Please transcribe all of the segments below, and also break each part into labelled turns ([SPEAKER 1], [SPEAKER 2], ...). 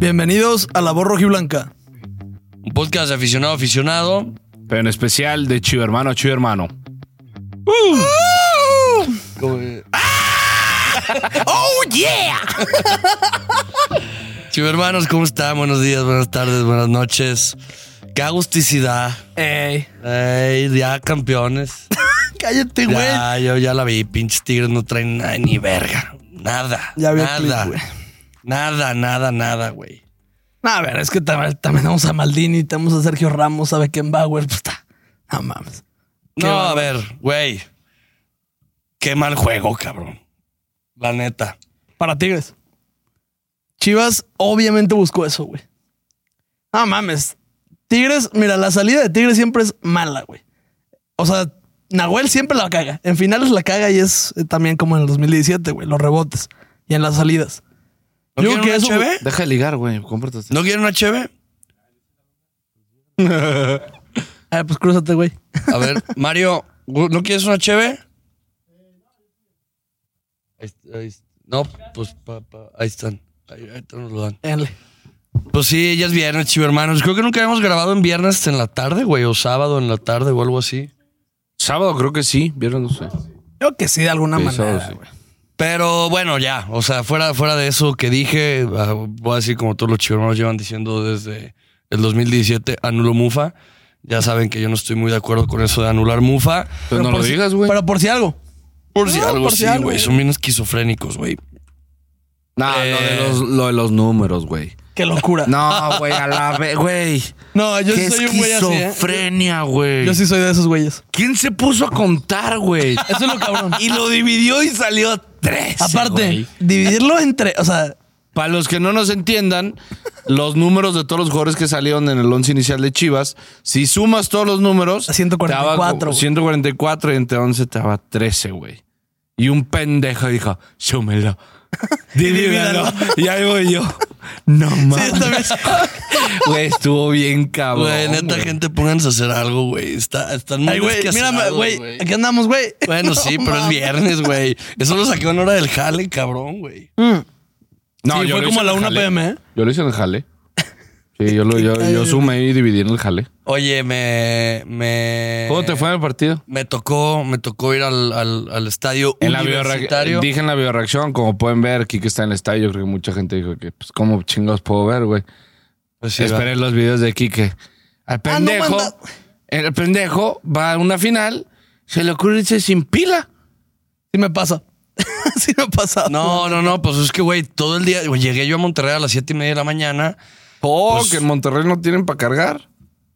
[SPEAKER 1] Bienvenidos a La Voz Rojiblanca.
[SPEAKER 2] Un podcast de aficionado a aficionado.
[SPEAKER 3] Pero en especial de Chivo Hermano a Chivo Hermano.
[SPEAKER 2] ¡Ah!
[SPEAKER 1] ¡Oh, yeah!
[SPEAKER 2] Chivo hermanos, ¿cómo están? Buenos días, buenas tardes, buenas noches. Qué agusticidad.
[SPEAKER 1] Ey,
[SPEAKER 2] Ey, ya campeones.
[SPEAKER 1] cállate, güey.
[SPEAKER 2] Ya, yo ya la vi. Pinches tigres no traen nada, ni verga. Nada.
[SPEAKER 1] Ya vi el
[SPEAKER 2] nada.
[SPEAKER 1] clip, güey.
[SPEAKER 2] nada, nada, nada, güey.
[SPEAKER 1] No, a ver, es que tam- también tenemos a Maldini, tenemos a Sergio Ramos, a Beckenbauer. Pues está. No mames. Qué
[SPEAKER 2] No, a
[SPEAKER 1] bárbaro.
[SPEAKER 2] ver, güey. Qué mal juego, cabrón. La neta.
[SPEAKER 1] Para Tigres. Chivas obviamente buscó eso, güey. No mames. Tigres, mira, la salida de Tigres siempre es mala, güey. O sea, Nahuel siempre la caga. En finales la caga y es eh, también como en el 2017, güey, los rebotes y en las salidas.
[SPEAKER 2] ¿No
[SPEAKER 1] Yo
[SPEAKER 2] quieren
[SPEAKER 1] que
[SPEAKER 2] una
[SPEAKER 1] eso-
[SPEAKER 2] cheve?
[SPEAKER 3] Deja de ligar, güey. Compórtate.
[SPEAKER 2] ¿No quieren una cheve?
[SPEAKER 1] Ah, pues crúzate, güey.
[SPEAKER 2] A ver, Mario, ¿no quieres una cheve? Ahí est- ahí est- No, pues pa- pa- ahí están. Ahí, ahí te nos lo dan.
[SPEAKER 1] Él.
[SPEAKER 2] Pues sí, ya es viernes, chivo hermanos. Creo que nunca habíamos grabado en viernes en la tarde, güey, o sábado en la tarde o algo así.
[SPEAKER 3] Sábado creo que sí. Viernes no sé.
[SPEAKER 1] Yo que sí, de alguna
[SPEAKER 3] Sí,
[SPEAKER 1] manera.
[SPEAKER 3] sábado sí.
[SPEAKER 1] güey.
[SPEAKER 2] Pero bueno, ya, o sea, fuera, fuera de eso que dije, ah, voy a decir como todos los chivermanos llevan diciendo desde el 2017, anulo Mufa. Ya saben que yo no estoy muy de acuerdo con eso de anular Mufa.
[SPEAKER 3] Pero no
[SPEAKER 1] por
[SPEAKER 3] lo
[SPEAKER 1] si-
[SPEAKER 3] digas, güey.
[SPEAKER 1] Pero por si algo.
[SPEAKER 2] Por si
[SPEAKER 1] No,
[SPEAKER 2] algo,
[SPEAKER 1] por si
[SPEAKER 2] sí,
[SPEAKER 1] algo,
[SPEAKER 2] güey,
[SPEAKER 1] güey.
[SPEAKER 2] son bien esquizofrénicos, güey.
[SPEAKER 3] No, lo,
[SPEAKER 2] Eh.
[SPEAKER 3] de los, lo de los números, güey.
[SPEAKER 1] Qué locura. No,
[SPEAKER 3] No, güey, a la vez, güey.
[SPEAKER 1] yo sí
[SPEAKER 3] Qué
[SPEAKER 1] soy un güey así. ¿eh?
[SPEAKER 3] esquizofrenia, güey.
[SPEAKER 1] Yo sí soy de esos güeyes.
[SPEAKER 3] ¿Quién se puso a contar, güey?
[SPEAKER 1] Eso es lo cabrón.
[SPEAKER 3] y lo dividió y salió tres.
[SPEAKER 1] Aparte,
[SPEAKER 3] güey.
[SPEAKER 1] dividirlo entre. O sea,
[SPEAKER 3] Para los que no nos entiendan, los números de todos los jugadores que salieron en el once inicial de Chivas, si sumas todos los números,
[SPEAKER 1] 144,
[SPEAKER 3] te daba como
[SPEAKER 1] güey.
[SPEAKER 3] 144 y entre 11 te daba 13, güey. Y un pendejo dijo, súmelo. Divídalo. y ahí voy yo. No mames. Güey, estuvo bien cabrón.
[SPEAKER 2] Güey, neta,
[SPEAKER 3] güey.
[SPEAKER 2] gente, pónganse a hacer algo, güey. Está, están muy
[SPEAKER 1] Oh, ay, güey, mírame,
[SPEAKER 2] descaserados,
[SPEAKER 1] güey. Aquí andamos, güey.
[SPEAKER 2] Bueno, sí, pero es viernes, güey. Eso lo saqué a una hora del jale, cabrón, güey.
[SPEAKER 3] No,
[SPEAKER 1] Sí,
[SPEAKER 3] yo
[SPEAKER 1] fue como
[SPEAKER 3] lo hice
[SPEAKER 1] a la
[SPEAKER 3] en el
[SPEAKER 1] 1
[SPEAKER 3] jale.
[SPEAKER 1] PM, ¿eh?
[SPEAKER 3] Yo lo hice en el jale. Sí, yo, lo, yo, yo sumé y dividí en el jale.
[SPEAKER 2] Oye, me. me
[SPEAKER 3] ¿Cómo te fue en el partido?
[SPEAKER 2] Me tocó, me tocó ir al, al, al estadio
[SPEAKER 3] En la
[SPEAKER 2] universitario.
[SPEAKER 3] bioreacción. Dije en la bioreacción, como pueden ver, Kike está en el estadio. Yo creo que mucha gente dijo que, pues, ¿cómo chingados puedo ver, güey?
[SPEAKER 2] Pues sí,
[SPEAKER 3] Esperé los videos de Kike. Al
[SPEAKER 1] Ah, no,
[SPEAKER 3] pendejo,
[SPEAKER 1] manda-
[SPEAKER 3] el pendejo va a una final, se le ocurre irse sin pila.
[SPEAKER 1] Sí me pasa. sí me pasa.
[SPEAKER 2] va. No, no, no, pues es que, güey, todo el día. güey, llegué yo a Monterrey a las siete y media de la mañana.
[SPEAKER 3] Oh,
[SPEAKER 2] Pues-
[SPEAKER 3] que en Monterrey no tienen para cargar.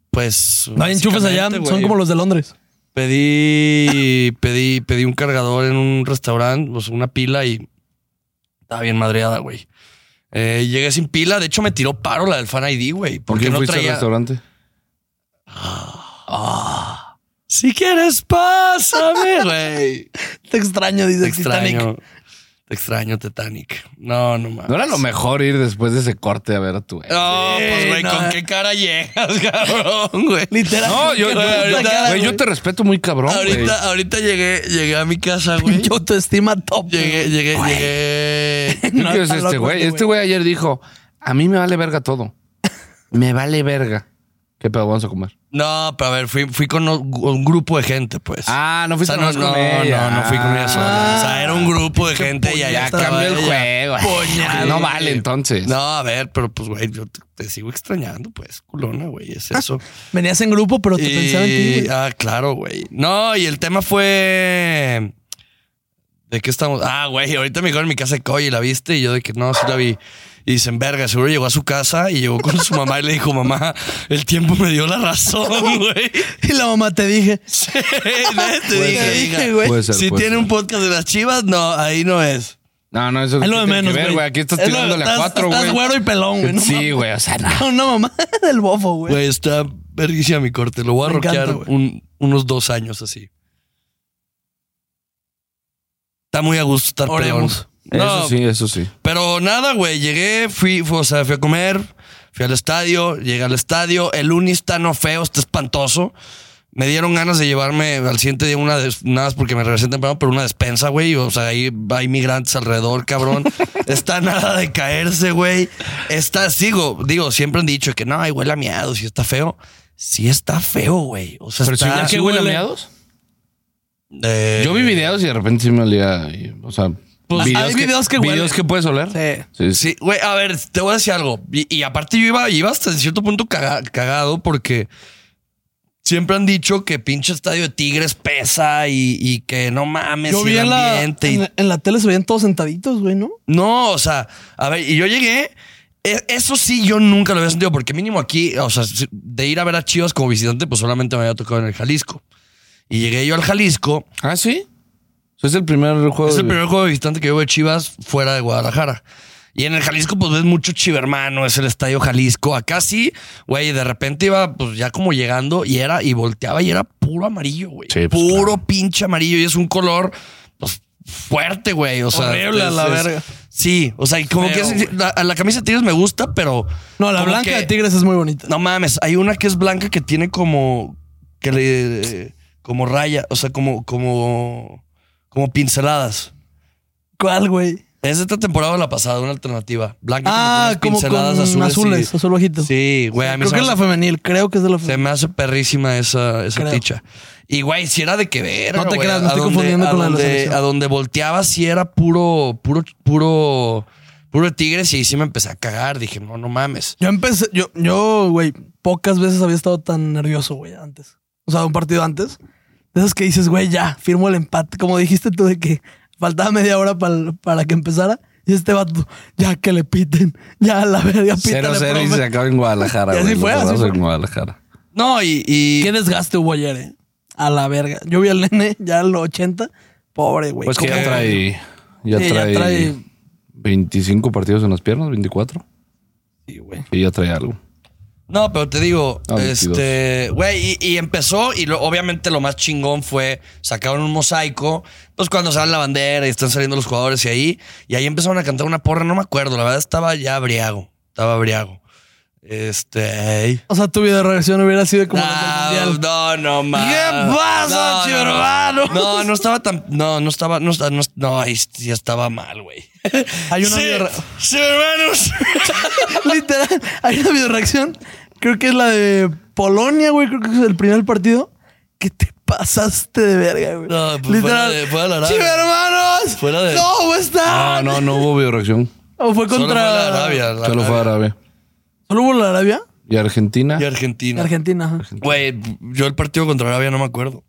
[SPEAKER 2] Pues.
[SPEAKER 1] No hay enchufes allá.
[SPEAKER 2] básicamente,
[SPEAKER 1] Son
[SPEAKER 2] güey,
[SPEAKER 1] como los de Londres.
[SPEAKER 2] Pedí, pedí, pedí un cargador en un restaurante, pues una pila y estaba bien madreada, güey. Eh, llegué sin pila, de hecho me tiró paro la del Fan ID, güey.
[SPEAKER 3] ¿Por
[SPEAKER 2] Porque
[SPEAKER 3] qué
[SPEAKER 2] no
[SPEAKER 3] fuiste al
[SPEAKER 2] traía.
[SPEAKER 3] restaurante?
[SPEAKER 2] Si quieres, pásame, güey.
[SPEAKER 1] Te extraño, dice
[SPEAKER 2] Te
[SPEAKER 1] el Titanic.
[SPEAKER 2] extraño. Te extraño, Titanic. No, no mames.
[SPEAKER 3] No era lo mejor ir después de ese corte a ver a tu ex?
[SPEAKER 2] No,
[SPEAKER 1] Sí,
[SPEAKER 2] pues, güey,
[SPEAKER 1] no.
[SPEAKER 2] ¿con qué cara llegas, cabrón, güey?
[SPEAKER 1] Literal.
[SPEAKER 3] No, yo, yo-
[SPEAKER 1] Qué
[SPEAKER 2] ahorita-
[SPEAKER 1] puta cara,
[SPEAKER 3] güey, yo
[SPEAKER 1] güey.
[SPEAKER 3] te respeto muy cabrón, güey.
[SPEAKER 2] Ahorita, ahorita llegué, llegué a mi casa, güey.
[SPEAKER 1] Yo te estima top.
[SPEAKER 2] Llegué, llegué, llegué.
[SPEAKER 3] ¿Tú
[SPEAKER 1] No,
[SPEAKER 3] qué es
[SPEAKER 1] está
[SPEAKER 3] este
[SPEAKER 1] loco
[SPEAKER 3] güey?
[SPEAKER 1] este
[SPEAKER 3] Este güey ayer dijo, a mí me vale verga todo. Me vale verga. ¿Qué pedo vamos a comer?
[SPEAKER 2] No, pero a ver, fui, fui con un un grupo de gente, pues.
[SPEAKER 3] Ah, no fuiste
[SPEAKER 2] O sea, no,
[SPEAKER 3] nomás con
[SPEAKER 2] no,
[SPEAKER 3] ella.
[SPEAKER 2] no, no fui con ella sola.
[SPEAKER 1] Ah.
[SPEAKER 2] o sea, era un grupo de gente y allá
[SPEAKER 3] Ya
[SPEAKER 2] estaba
[SPEAKER 3] cambió el
[SPEAKER 2] ella.
[SPEAKER 3] juego.
[SPEAKER 2] Puñal,
[SPEAKER 3] no
[SPEAKER 2] güey.
[SPEAKER 3] vale entonces.
[SPEAKER 2] No, a ver, pero pues, güey, yo te, te sigo extrañando, pues, culona, güey, es eso.
[SPEAKER 1] Venías en grupo, pero Ah, te pensaba en ti.
[SPEAKER 2] y,
[SPEAKER 1] güey.
[SPEAKER 2] ah, claro, güey. No, y el tema fue... ¿De qué estamos? Ah, güey, ahorita me dijo en mi casa de Coy y la viste y yo de que no, sí la vi. Y dicen, verga, seguro llegó a su casa y llegó con su mamá y le dijo, mamá, el tiempo me dio la razón, güey.
[SPEAKER 1] Y la mamá te dije.
[SPEAKER 2] Sí, te
[SPEAKER 1] Te
[SPEAKER 2] dije, hija.
[SPEAKER 1] dije, güey.
[SPEAKER 3] Puede ser,
[SPEAKER 2] Si
[SPEAKER 3] puede
[SPEAKER 2] tiene
[SPEAKER 3] ser.
[SPEAKER 2] un podcast de las chivas, no, ahí no es.
[SPEAKER 3] No, no, eso
[SPEAKER 1] Es lo de
[SPEAKER 3] tiene que
[SPEAKER 1] menos,
[SPEAKER 3] ver,
[SPEAKER 1] güey.
[SPEAKER 3] Aquí estás
[SPEAKER 1] Es lo-
[SPEAKER 3] tirándole a
[SPEAKER 1] estás-
[SPEAKER 3] cuatro, güey.
[SPEAKER 1] Estás güero y pelón, güey. no
[SPEAKER 3] sí, güey, o sea, no.
[SPEAKER 1] mames. Una mamá del bofo, güey.
[SPEAKER 2] Güey, está verguísima mi corte. Lo voy a
[SPEAKER 1] Me encanta,
[SPEAKER 2] roquear
[SPEAKER 1] güey.
[SPEAKER 2] un- unos dos años así. Está muy a gusto estar
[SPEAKER 1] Oremos.
[SPEAKER 2] peón. No,
[SPEAKER 3] Eso sí, eso sí.
[SPEAKER 2] Pero nada, güey, llegué, fui, fui- o sea, fui a comer, fui al estadio, llegué al estadio, el uni está no feo, está espantoso. Me dieron ganas de llevarme al siguiente día una, des- nada más porque me regresé temprano, pero una despensa, güey. O sea, ahí hay migrantes alrededor, cabrón. está nada de caerse, güey. Está, sigo, digo, siempre han dicho que no, ay, huele a miados y está feo. Sí está feo, güey. O sea,
[SPEAKER 3] Pero si
[SPEAKER 2] está...
[SPEAKER 3] huele, ¿sí huele a meados.
[SPEAKER 2] eh,
[SPEAKER 3] Yo vi videos y de repente sí me olía. y, O sea,
[SPEAKER 1] Pues, hay videos que huelen.
[SPEAKER 3] videos que puedes oler.
[SPEAKER 1] Sí.
[SPEAKER 3] Sí, sí.
[SPEAKER 2] Sí, güey, a ver, te voy a decir algo. Y, y aparte yo iba, iba hasta cierto punto caga- cagado porque siempre han dicho que pinche estadio de Tigres pesa y, y que no mames
[SPEAKER 1] Yo
[SPEAKER 2] y
[SPEAKER 1] vi en
[SPEAKER 2] el
[SPEAKER 1] la,
[SPEAKER 2] ambiente. y-
[SPEAKER 1] en, la- en la tele se veían todos sentaditos, güey, ¿no?
[SPEAKER 2] No, o sea, a ver, y yo llegué. e- Eso sí, yo nunca lo había sentido, porque mínimo aquí, o sea, si- de ir a ver a Chivas como visitante, pues solamente me había tocado en el Jalisco. Y llegué yo al Jalisco.
[SPEAKER 3] Ah, sí. O sea, es el primer juego.
[SPEAKER 2] Es el
[SPEAKER 3] de-
[SPEAKER 2] primer juego de visitante que yo veo de Chivas fuera de Guadalajara. Y en el Jalisco, pues ves mucho chivermano, es el estadio Jalisco. Acá sí, güey, de repente iba, pues ya como llegando y era, y volteaba y era puro amarillo, güey.
[SPEAKER 3] Sí, pues,
[SPEAKER 2] puro pinche amarillo y es un color pues, fuerte, güey. O sea,
[SPEAKER 1] Horrible a
[SPEAKER 2] es-
[SPEAKER 1] la
[SPEAKER 2] es-
[SPEAKER 1] verga.
[SPEAKER 2] Sí, o sea, y como
[SPEAKER 1] Feo,
[SPEAKER 2] que es-
[SPEAKER 1] güey.
[SPEAKER 2] la, a la camisa de Tigres me gusta, pero.
[SPEAKER 1] No, la
[SPEAKER 2] como
[SPEAKER 1] blanca
[SPEAKER 2] que-
[SPEAKER 1] de Tigres es muy bonita.
[SPEAKER 2] No mames, hay una que es blanca que tiene como. que le. como raya, o sea, como. como. como pinceladas.
[SPEAKER 1] ¿Cuál, güey?
[SPEAKER 2] Es de esta temporada o la pasada, una alternativa. Blanca
[SPEAKER 1] Ah,
[SPEAKER 2] con
[SPEAKER 1] como
[SPEAKER 2] unas
[SPEAKER 1] con
[SPEAKER 2] pinceladas
[SPEAKER 1] azules,
[SPEAKER 2] azules. y-
[SPEAKER 1] azul bajito.
[SPEAKER 2] Sí, güey, a mí
[SPEAKER 1] Creo
[SPEAKER 2] se
[SPEAKER 1] que
[SPEAKER 2] me
[SPEAKER 1] es la
[SPEAKER 2] hace-
[SPEAKER 1] femenil, creo que es de la
[SPEAKER 2] se
[SPEAKER 1] femenil.
[SPEAKER 2] me hace perrísima esa, esa
[SPEAKER 1] Creo.
[SPEAKER 2] ticha. Y güey, si era de que ver.
[SPEAKER 1] No te creas, me estoy confundiendo con la de la selección.
[SPEAKER 2] A donde volteaba si era puro, puro, puro, puro de tigres y ahí sí me empecé a cagar. Dije, no, no mames.
[SPEAKER 1] Yo empecé, yo, yo, güey, pocas veces había estado tan nervioso, güey, antes. O sea, un partido antes. De esas que dices, güey, ya, firmo el empate. Como dijiste tú de que faltaba media hora pa'l- para que empezara. Y este vato, ya que le piten, ya la verga, pítale,
[SPEAKER 3] 0-0 y
[SPEAKER 1] profe.
[SPEAKER 3] se acaba en Guadalajara.
[SPEAKER 1] Y así
[SPEAKER 3] güey. Los
[SPEAKER 1] fue, así
[SPEAKER 3] abrazos
[SPEAKER 1] fue.
[SPEAKER 3] en Guadalajara.
[SPEAKER 2] No, y. y-
[SPEAKER 1] Qué desgaste hubo ayer, eh. A la verga. Yo vi al nene ya a los 80. Pobre, güey.
[SPEAKER 3] Pues que
[SPEAKER 1] ¿Cómo?
[SPEAKER 3] ya trae, ya,
[SPEAKER 1] Sí, ya
[SPEAKER 3] trae
[SPEAKER 1] trae-
[SPEAKER 3] 25 partidos en las piernas, 24.
[SPEAKER 1] Sí, güey.
[SPEAKER 3] Y ya trae algo.
[SPEAKER 2] No, pero te digo,
[SPEAKER 3] Ah, 22.
[SPEAKER 2] este, güey, y, y empezó y lo- obviamente lo más chingón fue sacaron un mosaico, pues cuando salen la bandera y están saliendo los jugadores y ahí, y ahí empezaron a cantar una porra, no me acuerdo, la verdad estaba ya briago, estaba briago. Este,
[SPEAKER 1] O sea, tu video de reacción hubiera sido como la del
[SPEAKER 2] no,
[SPEAKER 1] mundial.
[SPEAKER 2] no, no más.
[SPEAKER 1] ¿Qué pasa,
[SPEAKER 2] no,
[SPEAKER 1] chivermanos?
[SPEAKER 2] no, no estaba tan, no, no estaba, no, esta- no, no, ahí sí estaba mal, güey.
[SPEAKER 1] Hay una
[SPEAKER 2] sí,
[SPEAKER 1] video-
[SPEAKER 2] sí, hermanos.
[SPEAKER 1] Literal, hay una videoreacción. Creo que es la de Polonia, güey. Creo que es el primer partido. ¿Qué te pasaste de verga, güey?
[SPEAKER 2] No, pues, fuera de- fuera de la Arabia.
[SPEAKER 1] ¡Sí, hermanos!
[SPEAKER 2] Fuera de- Ah,
[SPEAKER 1] ¿Cómo
[SPEAKER 3] No,
[SPEAKER 1] están?
[SPEAKER 3] Ah, no, no hubo bioreacción.
[SPEAKER 1] ¿O fue
[SPEAKER 2] Solo fue
[SPEAKER 1] contra.
[SPEAKER 2] la Arabia, la
[SPEAKER 3] Solo fue
[SPEAKER 2] Arabia
[SPEAKER 3] Arabia.
[SPEAKER 1] ¿Solo hubo la Arabia?
[SPEAKER 3] Y Argentina.
[SPEAKER 2] y Argentina.
[SPEAKER 1] Argentina, ajá.
[SPEAKER 2] Güey, yo el partido contra Arabia no me acuerdo.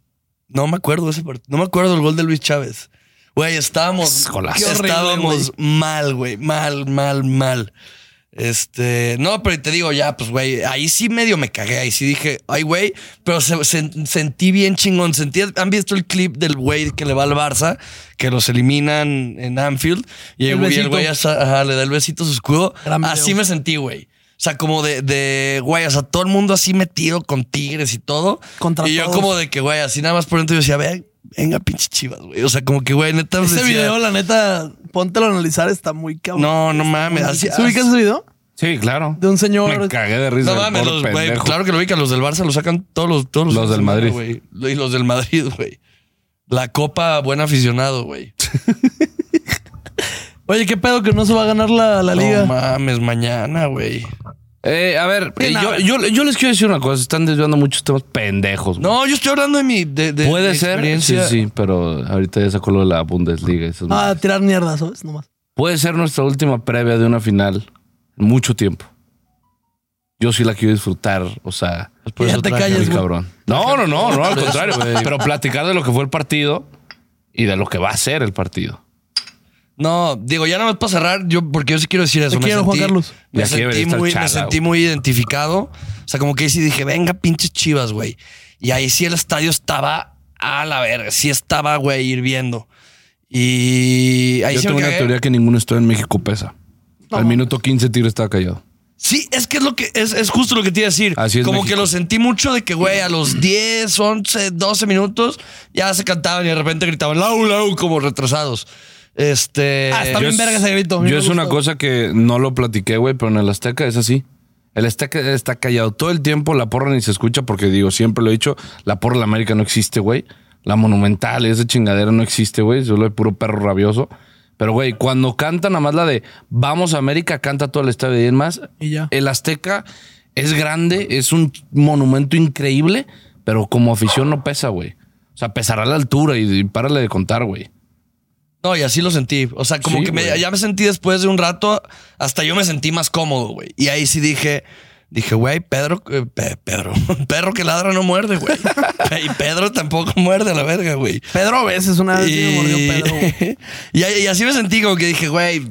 [SPEAKER 2] No me acuerdo ese partido. No me acuerdo el gol de Luis Chávez. Güey, estábamos.
[SPEAKER 3] Golazo.
[SPEAKER 2] Qué horrible, estábamos mal, güey. Mal, mal, mal. Este. No, pero te digo, ya, pues, güey, ahí sí medio me cagué. Ahí sí dije, ay, güey. Pero se- se- sentí bien chingón. Sentí, ¿Han visto el clip del güey que le va al Barça? Que los eliminan en Anfield. Y
[SPEAKER 1] El
[SPEAKER 2] el, güey- y el
[SPEAKER 1] besito.
[SPEAKER 2] güey hasta- ajá, le da el besito a su escudo.
[SPEAKER 1] Gran video.
[SPEAKER 2] Así me sentí, güey. O sea, como de, de, güey, o sea, todo el mundo así metido con tigres y todo.
[SPEAKER 1] Contra
[SPEAKER 2] y yo
[SPEAKER 1] todos.
[SPEAKER 2] como de que, güey, así nada más por dentro yo decía, "Ve, venga, pinche chivas, güey. O sea, como que, güey, neta.
[SPEAKER 1] Ese
[SPEAKER 2] decía,
[SPEAKER 1] video, la neta, póntelo a analizar, está muy cabrón.
[SPEAKER 2] No, no mames. Así,
[SPEAKER 1] ¿Se ubicas ese video?
[SPEAKER 3] Sí, claro.
[SPEAKER 1] De un señor.
[SPEAKER 3] Me cagué de risa.
[SPEAKER 2] No mames,
[SPEAKER 3] por
[SPEAKER 2] los, güey,
[SPEAKER 3] pendejo.
[SPEAKER 2] claro que lo ubican. Los del Barça lo sacan todos los. Todos los,
[SPEAKER 3] Los del Madrid.
[SPEAKER 2] güey. Y los del Madrid, güey. La copa, buen aficionado, güey.
[SPEAKER 1] Oye, qué pedo que no se va a ganar la, la liga.
[SPEAKER 2] No mames, mañana, güey.
[SPEAKER 3] Eh, a ver,
[SPEAKER 1] Sí,
[SPEAKER 3] eh,
[SPEAKER 1] nada.
[SPEAKER 3] yo, yo, yo les quiero decir una cosa. Están desviando muchos temas pendejos. güey.
[SPEAKER 2] No, yo estoy hablando de mi. De, de-
[SPEAKER 3] Puede
[SPEAKER 2] mi
[SPEAKER 3] ser. Sí,
[SPEAKER 2] experiencia.
[SPEAKER 3] sí, pero ahorita ya sacó lo de la Bundesliga. y esas
[SPEAKER 1] Ah,
[SPEAKER 3] madres.
[SPEAKER 1] a tirar mierda, ¿sabes? Nomás.
[SPEAKER 3] Puede ser nuestra última previa de una final en mucho tiempo. Yo sí la quiero disfrutar, o sea,
[SPEAKER 2] Pues por
[SPEAKER 1] Ya
[SPEAKER 2] eso
[SPEAKER 1] te
[SPEAKER 2] traje-
[SPEAKER 1] calles,
[SPEAKER 3] muy
[SPEAKER 1] güey.
[SPEAKER 3] cabrón. No, no, no, no, al contrario. Pero platicar de lo que fue el partido y de lo que va a ser el partido.
[SPEAKER 2] No, digo, ya nada más para cerrar, yo, porque yo sí quiero decir eso.
[SPEAKER 1] Te
[SPEAKER 2] me
[SPEAKER 1] quiero,
[SPEAKER 2] sentí-
[SPEAKER 1] Juan Carlos.
[SPEAKER 2] Me
[SPEAKER 3] Ya quiero
[SPEAKER 2] sentí,
[SPEAKER 3] estar
[SPEAKER 2] muy, me
[SPEAKER 3] chala,
[SPEAKER 2] sentí
[SPEAKER 3] güey.
[SPEAKER 2] muy identificado. O sea, como que ahí sí dije, venga, pinches chivas, güey. Y ahí sí el estadio estaba a la verga. Sí estaba, güey, hirviendo. Y ahí
[SPEAKER 3] Yo
[SPEAKER 2] sí
[SPEAKER 3] tengo
[SPEAKER 2] me
[SPEAKER 3] una
[SPEAKER 2] cagué.
[SPEAKER 3] teoría que ningún estadio en México pesa. Al minuto 15 Tigre estaba callado.
[SPEAKER 2] Sí, es que es lo que es, es justo lo que te iba a decir.
[SPEAKER 3] Así es
[SPEAKER 2] Como
[SPEAKER 3] México.
[SPEAKER 2] que lo sentí mucho de que, güey, a los 10, 11, 12 minutos ya se cantaban y de repente gritaban, lau, lau, como retrasados. Este.
[SPEAKER 1] Ah, está bien verga ese grito. a mí
[SPEAKER 3] Eh, Yo
[SPEAKER 1] me
[SPEAKER 3] es una
[SPEAKER 1] gustó.
[SPEAKER 3] cosa que no lo platiqué, güey, pero en el Azteca es así. Él está, está callado todo el tiempo, la porra ni se escucha porque digo, siempre lo he dicho, la porra de la América no existe, güey. La monumental, esa chingadera no existe, güey. Solo es puro perro rabioso. Pero, güey, cuando canta nada más la de Vamos a América, canta todo el estadio y demás.
[SPEAKER 1] Y ya.
[SPEAKER 3] El Azteca es grande, es un monumento increíble, pero como afición no pesa, güey. O sea, pesará la altura y, y párale de contar, güey.
[SPEAKER 2] No, y así lo sentí. O sea, como
[SPEAKER 3] Sí,
[SPEAKER 2] que me-
[SPEAKER 3] güey.
[SPEAKER 2] ya me sentí después de un rato, hasta yo me sentí más cómodo, güey. Y ahí sí dije, dije, güey, Pedro, eh, Pe- Pedro, perro que ladra no muerde, güey. y Pedro tampoco muerde a la verga, güey.
[SPEAKER 1] Pedro a veces, una vez sí me mordió Pedro. güey.
[SPEAKER 2] y, y así me sentí como que dije, güey,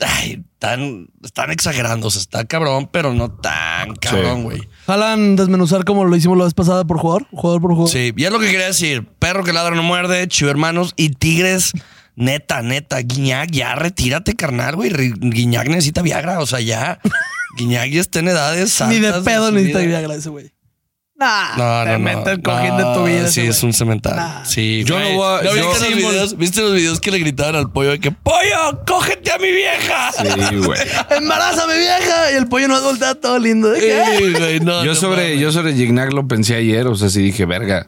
[SPEAKER 2] ay, tan, están exagerando, o sea, está cabrón, pero no tan cabrón, güey.
[SPEAKER 1] Jalan desmenuzar como lo hicimos la vez pasada por jugador, jugador por jugador.
[SPEAKER 2] Sí, y es lo que quería decir. Perro que ladra no muerde, chivo hermanos y tigres. Neta, neta, Guiñac, ya retírate, carnal, güey. Re- Guiñac necesita Viagra, o sea, ya. Guiñac ya está en edades
[SPEAKER 1] Ni de
[SPEAKER 2] altas
[SPEAKER 1] pedo
[SPEAKER 2] su
[SPEAKER 1] necesita
[SPEAKER 2] vida.
[SPEAKER 1] Viagra ese güey. Nah,
[SPEAKER 2] No, no,
[SPEAKER 1] te
[SPEAKER 2] no.
[SPEAKER 1] meten cogiendo
[SPEAKER 2] no,
[SPEAKER 1] tu vida.
[SPEAKER 2] Sí,
[SPEAKER 1] ese
[SPEAKER 2] es
[SPEAKER 1] güey.
[SPEAKER 2] un cemental.
[SPEAKER 1] Nah.
[SPEAKER 2] Sí,
[SPEAKER 3] Yo
[SPEAKER 2] güey.
[SPEAKER 3] no voy a- yo-
[SPEAKER 2] ¿Viste, los
[SPEAKER 1] Sí, güey.
[SPEAKER 2] videos, ¿Viste los videos que le gritaban al pollo de que, ¡Pollo, cógete a mi vieja!
[SPEAKER 3] Sí, güey.
[SPEAKER 1] Embarázame, vieja. Y el pollo no ha volteado todo lindo. ¿de qué?
[SPEAKER 2] Sí, güey, no,
[SPEAKER 3] Yo
[SPEAKER 2] no
[SPEAKER 3] sobre,
[SPEAKER 2] mames.
[SPEAKER 3] yo sobre Gignac lo pensé ayer, o sea, sí dije, verga.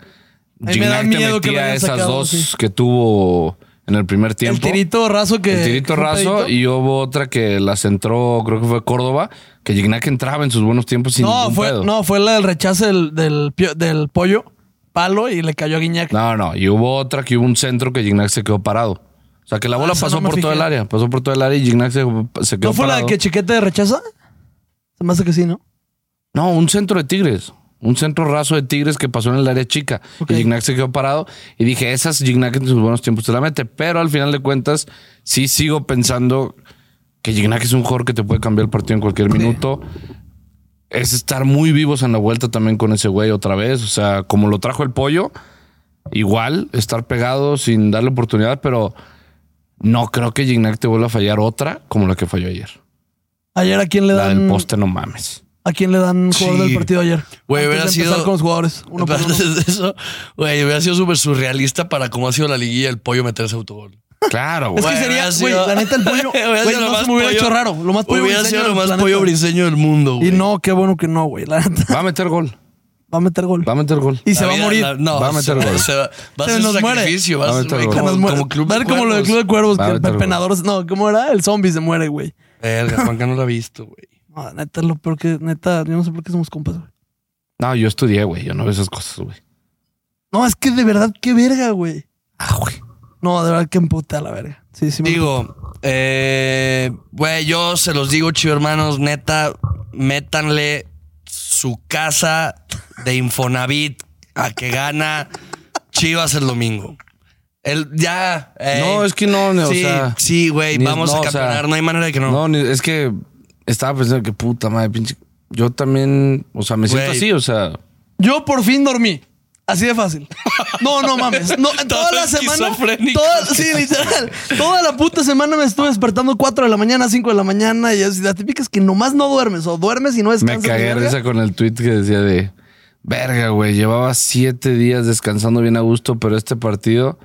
[SPEAKER 1] A mí me da
[SPEAKER 3] Gignac te
[SPEAKER 1] miedo que lo
[SPEAKER 3] metía
[SPEAKER 1] hayan
[SPEAKER 3] esas
[SPEAKER 1] sacado,
[SPEAKER 3] dos
[SPEAKER 1] sí.
[SPEAKER 3] que tuvo en el primer
[SPEAKER 1] El
[SPEAKER 3] tiempo.
[SPEAKER 1] tirito raso que.
[SPEAKER 3] El tirito
[SPEAKER 1] que fue
[SPEAKER 3] raso
[SPEAKER 1] pedito.
[SPEAKER 3] y hubo otra que las entró, creo que fue Córdoba, que Gignac entraba en sus buenos tiempos sin
[SPEAKER 1] No,
[SPEAKER 3] ningún
[SPEAKER 1] fue,
[SPEAKER 3] pedo.
[SPEAKER 1] no, fue la del rechazo del, del, pio- del pollo, palo, y le cayó a Guiñac.
[SPEAKER 3] No, no. Y hubo otra que hubo un centro que Gignac se quedó parado. O sea, que la bola
[SPEAKER 1] Ah, esa
[SPEAKER 3] pasó
[SPEAKER 1] no me
[SPEAKER 3] por todo
[SPEAKER 1] fijé.
[SPEAKER 3] el área. Pasó por todo el área y Gignac se, se quedó
[SPEAKER 1] ¿No fue la
[SPEAKER 3] parado.
[SPEAKER 1] que Chiquete rechaza? Se me hace que sí, ¿no?
[SPEAKER 3] No, un centro de Tigres. Un centro raso de Tigres que pasó en el área chica.
[SPEAKER 1] Ok.
[SPEAKER 3] Y Gignac se quedó parado. Y dije, esas Gignac en sus buenos tiempos te la mete. Pero al final de cuentas, sí sigo pensando que Gignac es un jugador que te puede cambiar el partido en cualquier minuto. Es estar muy vivos en la vuelta también con ese güey otra vez. O sea, como lo trajo el pollo, igual estar pegado sin darle oportunidad, pero no creo que Gignac te vuelva a fallar otra como la que falló ayer.
[SPEAKER 1] Ayer a quién le
[SPEAKER 3] La del
[SPEAKER 1] dan.
[SPEAKER 3] poste, no mames.
[SPEAKER 1] ¿A quién le dan jugador
[SPEAKER 2] Sí.
[SPEAKER 1] del partido ayer?
[SPEAKER 2] Güey,
[SPEAKER 1] Antes
[SPEAKER 2] hubiera
[SPEAKER 1] de
[SPEAKER 2] sido-
[SPEAKER 1] empezar con los jugadores. Uno por uno.
[SPEAKER 2] Entonces, eso, güey, hubiera sido súper surrealista para cómo ha sido la liguilla el pollo meterse autogol.
[SPEAKER 3] Claro, güey.
[SPEAKER 1] Es que sería,
[SPEAKER 2] hubiera
[SPEAKER 1] güey,
[SPEAKER 2] sido-
[SPEAKER 1] la neta, el pollo.
[SPEAKER 2] Hubiera
[SPEAKER 1] güey,
[SPEAKER 2] sido lo
[SPEAKER 1] no
[SPEAKER 2] más
[SPEAKER 1] se me hubiera
[SPEAKER 2] pollo-
[SPEAKER 1] hecho raro. Lo más pollo
[SPEAKER 2] Hubiera
[SPEAKER 1] briseño
[SPEAKER 2] sido lo
[SPEAKER 1] del
[SPEAKER 2] más
[SPEAKER 1] planeta.
[SPEAKER 2] pollo briseño del mundo, güey.
[SPEAKER 1] Y no, qué bueno que no, güey. La neta,
[SPEAKER 3] Va a meter gol.
[SPEAKER 1] va a meter gol.
[SPEAKER 3] Va a meter gol.
[SPEAKER 1] Y
[SPEAKER 2] La
[SPEAKER 1] se va a
[SPEAKER 2] vida-
[SPEAKER 1] morir.
[SPEAKER 2] la- no,
[SPEAKER 3] Va a meter
[SPEAKER 2] se,
[SPEAKER 3] gol.
[SPEAKER 2] se va, va a
[SPEAKER 1] Se
[SPEAKER 2] ser un
[SPEAKER 1] nos muere.
[SPEAKER 2] sacrificio. Va
[SPEAKER 3] Va a
[SPEAKER 2] a ser,
[SPEAKER 3] meter
[SPEAKER 2] güey,
[SPEAKER 3] gol.
[SPEAKER 1] Se
[SPEAKER 2] como,
[SPEAKER 1] nos muere.
[SPEAKER 2] como club
[SPEAKER 1] Va a
[SPEAKER 2] de
[SPEAKER 1] ser como lo del Club de Cuervos,
[SPEAKER 3] Va a
[SPEAKER 1] que el
[SPEAKER 3] meter gol.
[SPEAKER 1] penador. No, ¿cómo era? El zombie se muere, güey.
[SPEAKER 2] Verga, Juanca no lo ha visto, güey.
[SPEAKER 1] No, neta, lo peor que. Neta, yo no sé por qué somos compas, güey.
[SPEAKER 3] No, yo estudié, güey. Yo no veo esas cosas, güey.
[SPEAKER 1] No, es que de verdad, qué verga, güey.
[SPEAKER 3] Ah, güey.
[SPEAKER 1] No, de verdad, qué emputa la verga. Sí, sí, me-
[SPEAKER 2] Digo, eh, güey, yo se los digo, chido hermanos, neta, métanle su casa de Infonavit a que gana Chivas el domingo. El, ya. eh,
[SPEAKER 3] No, es que no, no, o
[SPEAKER 2] sí,
[SPEAKER 3] sea,
[SPEAKER 2] sí, güey,
[SPEAKER 3] ni-
[SPEAKER 2] vamos
[SPEAKER 3] no,
[SPEAKER 2] a
[SPEAKER 3] o sea,
[SPEAKER 2] campeonar. no hay manera de que no.
[SPEAKER 3] No, ni- es que estaba pensando que puta madre, pinche. Yo también, o sea, me siento
[SPEAKER 2] Güey.
[SPEAKER 3] así, o sea.
[SPEAKER 1] Yo por fin dormí. Así de fácil. No, no mames. No, toda la semana.
[SPEAKER 2] esquizofrénico.
[SPEAKER 1] toda- sí, literal. Toda la puta semana me estuve despertando 4 de la mañana, 5 de la mañana. Y así, la típica es que nomás no duermes o duermes y no
[SPEAKER 3] Me
[SPEAKER 1] descansas. ni
[SPEAKER 3] cagué de
[SPEAKER 1] verga.
[SPEAKER 3] risa con el tweet que decía de. Verga, güey. Llevaba siete días descansando bien a gusto, pero este partido.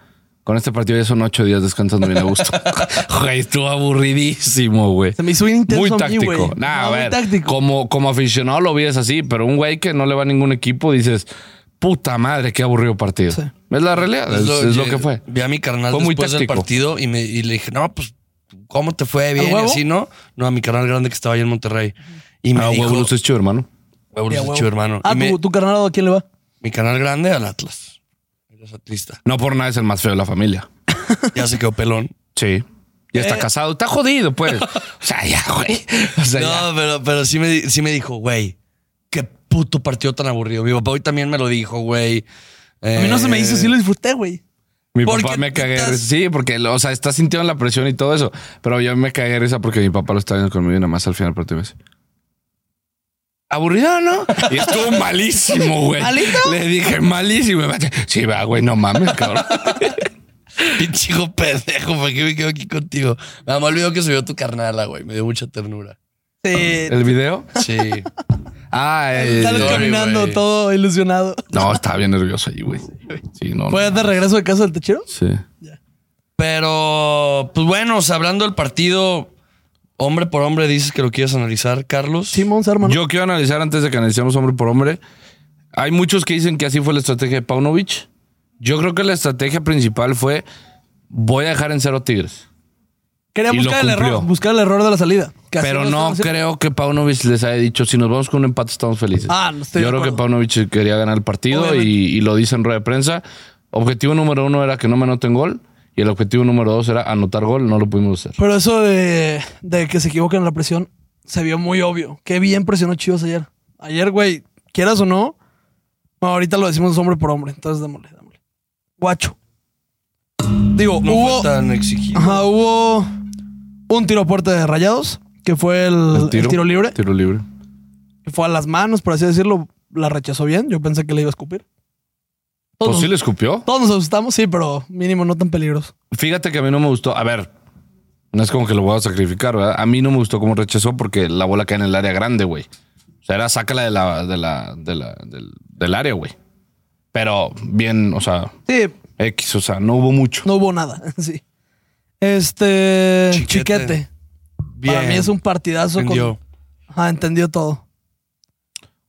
[SPEAKER 3] Con este partido ya son ocho días descansando bien a gusto. Güey, estuvo aburridísimo, güey.
[SPEAKER 1] Se me hizo bien intenso
[SPEAKER 3] Muy
[SPEAKER 1] a mí,
[SPEAKER 3] táctico.
[SPEAKER 1] güey.
[SPEAKER 3] Nah, a
[SPEAKER 1] No, muy
[SPEAKER 3] ver,
[SPEAKER 1] táctico.
[SPEAKER 3] Como, como aficionado lo ves así, pero un güey que no le va a ningún equipo, dices, puta madre, qué aburrido partido.
[SPEAKER 1] Sí.
[SPEAKER 3] Es la
[SPEAKER 2] Ah,
[SPEAKER 3] realidad, es, es lo que fue.
[SPEAKER 2] Vi a mi carnal
[SPEAKER 3] Fue muy
[SPEAKER 2] después del
[SPEAKER 3] táctico.
[SPEAKER 2] partido y, me, y le dije, no, pues, ¿cómo te fue? Bien, y
[SPEAKER 1] huevo?
[SPEAKER 2] así, ¿no? No, a mi carnal grande que estaba allá en Monterrey. Y me
[SPEAKER 3] Ah,
[SPEAKER 2] dijo,
[SPEAKER 3] huevo, lo es chido, hermano.
[SPEAKER 2] huevo,
[SPEAKER 1] Sí, a
[SPEAKER 2] los
[SPEAKER 1] huevo.
[SPEAKER 2] echo, hermano.
[SPEAKER 1] Ah,
[SPEAKER 2] Y me-
[SPEAKER 1] tu, tu carnalado, ¿a quién le va?
[SPEAKER 2] mi canal grande al Atlas. Eres atlista.
[SPEAKER 3] No por nada es el más feo de la familia.
[SPEAKER 2] Ya se quedó pelón.
[SPEAKER 3] Sí. Ya
[SPEAKER 1] Eh.
[SPEAKER 3] está casado, está jodido, pues. o sea, ya, güey. O sea, ya.
[SPEAKER 2] No, pero, pero sí, me, di- sí me dijo, güey, qué puto partido tan aburrido. Mi papá hoy también me lo dijo, güey. Eh,
[SPEAKER 1] A mí no se me hizo, sí lo disfruté, güey.
[SPEAKER 3] Mi
[SPEAKER 2] ¿por
[SPEAKER 3] papá
[SPEAKER 2] qué
[SPEAKER 3] me
[SPEAKER 2] te
[SPEAKER 3] cagué. de
[SPEAKER 2] estás-
[SPEAKER 3] risa. Sí, porque, o sea, está sintiendo la presión y todo eso. Pero yo me cagué de risa porque mi papá lo está viendo conmigo y nada más al final del partido me dice,
[SPEAKER 2] Aburrido, ¿no?
[SPEAKER 3] Y estuvo malísimo, güey.
[SPEAKER 1] ¿Malito?
[SPEAKER 3] Le dije, malísimo. Y me dice, Sí, va, güey, no mames, cabrón.
[SPEAKER 2] Pinche hijo pendejo, ¿por qué me quedo aquí contigo? Nada más olvidó que subió tu carnala, güey. Me dio mucha ternura.
[SPEAKER 1] Sí.
[SPEAKER 3] ¿El video?
[SPEAKER 2] Sí.
[SPEAKER 3] Ah, el-
[SPEAKER 1] Sales
[SPEAKER 2] Sorry,
[SPEAKER 1] caminando
[SPEAKER 2] güey.
[SPEAKER 1] todo ilusionado.
[SPEAKER 3] No, estaba bien nervioso ahí, güey. Sí, no. no.
[SPEAKER 2] Pues,
[SPEAKER 1] ¿Puedes de regreso de casa del techero?
[SPEAKER 3] Sí.
[SPEAKER 2] Pero, pues bueno, o sea, hablando del partido, Hombre por hombre dices que lo quieres analizar, Carlos.
[SPEAKER 1] Simón hermano.
[SPEAKER 3] Yo quiero analizar antes de que analicemos hombre por hombre. Hay muchos que dicen que así fue la estrategia de Paunovic. Yo creo que la estrategia principal fue voy a dejar en cero Tigres.
[SPEAKER 1] Quería
[SPEAKER 3] y lo
[SPEAKER 1] buscar el error,
[SPEAKER 3] cumplió.
[SPEAKER 1] buscar el error de la salida. Que así
[SPEAKER 3] Pero
[SPEAKER 1] lo
[SPEAKER 3] no
[SPEAKER 1] estaban haciendo.
[SPEAKER 3] creo que Paunovic les haya dicho, si nos vamos con un empate estamos felices.
[SPEAKER 1] Ah, no estoy de
[SPEAKER 3] Yo creo que
[SPEAKER 1] acuerdo.
[SPEAKER 3] Paunovic quería ganar el partido y,
[SPEAKER 1] Obviamente.
[SPEAKER 3] y lo dice en rueda de prensa. Objetivo número uno era que no me anoten gol y el objetivo número dos era anotar gol, no lo pudimos hacer.
[SPEAKER 1] Pero eso de, de que se equivocan en la presión se vio muy obvio. Qué bien presionó Chivas ayer. Ayer, güey, quieras o no, bueno, ahorita lo decimos hombre por hombre. Entonces, démosle, démosle. Guacho. Digo,
[SPEAKER 2] No
[SPEAKER 1] hubo,
[SPEAKER 2] fue tan exigido.
[SPEAKER 1] ajá, hubo un tiro a puerta de rayados, que fue el, el tiro, libre.
[SPEAKER 3] Tiro libre.
[SPEAKER 1] que Fue a las manos, por así decirlo. La rechazó bien. Yo pensé que le iba a escupir. Todos,
[SPEAKER 3] Pues sí
[SPEAKER 1] nos,
[SPEAKER 3] le escupió.
[SPEAKER 1] todos nos asustamos, sí, pero mínimo no tan peligroso.
[SPEAKER 3] Fíjate que a mí no me gustó. A ver, no es como que lo voy a sacrificar, ¿verdad? A mí no me gustó cómo rechazó porque la bola cae en el área grande, güey. O sea, era sácala de la, de la, de la- del, del área, güey. Pero bien, o sea,
[SPEAKER 1] Sí,
[SPEAKER 3] X, o sea, no hubo mucho.
[SPEAKER 1] No hubo nada, sí. Este. Chiquete.
[SPEAKER 2] Chiquete.
[SPEAKER 1] Para mí es un partidazo.
[SPEAKER 2] Entendió.
[SPEAKER 1] Con... Ajá, entendió todo.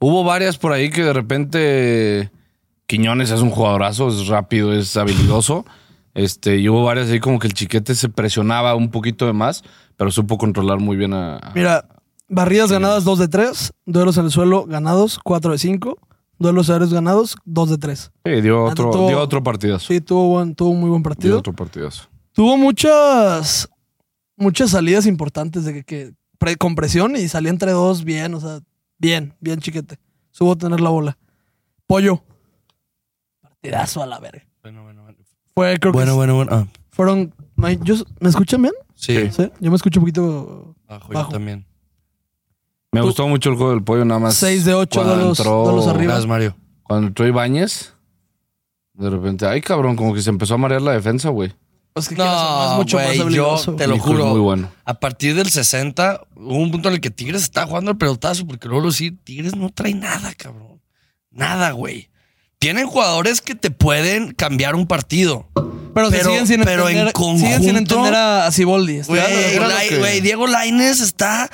[SPEAKER 3] Hubo varias por ahí que de repente Quiñones es un jugadorazo, es rápido, es habilidoso. Este, y hubo varias ahí como que el chiquete se presionaba un poquito de más, pero supo controlar muy bien a,
[SPEAKER 2] Ah.
[SPEAKER 3] a-
[SPEAKER 1] Mira, barridas ganadas 2 de 3, duelos en el suelo ganados 4 de 5, duelos aéreos ganados 2 de 3.
[SPEAKER 3] Sí, dio otro,
[SPEAKER 1] Anotó-
[SPEAKER 3] dio otro partidazo.
[SPEAKER 1] Sí, tuvo, buen, tuvo muy buen
[SPEAKER 3] dio
[SPEAKER 1] partido.
[SPEAKER 3] otro partidazo.
[SPEAKER 1] Tuvo muchas. Muchas salidas importantes de que, que pre- con presión y salía entre dos bien, o sea, bien, bien chiquete. Subo a tener la bola. Pollo. Partidazo a la verga.
[SPEAKER 2] Bueno, bueno, bueno.
[SPEAKER 1] Fue, creo que
[SPEAKER 2] Bueno, bueno, bueno. Ah,
[SPEAKER 1] Fueron. ma- yo- ¿Me escuchan bien?
[SPEAKER 2] sí,
[SPEAKER 1] Sí. Yo me escucho un poquito.
[SPEAKER 2] bajo,
[SPEAKER 1] Bajo.
[SPEAKER 2] yo también.
[SPEAKER 3] Me
[SPEAKER 1] Tú-
[SPEAKER 3] gustó mucho el juego del pollo, nada más.
[SPEAKER 1] Seis de ocho
[SPEAKER 3] cuando
[SPEAKER 1] duelos-
[SPEAKER 3] entró-
[SPEAKER 1] duelos arriba.
[SPEAKER 2] Gracias, Mario.
[SPEAKER 3] Cuando entró Ibáñez, de repente, ay cabrón, como que se empezó a marear la defensa, güey.
[SPEAKER 1] Pues que quieras o no, es
[SPEAKER 2] No,
[SPEAKER 1] mucho más
[SPEAKER 2] güey,
[SPEAKER 1] habilidoso.
[SPEAKER 2] yo te lo
[SPEAKER 3] Hijo, es
[SPEAKER 2] juro.
[SPEAKER 3] muy bueno.
[SPEAKER 2] A partir del 60, hubo un punto en el que Tigres está jugando el pelotazo, porque luego sí, Tigres no trae nada, cabrón. Nada, güey. Tienen jugadores que te pueden cambiar un partido.
[SPEAKER 1] Pero, se
[SPEAKER 2] pero-
[SPEAKER 1] siguen sin
[SPEAKER 2] pero en
[SPEAKER 1] entender, siguen sin
[SPEAKER 2] conjunto-
[SPEAKER 1] entender a, a Siboldi. Estoy
[SPEAKER 2] Güey,
[SPEAKER 1] hablando de-
[SPEAKER 3] era lo
[SPEAKER 2] Lai-
[SPEAKER 3] que-
[SPEAKER 2] güey, Diego Laines está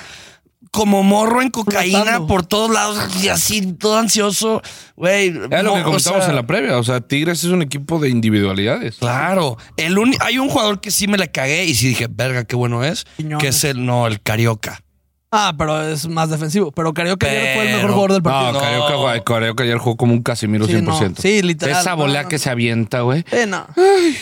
[SPEAKER 2] como morro en cocaína
[SPEAKER 1] Flotando.
[SPEAKER 2] por todos lados y así, todo ansioso. Güey,
[SPEAKER 3] Era lo
[SPEAKER 2] no,
[SPEAKER 3] que
[SPEAKER 2] o
[SPEAKER 3] comentábamos
[SPEAKER 2] sea,
[SPEAKER 3] en la previa. O sea, Tigres es un equipo de individualidades.
[SPEAKER 2] Claro, el uni- hay un jugador que sí me la cagué y sí dije, verga, qué bueno es,
[SPEAKER 1] Quiñones.
[SPEAKER 2] que es el, no, el Carioca.
[SPEAKER 1] Ah, pero es más defensivo. Pero Carioca ayer fue el mejor
[SPEAKER 2] Pero-
[SPEAKER 1] jugador del
[SPEAKER 3] No,
[SPEAKER 1] partido.
[SPEAKER 2] No.
[SPEAKER 3] Carioca, güey, Carioca ayer jugó como un Casimiro
[SPEAKER 1] Sí,
[SPEAKER 3] 100%.
[SPEAKER 1] no. Sí, literal.
[SPEAKER 3] Esa bola
[SPEAKER 1] No, no,
[SPEAKER 3] que
[SPEAKER 1] no.
[SPEAKER 3] se avienta, güey.
[SPEAKER 1] Eh, no.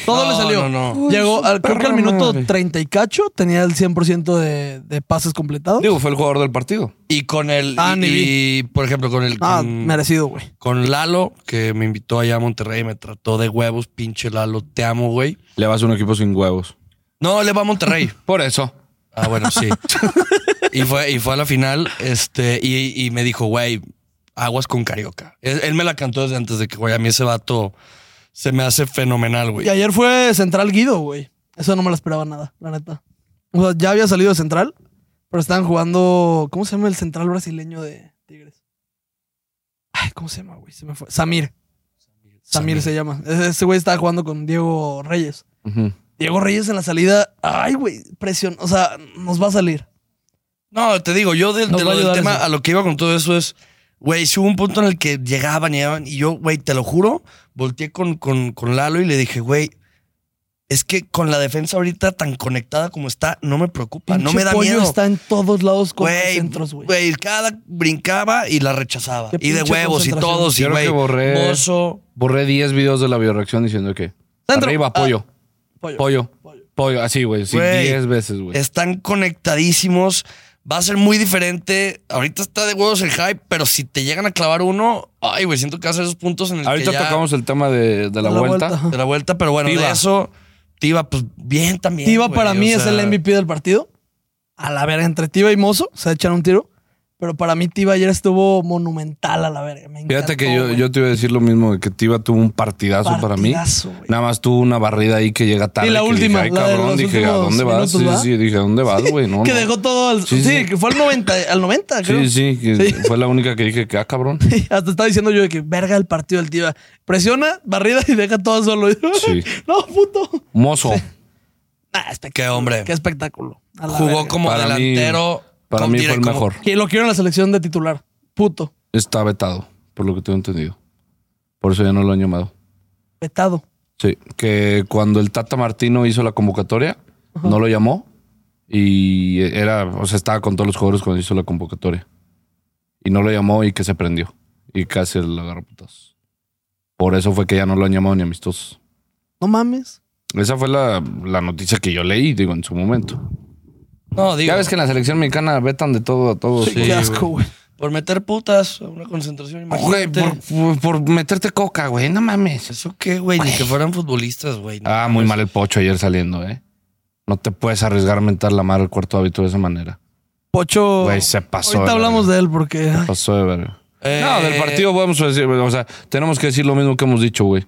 [SPEAKER 1] Todo
[SPEAKER 2] No,
[SPEAKER 1] le salió.
[SPEAKER 2] no, no.
[SPEAKER 1] Llegó, al, creo que al
[SPEAKER 3] perra
[SPEAKER 1] minuto
[SPEAKER 3] madre.
[SPEAKER 1] 30 y cacho tenía el 100% de, de pases completados.
[SPEAKER 3] Digo, fue el jugador del partido.
[SPEAKER 2] Y con el,
[SPEAKER 1] Ah, ni
[SPEAKER 2] y, y, por ejemplo, con el...
[SPEAKER 1] ah,
[SPEAKER 2] con-
[SPEAKER 1] merecido, güey.
[SPEAKER 2] con Lalo, que me invitó allá a Monterrey, me trató de huevos, pinche Lalo, te amo, güey.
[SPEAKER 3] Le vas a un equipo sin huevos.
[SPEAKER 2] No, le va a Monterrey.
[SPEAKER 3] Por eso.
[SPEAKER 2] Ah, bueno, sí. Y fue, y fue a la final, este, y, y me dijo, güey, aguas con Carioca. Él, él me la cantó desde antes de que, güey, a mí ese vato se me hace
[SPEAKER 1] Y
[SPEAKER 2] fenomenal, güey.
[SPEAKER 1] ayer fue Central Guido, güey. Eso no me lo esperaba nada, la neta. O sea, ya había salido de Central, pero estaban jugando. ¿Cómo se llama el central brasileño de Tigres? Ay, ¿cómo se llama, güey? Se me fue. Samir. Samir,
[SPEAKER 2] Samir.
[SPEAKER 1] se llama. Ese ese güey estaba jugando con Diego Reyes.
[SPEAKER 3] Ujú.
[SPEAKER 1] Diego Reyes en la salida. Ay, güey, presión. O sea, nos va a salir.
[SPEAKER 2] No, te digo, yo de,
[SPEAKER 1] Nos
[SPEAKER 2] de
[SPEAKER 1] va
[SPEAKER 2] lo
[SPEAKER 1] a
[SPEAKER 2] del
[SPEAKER 1] ayudar
[SPEAKER 2] tema,
[SPEAKER 1] eso.
[SPEAKER 2] a lo que iba con todo eso es, güey, si hubo un punto en el que llegaban, llegaban, y yo, güey, te lo juro, volteé con, con, con Lalo y le dije, güey, es que con la defensa ahorita tan conectada como está, no me preocupa, Ah, no
[SPEAKER 1] Pinche
[SPEAKER 2] me da
[SPEAKER 1] pollo
[SPEAKER 2] miedo.
[SPEAKER 1] está en todos lados con los
[SPEAKER 2] Güey,
[SPEAKER 1] centros, güey.
[SPEAKER 2] güey, cada brincaba y la rechazaba.
[SPEAKER 1] Qué
[SPEAKER 2] Y de
[SPEAKER 1] pinche
[SPEAKER 2] huevos y
[SPEAKER 1] concentración.
[SPEAKER 2] todos. Y
[SPEAKER 3] Yo creo
[SPEAKER 2] güey,
[SPEAKER 3] que borré-
[SPEAKER 1] Oh.
[SPEAKER 2] Bozo.
[SPEAKER 3] Borré 10 videos de la bioreacción diciendo que.
[SPEAKER 1] Centro.
[SPEAKER 3] Arriba, pollo,
[SPEAKER 1] Pollo.
[SPEAKER 3] pollo, pollo. Así, güey. Sí,
[SPEAKER 2] Güey.
[SPEAKER 3] 10 veces, güey.
[SPEAKER 2] Están conectadísimos. Va a ser muy diferente. Ahorita está de huevos el hype, pero si te llegan a clavar uno, ay, güey, siento que hace esos puntos en el
[SPEAKER 3] Ahorita
[SPEAKER 2] que ya
[SPEAKER 3] tocamos el tema de, de la,
[SPEAKER 1] La
[SPEAKER 3] vuelta.
[SPEAKER 1] vuelta.
[SPEAKER 2] de la vuelta, pero bueno,
[SPEAKER 3] Tiva.
[SPEAKER 2] de eso, Tiva, pues bien también.
[SPEAKER 1] Tiva
[SPEAKER 2] güey,
[SPEAKER 1] para
[SPEAKER 2] o
[SPEAKER 1] mí es
[SPEAKER 2] sea,
[SPEAKER 1] el MVP del partido. A la verga, entre Tiva y Mozo se echan un tiro. Pero para mí Tiva ayer estuvo monumental a la verga. Me
[SPEAKER 3] Fíjate que
[SPEAKER 1] encantó,
[SPEAKER 3] yo,
[SPEAKER 1] güey.
[SPEAKER 3] yo te iba a decir lo mismo, de que Tiva tuvo un partidazo, para mí.
[SPEAKER 1] Partidazo, güey.
[SPEAKER 3] Nada más tuvo una barrida ahí que llega tarde.
[SPEAKER 1] Y la
[SPEAKER 3] que
[SPEAKER 1] última,
[SPEAKER 3] Dije, Ay,
[SPEAKER 1] la de
[SPEAKER 3] cabrón,
[SPEAKER 1] los
[SPEAKER 3] dije, ¿a
[SPEAKER 1] últimos
[SPEAKER 3] dónde vas?
[SPEAKER 1] minutos,
[SPEAKER 3] Sí,
[SPEAKER 1] ¿va?
[SPEAKER 3] sí, sí, dije, ¿a dónde vas, güey? No,
[SPEAKER 1] que
[SPEAKER 3] no.
[SPEAKER 1] dejó todo al... Sí,
[SPEAKER 3] Sí, sí.
[SPEAKER 1] que fue al 90, al 90 ¿Ah, creo.
[SPEAKER 3] Sí, sí, que
[SPEAKER 1] Sí.
[SPEAKER 3] fue la única que dije que, ah, cabrón.
[SPEAKER 1] Hasta estaba diciendo yo de que verga el partido del Tiva. Presiona, barrida y deja todo solo.
[SPEAKER 3] Sí.
[SPEAKER 1] no, puto.
[SPEAKER 3] Mozo.
[SPEAKER 1] Ah, espectacular.
[SPEAKER 2] Qué hombre.
[SPEAKER 1] Qué espectáculo. A la
[SPEAKER 2] Jugó
[SPEAKER 1] verga.
[SPEAKER 2] como
[SPEAKER 3] Para mí-
[SPEAKER 2] delantero.
[SPEAKER 3] Para
[SPEAKER 2] con
[SPEAKER 3] mí fue
[SPEAKER 2] dire-
[SPEAKER 3] el
[SPEAKER 2] como-
[SPEAKER 3] mejor.
[SPEAKER 1] Que lo quiero en la selección de titular. Puto.
[SPEAKER 3] Está vetado, por lo que tengo entendido. Por eso ya no lo han llamado.
[SPEAKER 1] Petado.
[SPEAKER 3] Sí, que cuando el Tata Martino hizo la convocatoria, no lo llamó y era, o sea, estaba con todos los jugadores cuando hizo la convocatoria. Y no lo llamó y que se prendió. Y casi lo agarró a putazos. Por eso fue que ya no lo han llamado ni amistosos.
[SPEAKER 1] No mames.
[SPEAKER 3] Esa fue la, la noticia que yo leí, digo, en su momento.
[SPEAKER 2] No, digo.
[SPEAKER 3] Ya ves que en la selección mexicana vetan de todo a todos.
[SPEAKER 2] Sí,
[SPEAKER 1] Qué asco, güey.
[SPEAKER 2] Por meter putas a una concentración.
[SPEAKER 3] Güey,
[SPEAKER 2] Imagínate.
[SPEAKER 3] por, por- por meterte coca, güey, no mames.
[SPEAKER 2] ¿Eso qué, güey? Ni que fueran futbolistas, güey. No
[SPEAKER 3] Ah, muy
[SPEAKER 2] mames.
[SPEAKER 3] mal el pocho ayer saliendo, ¿eh? No te puedes arriesgar a mentar la madre al cuarto hábito de esa manera.
[SPEAKER 1] Pocho.
[SPEAKER 3] Güey, se pasó.
[SPEAKER 1] Ahorita
[SPEAKER 3] Oh, de
[SPEAKER 1] hablamos
[SPEAKER 3] verga.
[SPEAKER 1] de él porque. ay,
[SPEAKER 3] Pasó de verga.
[SPEAKER 2] Eh,
[SPEAKER 3] No, del partido podemos decir, o sea, tenemos que decir lo mismo que hemos dicho, güey.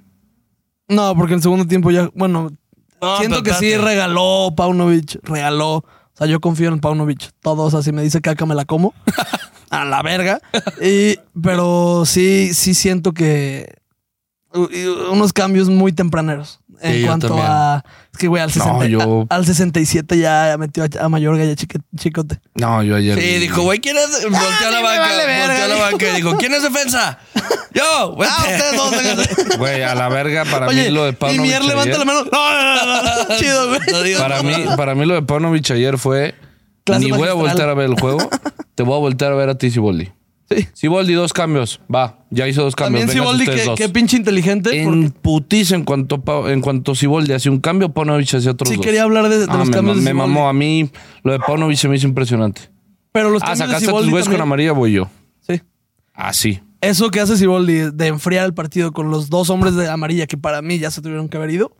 [SPEAKER 1] No, porque en el segundo tiempo ya. Bueno,
[SPEAKER 2] no,
[SPEAKER 1] siento
[SPEAKER 2] pero
[SPEAKER 1] que sí
[SPEAKER 2] espérate.
[SPEAKER 1] regaló Paunovic. Regaló. O sea, yo confío en Paunovic. Todos, así me dice caca, me la como. a la verga. Y, pero sí, sí siento que. u- y Unos cambios muy tempraneros. En
[SPEAKER 2] Sí, yo
[SPEAKER 1] cuanto
[SPEAKER 2] también.
[SPEAKER 1] a. Es que, güey, al,
[SPEAKER 3] No,
[SPEAKER 1] 60
[SPEAKER 3] yo-
[SPEAKER 1] a- al 67 ya metió a, a Mayorga y a Chique- Chicote.
[SPEAKER 3] No, yo ayer.
[SPEAKER 2] Sí, dijo, güey, ¿quién es? Volteó a la
[SPEAKER 1] Ah, sí, me
[SPEAKER 2] banca.
[SPEAKER 1] vale verga,
[SPEAKER 2] volteó a la
[SPEAKER 1] dijo.
[SPEAKER 2] banca y dijo, ¿quién es defensa? Yo, güey.
[SPEAKER 1] Ah, ustedes dos, vengan.
[SPEAKER 3] Güey, a la verga, para mí lo de
[SPEAKER 1] y
[SPEAKER 3] Paunovic.
[SPEAKER 1] Mier levanta
[SPEAKER 3] ayer-
[SPEAKER 1] la mano. No, no, no, no, no. Chido, güey.
[SPEAKER 2] No digas
[SPEAKER 3] Para mí,
[SPEAKER 2] nada.
[SPEAKER 3] para mí lo de Paunovic ayer fue.
[SPEAKER 1] Clase
[SPEAKER 3] ni voy a
[SPEAKER 1] magistral.
[SPEAKER 3] voltear a ver el juego, te voy a voltear a ver a ti, Siboldi.
[SPEAKER 1] Sí.
[SPEAKER 3] Siboldi, dos cambios. Va, ya hizo dos cambios.
[SPEAKER 1] También
[SPEAKER 3] vengan
[SPEAKER 1] Siboldi,
[SPEAKER 3] ustedes
[SPEAKER 1] que,
[SPEAKER 3] dos.
[SPEAKER 1] que pinche inteligente.
[SPEAKER 3] en
[SPEAKER 1] porque
[SPEAKER 3] putiza en cuanto Pau- en cuanto Siboldi hacía un cambio, Paunovic hacía otro.
[SPEAKER 1] sí quería hablar de, de los
[SPEAKER 3] Ah, me,
[SPEAKER 1] cambios
[SPEAKER 3] ma-
[SPEAKER 1] de
[SPEAKER 3] me
[SPEAKER 1] Siboldi.
[SPEAKER 3] mamó a mí. Lo de Paunovic se me hizo impresionante.
[SPEAKER 1] Pero los
[SPEAKER 3] Ah,
[SPEAKER 1] cambios de
[SPEAKER 3] sacaste a tus
[SPEAKER 1] Siboldi
[SPEAKER 3] güeyes con
[SPEAKER 1] también-
[SPEAKER 3] amarilla, voy yo. Ah,
[SPEAKER 1] Sí.
[SPEAKER 3] Así.
[SPEAKER 1] Eso que hace Siboldi de enfriar el partido con los dos hombres de amarilla que para mí ya se tuvieron que haber ido.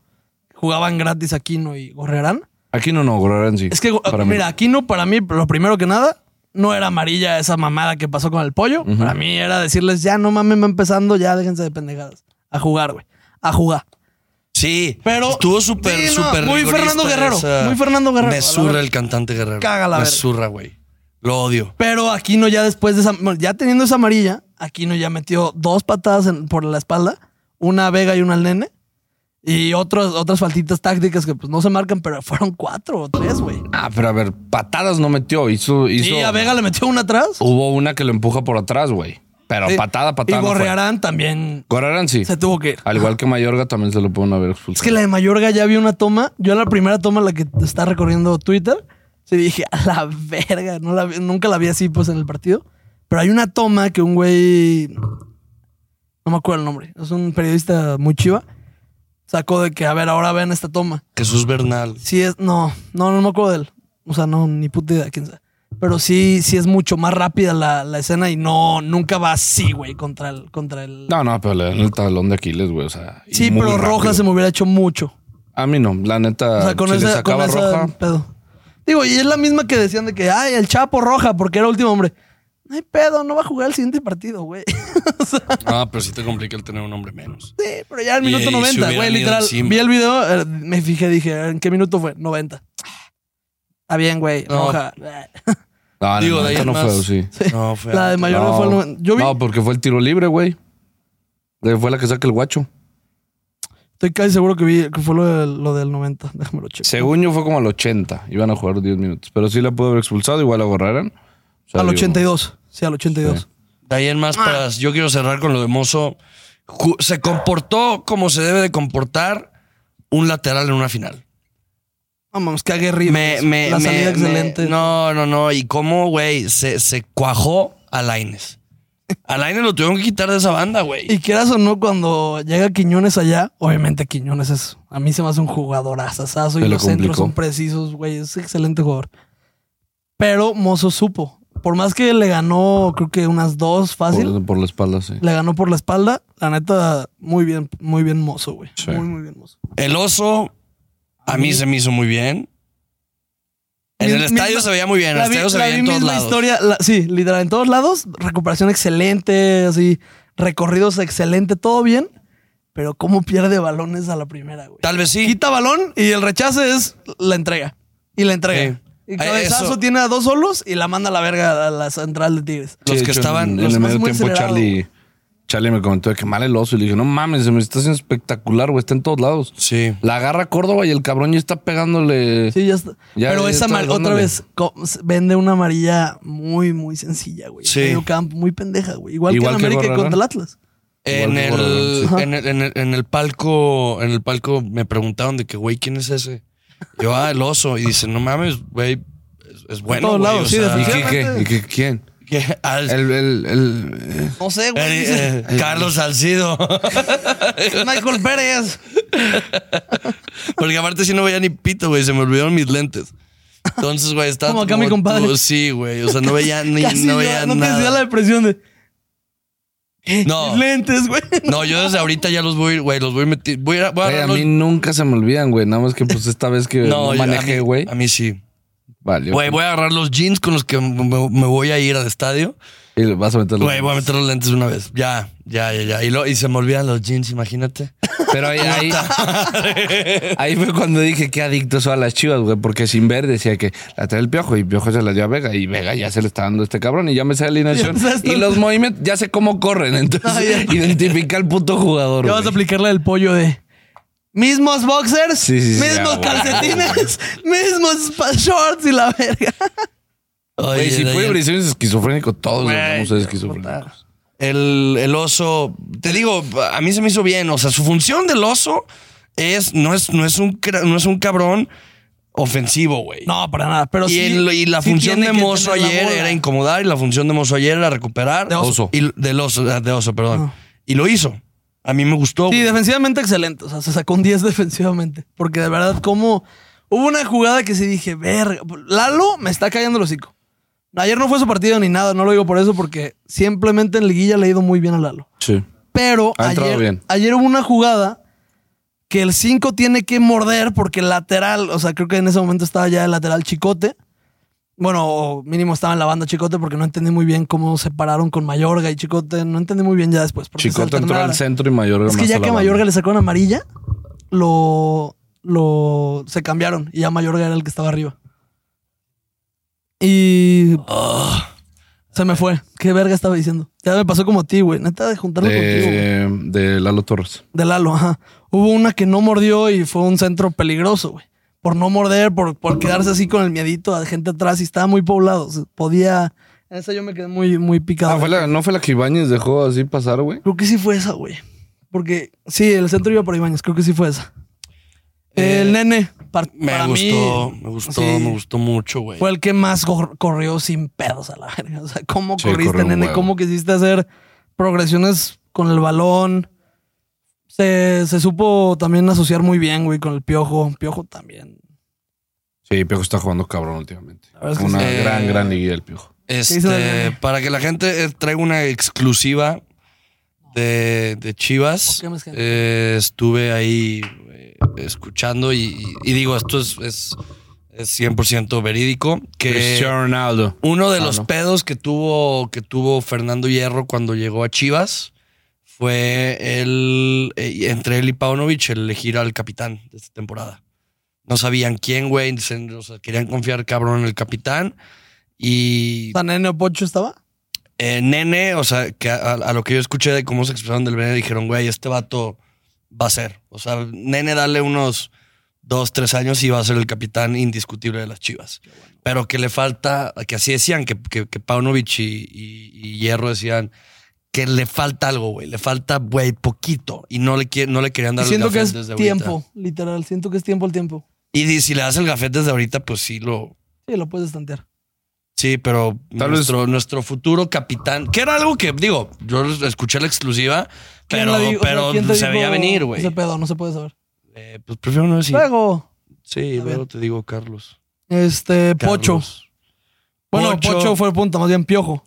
[SPEAKER 1] Jugaban gratis Aquino y Gorrearán.
[SPEAKER 3] Aquí no, no, Gorarán sí.
[SPEAKER 1] Es que, eh,
[SPEAKER 3] Para mí.
[SPEAKER 1] mira, Aquino para mí, lo primero que nada, no era amarilla esa mamada que pasó con el pollo. Para mí era decirles, ya no mames, va empezando, ya déjense de pendejadas. A jugar, güey. A jugar.
[SPEAKER 2] Sí,
[SPEAKER 1] Pero-
[SPEAKER 2] estuvo súper,
[SPEAKER 1] Sí, no,
[SPEAKER 2] súper
[SPEAKER 1] muy
[SPEAKER 2] rigorista
[SPEAKER 1] Fernando Guerrero,
[SPEAKER 2] esa-
[SPEAKER 1] muy Fernando Guerrero, a
[SPEAKER 2] Me
[SPEAKER 1] la
[SPEAKER 2] zurra
[SPEAKER 1] verga.
[SPEAKER 2] el cantante Guerrero.
[SPEAKER 1] Caga la
[SPEAKER 2] Me
[SPEAKER 1] verga.
[SPEAKER 2] zurra, güey. Lo odio.
[SPEAKER 1] Pero Aquino ya después de esa, bueno, ya teniendo esa amarilla, Aquino ya metió dos patadas en- por la espalda, una a Vega y una al nene, y otros, otras faltitas tácticas que pues no se marcan, pero fueron cuatro o tres, güey.
[SPEAKER 3] Ah, pero a ver, patadas no metió. Hizo. hizo
[SPEAKER 1] Y a Vega le metió una atrás.
[SPEAKER 3] Hubo una que lo empuja por atrás, güey. Pero
[SPEAKER 1] Sí.
[SPEAKER 3] patada, patada.
[SPEAKER 1] Y
[SPEAKER 3] no fue.
[SPEAKER 1] Gorrearán también
[SPEAKER 3] Gorarán sí.
[SPEAKER 1] se tuvo que ir.
[SPEAKER 3] Al igual que Mayorga también se lo pueden haber
[SPEAKER 1] Es
[SPEAKER 3] expulsado.
[SPEAKER 1] que la de Mayorga ya vi una toma, yo en la primera toma, la que está recorriendo Twitter, sí dije, a la verga, no la vi- nunca la vi así pues en el partido. Pero hay una toma que un güey No me acuerdo el nombre. Es un periodista muy chiva. Sacó de que, a ver, ahora vean esta toma.
[SPEAKER 2] Jesús Bernal.
[SPEAKER 1] Sí es... No, no, no me acuerdo de él. O sea, no, ni puta idea, quién sabe. Pero sí, sí es mucho más rápida la, la escena y no, nunca va así, güey, contra el... Contra el...
[SPEAKER 3] No, no, pero le dan el talón de Aquiles, güey. O sea. y
[SPEAKER 1] sí,
[SPEAKER 3] muy
[SPEAKER 1] pero
[SPEAKER 3] rápido.
[SPEAKER 1] Roja se me hubiera hecho mucho.
[SPEAKER 3] A mí no, la neta.
[SPEAKER 1] O
[SPEAKER 2] Ah,
[SPEAKER 1] sea, con
[SPEAKER 3] si le
[SPEAKER 1] esa, con
[SPEAKER 3] sacaba
[SPEAKER 1] esa
[SPEAKER 3] roja.
[SPEAKER 1] pedo. Digo, y es la misma que decían de que, ay, el Chapo Roja, porque era último hombre. No hay pedo, no va a jugar el siguiente partido, güey. o sea...
[SPEAKER 2] Ah, pero sí te complica el tener un hombre menos.
[SPEAKER 1] Sí, pero ya al
[SPEAKER 2] Y-
[SPEAKER 1] minuto
[SPEAKER 2] y se
[SPEAKER 1] 90, güey,
[SPEAKER 2] hubieran ido
[SPEAKER 1] literal.
[SPEAKER 2] encima.
[SPEAKER 1] Vi el video, eh, me fijé, dije, ¿en qué minuto fue? 90. Está bien, güey.
[SPEAKER 2] No.
[SPEAKER 1] Roja.
[SPEAKER 3] Ah,
[SPEAKER 2] Digo,
[SPEAKER 3] no,
[SPEAKER 2] de ahí
[SPEAKER 3] esta
[SPEAKER 2] en
[SPEAKER 3] no
[SPEAKER 2] más.
[SPEAKER 3] fue, sí.
[SPEAKER 2] No, fue.
[SPEAKER 1] La de Mayorga
[SPEAKER 3] no,
[SPEAKER 1] fue el noven- Ah, Yo vi,
[SPEAKER 3] no, porque fue el tiro libre, güey. Eh, Fue la que saca el guacho.
[SPEAKER 1] estoy casi seguro que vi que fue lo, del- lo del 90. Déjame lo checo.
[SPEAKER 3] Según yo fue como al 80. Iban a jugar 10 minutos. Pero sí la pudo haber expulsado, igual la borraran. O sea,
[SPEAKER 1] al
[SPEAKER 3] digo,
[SPEAKER 1] 82. Sí, al 82.
[SPEAKER 3] Sí.
[SPEAKER 2] De ahí en más,
[SPEAKER 1] Ah.
[SPEAKER 2] para, yo quiero cerrar con lo de Mozo. Ju- Se comportó como se debe de comportar un lateral en una final.
[SPEAKER 1] Vamos, que aguerrido.
[SPEAKER 2] Me, me,
[SPEAKER 1] pues, La
[SPEAKER 2] me-
[SPEAKER 1] salida
[SPEAKER 2] me-
[SPEAKER 1] excelente.
[SPEAKER 2] no, no, no. Y cómo, güey, se, se cuajó a Laines. A Laines lo tuvieron que quitar de esa banda, güey.
[SPEAKER 1] Y quieras o no, cuando llega Quiñones allá, obviamente Quiñones es. A mí se me hace un jugador asasazo y
[SPEAKER 3] Se le
[SPEAKER 1] los centros
[SPEAKER 3] complicó.
[SPEAKER 1] son precisos, güey. Es excelente jugador. Pero Mozo supo. Por más que le ganó, creo que unas dos fácil,
[SPEAKER 3] Por, por la espalda, sí.
[SPEAKER 1] le ganó por la espalda. La neta, muy bien, muy bien mozo, güey.
[SPEAKER 3] Sí.
[SPEAKER 1] Muy, muy bien mozo.
[SPEAKER 2] El oso, a mí se me hizo muy bien. En el
[SPEAKER 1] Mi-
[SPEAKER 2] estadio
[SPEAKER 1] mi-
[SPEAKER 2] se veía muy bien. En el
[SPEAKER 1] la vi-
[SPEAKER 2] estadio se
[SPEAKER 1] la
[SPEAKER 2] veía
[SPEAKER 1] vi
[SPEAKER 2] en todos
[SPEAKER 1] misma
[SPEAKER 2] lados.
[SPEAKER 1] historia, la- sí, literal, en todos lados. Recuperación excelente, así, recorridos excelente, todo bien. Pero cómo pierde balones a la primera, güey.
[SPEAKER 2] Tal vez sí.
[SPEAKER 1] quita balón y el rechace es la entrega. Y la entrega.
[SPEAKER 2] Sí.
[SPEAKER 1] Y
[SPEAKER 2] Eh,
[SPEAKER 1] cabezazo
[SPEAKER 2] eso-
[SPEAKER 1] tiene a dos solos y la manda a la verga a la central de Tigres.
[SPEAKER 2] Los
[SPEAKER 3] Sí,
[SPEAKER 2] que
[SPEAKER 3] de hecho,
[SPEAKER 2] estaban-
[SPEAKER 3] En,
[SPEAKER 2] los
[SPEAKER 3] en
[SPEAKER 1] que
[SPEAKER 3] el medio
[SPEAKER 1] es muy
[SPEAKER 3] tiempo,
[SPEAKER 1] acelerado,
[SPEAKER 3] Charlie. Charlie me comentó de que mal el oso. Y le dije, no mames, se me está haciendo espectacular, güey. Está en todos lados.
[SPEAKER 2] Sí.
[SPEAKER 3] La agarra Córdoba y el cabrón ya está pegándole.
[SPEAKER 1] Sí, ya está.
[SPEAKER 3] Ya-
[SPEAKER 1] Pero
[SPEAKER 3] ya
[SPEAKER 1] esa
[SPEAKER 3] está
[SPEAKER 1] amar- otra
[SPEAKER 3] dándole.
[SPEAKER 1] vez co- vende una amarilla muy, muy sencilla, güey.
[SPEAKER 2] Sí.
[SPEAKER 1] Medio campo, muy pendeja, güey. Igual,
[SPEAKER 3] Igual
[SPEAKER 1] que en
[SPEAKER 3] que
[SPEAKER 1] América
[SPEAKER 3] Gorrarán.
[SPEAKER 1] contra el Atlas.
[SPEAKER 2] En
[SPEAKER 3] que
[SPEAKER 2] el,
[SPEAKER 3] Borderlands,
[SPEAKER 2] en, el, en, el, en el palco, en el palco me preguntaron de que, güey, ¿quién es ese? Yo, ah, el oso. Y dice, no mames, güey, es, es bueno.
[SPEAKER 1] todos
[SPEAKER 2] güey,
[SPEAKER 1] lados,
[SPEAKER 2] o
[SPEAKER 1] sí,
[SPEAKER 2] sea,
[SPEAKER 3] ¿Y
[SPEAKER 1] definitivamente.
[SPEAKER 3] qué, qué? ¿Y qué- quién?
[SPEAKER 2] que- al-
[SPEAKER 3] El, el, el-
[SPEAKER 1] No sé, güey.
[SPEAKER 2] eh,
[SPEAKER 1] dice,
[SPEAKER 2] eh, Carlos Salcido.
[SPEAKER 1] Michael Pérez.
[SPEAKER 2] Porque aparte si no veía ni pito, güey, se me olvidaron mis lentes. Entonces, güey, estaba
[SPEAKER 1] Como acá mi compadre.
[SPEAKER 2] tú, sí, güey, o sea, no veía ni
[SPEAKER 1] Casi
[SPEAKER 2] no
[SPEAKER 1] no,
[SPEAKER 2] veía
[SPEAKER 1] no te decía la
[SPEAKER 2] nada.
[SPEAKER 1] depresión de. ¿Qué?
[SPEAKER 2] No.
[SPEAKER 1] Mis Lentes, güey.
[SPEAKER 2] No, yo desde ahorita ya los voy, a ir, güey, los voy a meter. Voy a, ir a- voy a
[SPEAKER 3] Güey, a
[SPEAKER 2] agarrar
[SPEAKER 3] mí
[SPEAKER 2] los-
[SPEAKER 3] nunca se me olvidan, güey. Nada más que pues esta vez que no,
[SPEAKER 2] yo- a mí-
[SPEAKER 3] manejé, güey.
[SPEAKER 2] A mí sí.
[SPEAKER 3] Vale.
[SPEAKER 2] Güey, voy a agarrar los jeans con los que me, me voy a ir al estadio.
[SPEAKER 3] Y le vas a meter los-
[SPEAKER 2] Güey, voy a meter los lentes una vez. Ya, ya, ya, ya. Y, lo- y se me olvidan los jeans, imagínate.
[SPEAKER 3] Pero ahí, ahí, ahí fue cuando dije qué adictos son a las chivas, güey. Porque sin ver decía que la trae el piojo y piojo se la dio a Vega y Vega ya se le está dando a este cabrón y ya me sale la alineación.
[SPEAKER 1] Ya sabes
[SPEAKER 3] Y los movimientos, ya sé cómo corren.
[SPEAKER 1] Ah,
[SPEAKER 3] Entonces,
[SPEAKER 1] ya.
[SPEAKER 3] identifica al puto jugador.
[SPEAKER 1] Ya vas a
[SPEAKER 3] güey.
[SPEAKER 1] aplicar la del pollo de. Mismos boxers,
[SPEAKER 3] Sí, sí, sí,
[SPEAKER 1] mismos
[SPEAKER 2] Ah,
[SPEAKER 3] ya, güey.
[SPEAKER 1] calcetines, mismos pa- shorts y la verga.
[SPEAKER 2] Oye,
[SPEAKER 3] Güey, si
[SPEAKER 2] Dayan,
[SPEAKER 3] fue Briseño es esquizofrénico, todos
[SPEAKER 2] Güey,
[SPEAKER 3] deberíamos ser esquizofrénicos.
[SPEAKER 2] el, el oso, te digo, a mí se me hizo bien. O sea, su función del oso es, no es, no es, un, cra- no es un cabrón ofensivo, güey.
[SPEAKER 1] No, para nada. Pero
[SPEAKER 2] y,
[SPEAKER 1] sí.
[SPEAKER 2] el- y la
[SPEAKER 1] sí
[SPEAKER 2] función
[SPEAKER 1] tiene
[SPEAKER 2] de
[SPEAKER 1] que
[SPEAKER 2] Mozo
[SPEAKER 1] tener la
[SPEAKER 2] ayer
[SPEAKER 1] bola.
[SPEAKER 2] era incomodar y la función de Mozo ayer era recuperar.
[SPEAKER 1] De oso.
[SPEAKER 2] Y, del oso, ah, de oso, perdón.
[SPEAKER 1] Ah.
[SPEAKER 2] Y lo hizo. A mí me gustó.
[SPEAKER 1] Sí,
[SPEAKER 2] güey.
[SPEAKER 1] defensivamente excelente. O sea, se sacó un 10 defensivamente. Porque de verdad, como. Hubo una jugada que sí dije, verga. Lalo me está cayendo el hocico. Ayer no fue su partido ni nada, no lo digo por eso, porque simplemente en Liguilla le ha ido muy bien a Lalo.
[SPEAKER 3] Sí.
[SPEAKER 1] Pero
[SPEAKER 3] Ha entrado
[SPEAKER 1] ayer,
[SPEAKER 3] bien.
[SPEAKER 1] ayer hubo una jugada que el 5 tiene que morder porque el lateral, o sea, creo que en ese momento estaba ya el lateral Chicote. Bueno, o mínimo estaba en la banda Chicote porque no entendí muy bien cómo se pararon con Mayorga y Chicote. No entendí muy bien ya después. porque se
[SPEAKER 3] Chicote entró
[SPEAKER 1] alternara.
[SPEAKER 3] al centro y Mayorga
[SPEAKER 1] Es que
[SPEAKER 3] más a
[SPEAKER 1] ya
[SPEAKER 3] la
[SPEAKER 1] que a
[SPEAKER 3] banda.
[SPEAKER 1] Mayorga le sacaron amarilla, lo, lo se cambiaron y ya Mayorga era el que estaba arriba. Y
[SPEAKER 2] Ah,
[SPEAKER 1] se me fue. ¿Qué verga estaba diciendo? Ya me pasó como a ti, güey. Neta de juntarme contigo. güey.
[SPEAKER 3] de, de Lalo Torres.
[SPEAKER 1] De Lalo, ajá. Hubo una que no mordió y fue un centro peligroso, güey. Por no morder, por, por quedarse así con el miedito a gente atrás y estaba muy poblado. o sea, podía. En esa yo me quedé muy, muy picado.
[SPEAKER 3] Ah, fue la- ¿No fue la que Ibáñez dejó así pasar, güey?
[SPEAKER 1] Creo que sí fue esa, güey. Porque sí, el centro iba por Ibañez, creo que sí fue esa.
[SPEAKER 2] Eh,
[SPEAKER 1] el nene, par-
[SPEAKER 2] me
[SPEAKER 1] para
[SPEAKER 2] gustó,
[SPEAKER 1] mí,
[SPEAKER 2] me gustó,
[SPEAKER 1] sí,
[SPEAKER 2] me gustó mucho, güey.
[SPEAKER 1] Fue el que más cor- corrió sin pedos a la verga. O sea, ¿cómo
[SPEAKER 3] Sí,
[SPEAKER 1] corriste,
[SPEAKER 3] corrió un
[SPEAKER 1] nene?
[SPEAKER 3] huevo.
[SPEAKER 1] ¿Cómo quisiste hacer progresiones con el balón? Se, se supo también asociar muy bien, güey, con el piojo. Piojo también.
[SPEAKER 3] Sí, Piojo está jugando cabrón últimamente.
[SPEAKER 1] verdad es que
[SPEAKER 3] Una
[SPEAKER 2] sí.
[SPEAKER 3] gran,
[SPEAKER 2] Eh,
[SPEAKER 3] gran liguilla el Piojo.
[SPEAKER 1] ¿Qué hizo
[SPEAKER 2] Este,
[SPEAKER 1] Daniel?
[SPEAKER 2] para que la gente eh, traiga una exclusiva de, de Chivas,
[SPEAKER 1] ¿Por qué me escribes?
[SPEAKER 2] eh, estuve ahí eh, escuchando y, y- y digo, esto es, es, es 100% verídico, que
[SPEAKER 3] Ronaldo.
[SPEAKER 2] uno de
[SPEAKER 3] Ah,
[SPEAKER 2] los
[SPEAKER 3] no.
[SPEAKER 2] pedos que tuvo, que tuvo Fernando Hierro cuando llegó a Chivas fue el, eh, entre él y Paunovic el elegir al capitán de esta temporada. No sabían quién, güey, dicen, o sea, querían confiar cabrón en el capitán. Y
[SPEAKER 1] O sea, nene o Pocho estaba.
[SPEAKER 2] eh, nene, o sea, que a, a lo que yo escuché de cómo se expresaron del Nene, dijeron, güey, este vato va a ser. O sea, nene, dale unos dos, tres años y va a ser el capitán indiscutible de las chivas. Pero que le falta, que así decían, que, que, que Paunovic y, y- y Hierro decían que le falta algo, güey. Le falta, güey, poquito. Y no le, quiere- no le querían
[SPEAKER 1] Y
[SPEAKER 2] dar el
[SPEAKER 1] siento que
[SPEAKER 2] gafete
[SPEAKER 1] es
[SPEAKER 2] desde
[SPEAKER 1] tiempo,
[SPEAKER 2] ahorita.
[SPEAKER 1] literal. Siento que es tiempo el tiempo.
[SPEAKER 2] Y di- si le das el gafete desde ahorita, pues sí lo,
[SPEAKER 1] Sí, lo puedes estantear.
[SPEAKER 2] Sí, pero
[SPEAKER 3] Tal vez-
[SPEAKER 2] nuestro, nuestro futuro capitán, que era algo que, digo, yo escuché la exclusiva,
[SPEAKER 1] ¿Quién
[SPEAKER 2] pero,
[SPEAKER 1] la dijo? O sea,
[SPEAKER 2] pero
[SPEAKER 1] ¿quién te
[SPEAKER 2] se
[SPEAKER 1] dijo
[SPEAKER 2] veía venir, güey.
[SPEAKER 1] Ese pedo, no se puede saber.
[SPEAKER 2] Eh, pues prefiero no decir.
[SPEAKER 1] Luego,
[SPEAKER 2] Sí,
[SPEAKER 1] A
[SPEAKER 2] luego
[SPEAKER 1] ver.
[SPEAKER 2] te digo, Carlos.
[SPEAKER 1] este, Pocho.
[SPEAKER 2] Carlos.
[SPEAKER 1] Bueno,
[SPEAKER 2] Pocho.
[SPEAKER 1] Pocho. fue el punto, más bien Piojo.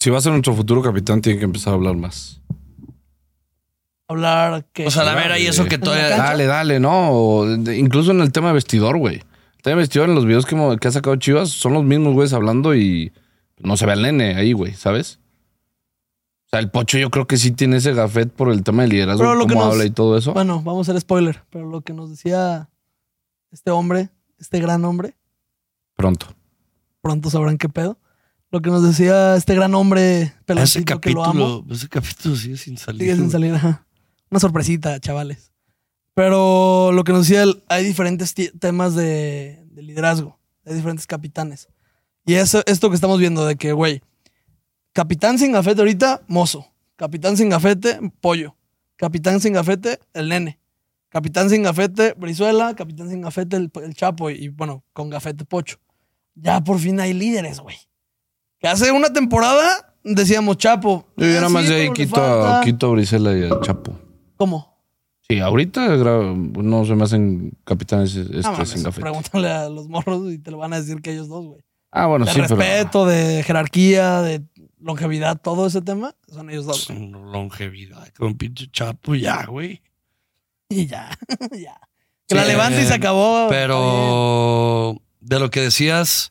[SPEAKER 3] Si va a ser nuestro futuro capitán, tiene que empezar a hablar más.
[SPEAKER 1] Hablar que.
[SPEAKER 2] O sea, la vera y eso que
[SPEAKER 1] ¿En la cancha?
[SPEAKER 2] todavía. Ah,
[SPEAKER 3] Dale, dale, no. o de- incluso en el tema de vestidor, güey. El tema de vestidor en los videos que, mo- que ha sacado Chivas son los mismos güeyes hablando y no se ve al nene ahí, güey, ¿sabes? O sea, el Pocho yo creo que sí tiene ese gafet por el tema de liderazgo,
[SPEAKER 1] Pero lo
[SPEAKER 3] cómo
[SPEAKER 1] que nos-
[SPEAKER 3] habla y todo eso.
[SPEAKER 1] bueno, vamos a hacer spoiler, pero lo que nos decía este hombre, este gran hombre,
[SPEAKER 3] Pronto.
[SPEAKER 1] pronto sabrán qué pedo. lo que nos decía este gran hombre
[SPEAKER 2] Ese
[SPEAKER 1] peloncito que lo amo.
[SPEAKER 2] capítulo, ese capítulo sigue sin salir.
[SPEAKER 1] Sigue sin
[SPEAKER 2] güey.
[SPEAKER 1] salir, ajá. Una sorpresita, chavales. Pero lo que nos decía él, hay diferentes ti- temas de, de liderazgo. Hay diferentes capitanes. Y eso, esto que estamos viendo de que, güey, capitán sin gafete ahorita, mozo. Capitán sin gafete, pollo. Capitán sin gafete, el nene. Capitán sin gafete, Brizuela. Capitán sin gafete, el, el Chapo. Y, y, bueno, con gafete, Pocho. Ya por fin hay líderes, güey. Que hace una temporada decíamos Chapo.
[SPEAKER 3] Yo era
[SPEAKER 1] "Ah,
[SPEAKER 3] más
[SPEAKER 1] sí,
[SPEAKER 3] de ahí
[SPEAKER 1] pero le
[SPEAKER 3] quito,
[SPEAKER 1] falta".
[SPEAKER 3] a- quito a Brisela y a Chapo.
[SPEAKER 1] ¿Cómo?
[SPEAKER 3] Sí, ahorita gra- no se me hacen capitanes
[SPEAKER 1] No
[SPEAKER 3] este,
[SPEAKER 1] mames,
[SPEAKER 3] sin gafete.
[SPEAKER 1] Pregúntale a los morros y te lo van a decir que ellos dos, güey.
[SPEAKER 3] Ah, bueno,
[SPEAKER 1] de
[SPEAKER 3] sí, pero.
[SPEAKER 1] respeto, de jerarquía, de longevidad, todo ese tema, son ellos dos.
[SPEAKER 2] Pues,
[SPEAKER 1] güey.
[SPEAKER 2] Longevidad, con pinche chapo, ya, güey.
[SPEAKER 1] Y ya, ya. Que la
[SPEAKER 2] Sí,
[SPEAKER 1] levante
[SPEAKER 3] eh,
[SPEAKER 1] y se acabó.
[SPEAKER 2] Pero de lo que decías,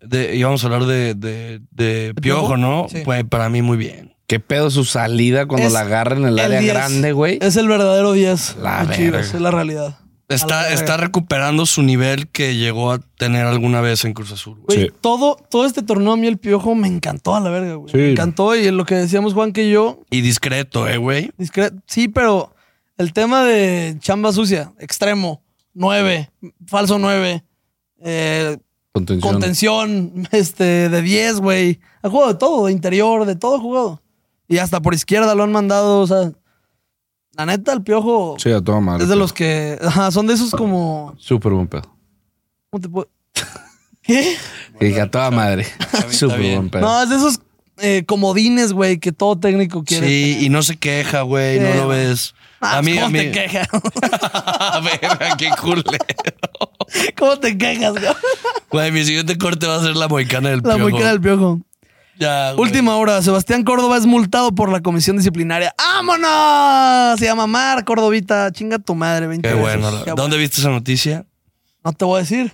[SPEAKER 2] de, íbamos a hablar de, de, de Piojo,
[SPEAKER 1] Piojo?
[SPEAKER 2] ¿no?
[SPEAKER 1] Sí.
[SPEAKER 2] Pues para mí muy bien.
[SPEAKER 3] ¿Qué pedo su salida cuando
[SPEAKER 1] Es
[SPEAKER 3] la agarran en el,
[SPEAKER 1] el
[SPEAKER 3] área
[SPEAKER 1] 10.
[SPEAKER 3] grande, güey?
[SPEAKER 1] Es el verdadero 10.
[SPEAKER 3] La
[SPEAKER 1] de Chivas,
[SPEAKER 3] verga.
[SPEAKER 1] es la realidad. A la
[SPEAKER 2] Está,
[SPEAKER 1] verga.
[SPEAKER 2] está recuperando su nivel que llegó a tener alguna vez en Cruz Azul, güey.
[SPEAKER 1] Güey,
[SPEAKER 3] Sí.
[SPEAKER 1] todo, todo este torneo a mí el piojo me encantó a la verga, güey.
[SPEAKER 3] Sí.
[SPEAKER 1] Me encantó y lo que decíamos Juan que yo,
[SPEAKER 2] Y discreto, ¿eh, güey?
[SPEAKER 1] discre- sí, pero el tema de chamba sucia, extremo, 9, falso 9, eh,
[SPEAKER 3] Contención.
[SPEAKER 1] contención, este, de 10, güey. Ha jugado de todo, de interior, de todo ha jugado. Y hasta por izquierda lo han mandado, o sea. La neta, el piojo
[SPEAKER 3] Sí, a toda madre.
[SPEAKER 1] es de los que. Ajá, son de esos como.
[SPEAKER 3] Súper buen pedo.
[SPEAKER 1] ¿Cómo te puedo.? ¿Qué?
[SPEAKER 3] Y a toda madre. Súper
[SPEAKER 2] bien.
[SPEAKER 3] buen pedo.
[SPEAKER 1] No, es de esos eh, comodines, güey, que todo técnico quiere.
[SPEAKER 2] Sí, y no se queja, güey, no
[SPEAKER 1] Sí.
[SPEAKER 2] lo ves.
[SPEAKER 1] Ah,
[SPEAKER 2] a mí,
[SPEAKER 1] ¿Cómo
[SPEAKER 2] a mí.
[SPEAKER 1] te quejas?
[SPEAKER 2] A ver, qué culero.
[SPEAKER 1] ¿Cómo te quejas, güey?
[SPEAKER 2] Güey, mi siguiente corte va a ser la moicana del
[SPEAKER 1] La
[SPEAKER 2] Piojo.
[SPEAKER 1] mueca del piojo.
[SPEAKER 2] Ya, güey.
[SPEAKER 1] Última hora, Sebastián Córdoba es multado por la comisión disciplinaria. ¡Vámonos! Se llama Mar, Cordovita. Chinga tu madre, 20
[SPEAKER 2] Qué
[SPEAKER 1] veces.
[SPEAKER 2] bueno.
[SPEAKER 1] Qué
[SPEAKER 2] ¿Dónde viste esa noticia?
[SPEAKER 1] No te voy a decir.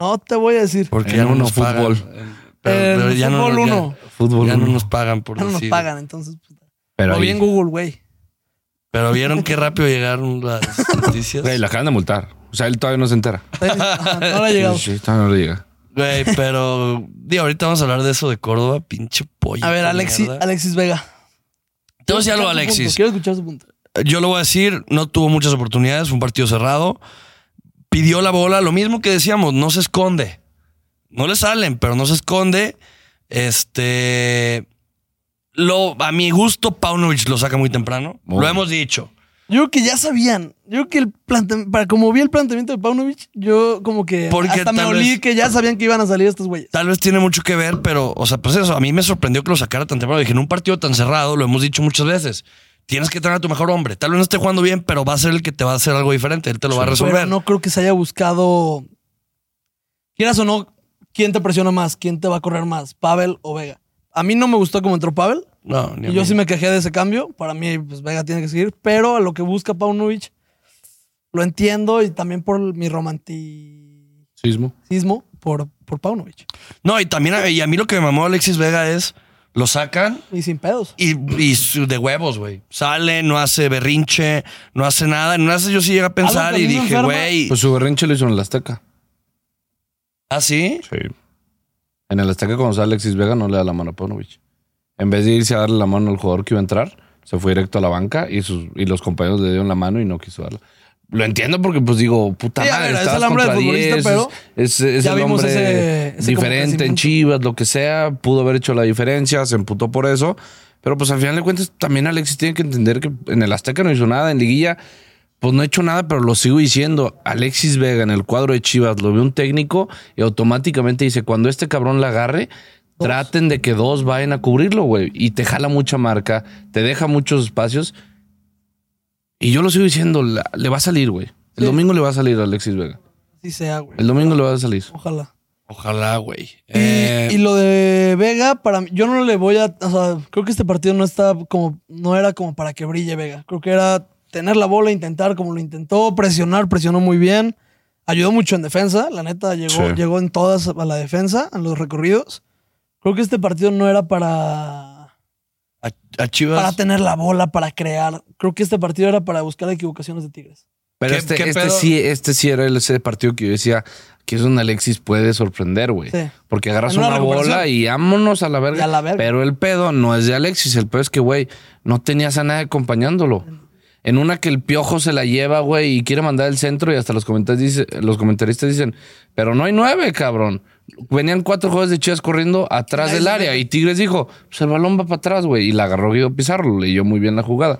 [SPEAKER 1] No te voy a decir.
[SPEAKER 2] Porque
[SPEAKER 3] En
[SPEAKER 2] ya no
[SPEAKER 3] Uno
[SPEAKER 2] nos pagan.
[SPEAKER 3] Fútbol.
[SPEAKER 2] En-
[SPEAKER 1] En
[SPEAKER 2] Pero, pero ya no,
[SPEAKER 1] Fútbol
[SPEAKER 2] ya-
[SPEAKER 1] Uno.
[SPEAKER 3] Fútbol.
[SPEAKER 2] ya no
[SPEAKER 3] uno.
[SPEAKER 2] nos pagan por
[SPEAKER 1] Ya no nos
[SPEAKER 2] decir.
[SPEAKER 1] pagan, entonces. pues,
[SPEAKER 3] Pero
[SPEAKER 1] o
[SPEAKER 3] ahí-
[SPEAKER 1] bien Google, güey.
[SPEAKER 2] Pero vieron qué rápido llegaron las noticias.
[SPEAKER 3] Güey, la acaban de multar. O sea, él todavía no se entera.
[SPEAKER 1] Ajá, No le ha llegado.
[SPEAKER 3] Sí, sí, todavía no le llega.
[SPEAKER 2] Güey, pero digo, ahorita vamos a hablar de eso de Córdoba, pinche pollo.
[SPEAKER 1] A ver, Alexis,
[SPEAKER 2] mierda.
[SPEAKER 1] Alexis Vega.
[SPEAKER 2] Te voy a decir algo,
[SPEAKER 1] Quiero escuchar su punto,
[SPEAKER 2] Alexis.
[SPEAKER 1] Quiero escuchar su punto.
[SPEAKER 2] Yo lo voy a decir, no tuvo muchas oportunidades, fue un partido cerrado. Pidió la bola, lo mismo que decíamos, no se esconde. No le salen, pero no se esconde. Este. Lo, a mi gusto, Paunovic lo saca muy temprano.
[SPEAKER 3] Muy.
[SPEAKER 2] Lo hemos dicho.
[SPEAKER 1] Yo creo que ya sabían. Yo creo que el plante- para como vi el planteamiento de Paunovic, yo como que
[SPEAKER 2] Porque
[SPEAKER 1] hasta me
[SPEAKER 2] tal
[SPEAKER 1] olí
[SPEAKER 2] vez-
[SPEAKER 1] que ya sabían que iban a salir estos güeyes.
[SPEAKER 2] Tal vez tiene mucho que ver, pero, o sea, pues eso, a mí me sorprendió que lo sacara tan temprano. Dije, en un partido tan cerrado, lo hemos dicho muchas veces, tienes que tener a tu mejor hombre. Tal vez no esté jugando bien, pero va a ser el que te va a hacer algo diferente. Él te lo va a
[SPEAKER 1] Pero
[SPEAKER 2] resolver.
[SPEAKER 1] no creo que se haya buscado. Quieras o no, ¿quién te presiona más? ¿Quién te va a correr más? ¿Pavel o Vega? A mí no me gustó cómo entró Pavel.
[SPEAKER 2] No, ni a
[SPEAKER 1] Y yo
[SPEAKER 2] mí.
[SPEAKER 1] sí me quejé de ese cambio. Para mí, pues Vega tiene que seguir. Pero a lo que busca Paunovic, lo entiendo y también por mi romanticismo
[SPEAKER 3] Sismo.
[SPEAKER 1] por, por Paunovic.
[SPEAKER 2] No, y también, a- y a mí lo que me mamó Alexis Vega es, lo sacan
[SPEAKER 1] Y sin pedos.
[SPEAKER 2] y, y su- de huevos, güey. Sale, no hace berrinche, no hace nada. En una vez yo sí llegué a pensar
[SPEAKER 1] Algo que
[SPEAKER 2] y
[SPEAKER 1] a mí me
[SPEAKER 2] dije,
[SPEAKER 1] enferma.
[SPEAKER 2] güey,
[SPEAKER 3] Pues su berrinche lo hizo en el Azteca.
[SPEAKER 2] ¿ah, sí?
[SPEAKER 3] Sí. En el Azteca, cuando sale Alexis Vega, no le da la mano a Paunovic. En vez de irse a darle la mano al jugador que iba a entrar, se fue directo a la banca y, sus, y los compañeros le dieron la mano y no quiso darla. Lo entiendo porque, pues digo, puta
[SPEAKER 1] Sí, a
[SPEAKER 3] madre,
[SPEAKER 1] ver, es
[SPEAKER 3] estabas
[SPEAKER 1] el hambre
[SPEAKER 3] contra
[SPEAKER 1] del futbolista,
[SPEAKER 3] 10,
[SPEAKER 1] pero
[SPEAKER 3] es, es- es
[SPEAKER 1] ya
[SPEAKER 3] el
[SPEAKER 1] vimos
[SPEAKER 3] hombre
[SPEAKER 1] ese- ese como
[SPEAKER 3] diferente en
[SPEAKER 1] crecimiento.
[SPEAKER 3] Chivas, lo que sea, pudo haber hecho la diferencia, se emputó por eso. Pero pues al final de cuentas, también Alexis tiene que entender que en el Azteca no hizo nada, en Liguilla, pues no he hecho nada, pero lo sigo diciendo. Alexis Vega en el cuadro de Chivas lo ve un técnico y automáticamente dice: cuando este cabrón la agarre, traten de que dos vayan a cubrirlo, güey. Y te jala mucha marca, te deja muchos espacios. Y yo lo sigo diciendo: la- le va a salir, güey. El
[SPEAKER 1] Sí.
[SPEAKER 3] domingo le va a salir a Alexis Vega.
[SPEAKER 1] Así sea, güey.
[SPEAKER 3] El domingo le va a salir.
[SPEAKER 1] Ojalá.
[SPEAKER 2] Ojalá, güey.
[SPEAKER 1] Y,
[SPEAKER 2] Eh,
[SPEAKER 1] y lo de Vega, para mí, yo no le voy a. O sea, creo que este partido no está como. No era como para que brille Vega. Creo que era tener la bola, intentar como lo intentó, presionar, presionó muy bien. Ayudó mucho en defensa. La neta llegó,
[SPEAKER 3] Sí.
[SPEAKER 1] llegó en todas a la defensa, en los recorridos. Creo que este partido no era para.
[SPEAKER 2] a, a Chivas.
[SPEAKER 1] Para tener la bola, para crear. Creo que este partido era para buscar equivocaciones de Tigres.
[SPEAKER 3] Pero
[SPEAKER 2] ¿Qué-
[SPEAKER 3] este,
[SPEAKER 2] qué
[SPEAKER 3] este
[SPEAKER 2] pedo?
[SPEAKER 3] sí, este sí era el- ese partido que yo decía que es un Alexis puede sorprender, güey.
[SPEAKER 1] Sí.
[SPEAKER 3] Porque agarras
[SPEAKER 1] En una
[SPEAKER 3] una
[SPEAKER 1] recuperación.
[SPEAKER 3] bola y vámonos a la verga.
[SPEAKER 1] Y a la verga.
[SPEAKER 3] Pero el pedo no es de Alexis, el pedo es que, güey, no tenías a nadie acompañándolo. En una que el piojo se la lleva, güey, y quiere mandar el centro y hasta los, comentas- dice- los comentaristas dicen, pero no hay nueve, cabrón. Venían cuatro jugadores de Chivas corriendo atrás
[SPEAKER 1] Nadie
[SPEAKER 3] del
[SPEAKER 1] se
[SPEAKER 3] área
[SPEAKER 1] mete.
[SPEAKER 3] y Tigres dijo, pues el balón va para atrás, güey, y la agarró Guido Pizarro, leyó muy bien la jugada.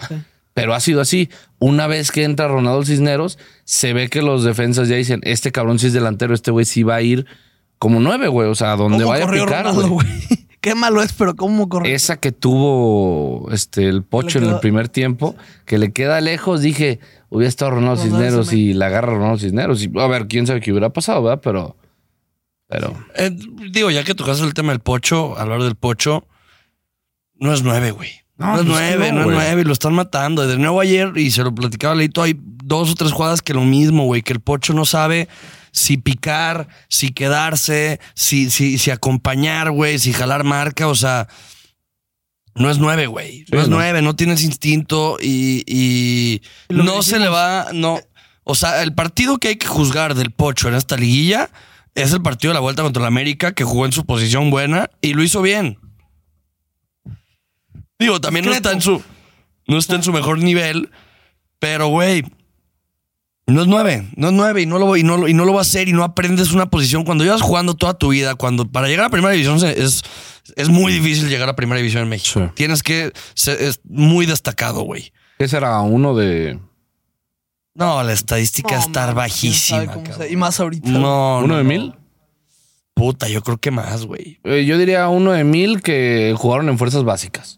[SPEAKER 3] Pero ha sido así. Una vez que entra Ronaldo Cisneros, se ve que los defensas ya dicen, este cabrón sí es delantero, este güey sí va a ir como nueve, güey, o sea, a donde
[SPEAKER 1] ¿Cómo
[SPEAKER 3] vaya a
[SPEAKER 1] corrió
[SPEAKER 3] picar,
[SPEAKER 1] Ronaldo,
[SPEAKER 3] güey.
[SPEAKER 1] güey? Qué malo es, pero ¿cómo corrió?
[SPEAKER 3] Esa que tuvo este el pocho
[SPEAKER 1] Le
[SPEAKER 3] en el
[SPEAKER 1] quedó-
[SPEAKER 3] primer tiempo, que le queda lejos, dije, hubiera estado Ronaldo
[SPEAKER 1] Ronaldo
[SPEAKER 3] Cisneros
[SPEAKER 1] se me-
[SPEAKER 3] y la agarra Ronaldo Cisneros. Y, a ver, quién sabe qué hubiera pasado, ¿verdad? Pero. Pero.
[SPEAKER 2] Eh, digo, ya que tocaste el tema del pocho, hablar del pocho, no es nueve, güey. No,
[SPEAKER 3] No,
[SPEAKER 2] es
[SPEAKER 3] pues
[SPEAKER 2] nueve,
[SPEAKER 3] no,
[SPEAKER 2] no, es
[SPEAKER 3] güey.
[SPEAKER 2] nueve, lo están matando. De nuevo ayer, y se lo platicaba a Leito, hay dos o tres jugadas que lo mismo, güey, que el pocho no sabe si picar, si quedarse, si, si, si acompañar, güey, si jalar marca, o sea, no es nueve, güey. No
[SPEAKER 3] Sí,
[SPEAKER 2] es
[SPEAKER 3] no.
[SPEAKER 2] nueve, no tienes instinto y, y
[SPEAKER 1] Y lo
[SPEAKER 2] no
[SPEAKER 1] que
[SPEAKER 2] se le va, no. O sea, el partido que hay que juzgar del Pocho en esta liguilla es el partido de la vuelta contra el América, que jugó en su posición buena y lo hizo bien. Digo, también no está en su. No está en su mejor nivel, pero güey. No es nueve, no es nueve y no, lo, y, no, lo- y no lo va a hacer y no aprendes una posición. Cuando llevas jugando toda tu vida, cuando para llegar a primera división se- es, es muy difícil llegar a primera división en México.
[SPEAKER 3] Sí.
[SPEAKER 2] Tienes que, ser- es muy destacado, güey.
[SPEAKER 3] Ese era uno de.
[SPEAKER 2] No, la estadística
[SPEAKER 1] No,
[SPEAKER 2] estar
[SPEAKER 1] man, quién sabe
[SPEAKER 2] bajísima.
[SPEAKER 1] cómo
[SPEAKER 2] cabrón.
[SPEAKER 1] se- Y más ahorita.
[SPEAKER 2] No,
[SPEAKER 3] ¿Uno
[SPEAKER 2] no,
[SPEAKER 3] de
[SPEAKER 2] no.
[SPEAKER 3] mil?
[SPEAKER 2] Puta, yo creo que más, güey.
[SPEAKER 3] Eh, yo diría uno de mil que jugaron en fuerzas básicas.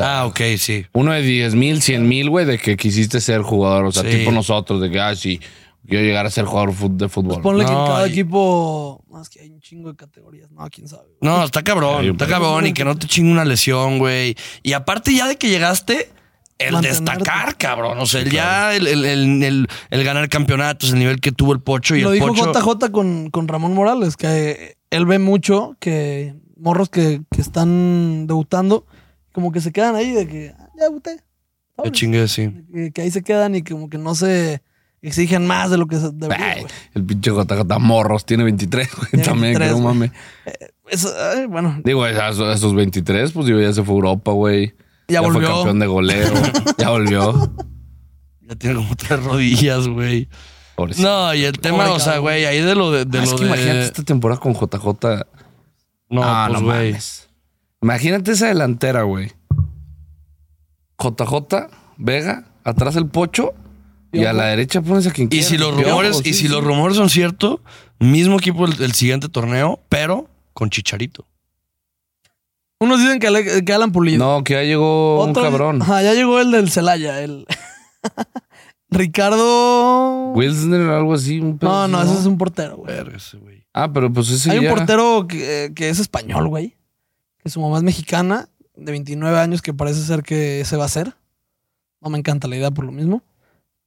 [SPEAKER 2] Ah, ok, sí.
[SPEAKER 3] Uno de 10 mil, 100 mil, güey, de que quisiste ser jugador. O sea,
[SPEAKER 2] Sí.
[SPEAKER 3] tipo nosotros, de que, ah, sí, quiero llegar a ser jugador fut- de fútbol.
[SPEAKER 1] Pues ponle que en
[SPEAKER 2] No,
[SPEAKER 1] cada
[SPEAKER 2] y-
[SPEAKER 1] equipo. No, es que hay un chingo de categorías. No, quién sabe. güey.
[SPEAKER 2] No, está cabrón,
[SPEAKER 3] Ay,
[SPEAKER 2] está cabrón y que no te chingue una lesión, güey. Y aparte ya de que llegaste, el
[SPEAKER 1] Mantenerte.
[SPEAKER 2] destacar, cabrón. O sea, el ya el, el- el- el- el ganar campeonatos, el nivel que tuvo el Pocho y
[SPEAKER 1] Lo
[SPEAKER 2] el
[SPEAKER 1] dijo
[SPEAKER 2] Pocho.
[SPEAKER 1] JJ con, con Ramón Morales, que eh, él ve mucho que morros que, que están debutando, como que se quedan ahí de que "Ah, ya debuté.
[SPEAKER 2] Qué
[SPEAKER 1] Sobres".
[SPEAKER 2] chingue, sí.
[SPEAKER 1] Que, que ahí se quedan y como que no se exigen más de lo que se debería.
[SPEAKER 3] Ay,
[SPEAKER 1] güey.
[SPEAKER 3] el pinche JJ Morros tiene 23, güey,
[SPEAKER 1] Tiene
[SPEAKER 3] también,
[SPEAKER 1] 23,
[SPEAKER 3] que no
[SPEAKER 1] güey.
[SPEAKER 3] mames.
[SPEAKER 1] Eso, ay, bueno,
[SPEAKER 3] Digo, a esos, a esos 23, pues digo, ya se fue a Europa, güey.
[SPEAKER 1] ya, volvió.
[SPEAKER 3] fue campeón de goleo. ya volvió.
[SPEAKER 2] Ya tiene como tres rodillas, güey.
[SPEAKER 3] Pobrecito.
[SPEAKER 2] Pues No, y el tema, o sea, güey, ahí de lo de, de
[SPEAKER 3] Ah, es
[SPEAKER 2] lo
[SPEAKER 3] que
[SPEAKER 2] de-
[SPEAKER 3] imagínate esta temporada con JJ.
[SPEAKER 2] No,
[SPEAKER 3] Ah,
[SPEAKER 2] pues
[SPEAKER 3] no
[SPEAKER 2] güey.
[SPEAKER 3] mames. Imagínate esa delantera, güey. JJ, Vega, atrás el Pocho y a la derecha pones a quien
[SPEAKER 2] Y
[SPEAKER 3] quieras.
[SPEAKER 2] si los
[SPEAKER 3] Piojo,
[SPEAKER 2] rumores, y
[SPEAKER 3] sí,
[SPEAKER 2] si
[SPEAKER 3] sí.
[SPEAKER 2] los rumores son ciertos, mismo equipo el, el siguiente torneo, pero con Chicharito.
[SPEAKER 1] Unos dicen que, Ale- que Alan Pulido.
[SPEAKER 3] No, que ya llegó
[SPEAKER 1] Otro-
[SPEAKER 3] un cabrón.
[SPEAKER 1] Ajá, ya llegó el del Celaya, el Ricardo.
[SPEAKER 3] Wilsner o algo así. un pedo
[SPEAKER 1] no,
[SPEAKER 3] así,
[SPEAKER 1] no, ese es un portero, güey.
[SPEAKER 2] Verga ese güey.
[SPEAKER 3] Ah, pero pues ese
[SPEAKER 1] Hay un
[SPEAKER 3] ya-
[SPEAKER 1] portero que, que es español, güey. Que su mamá es mexicana, de 29 años, que parece ser que se va a hacer. No me encanta la idea por lo mismo.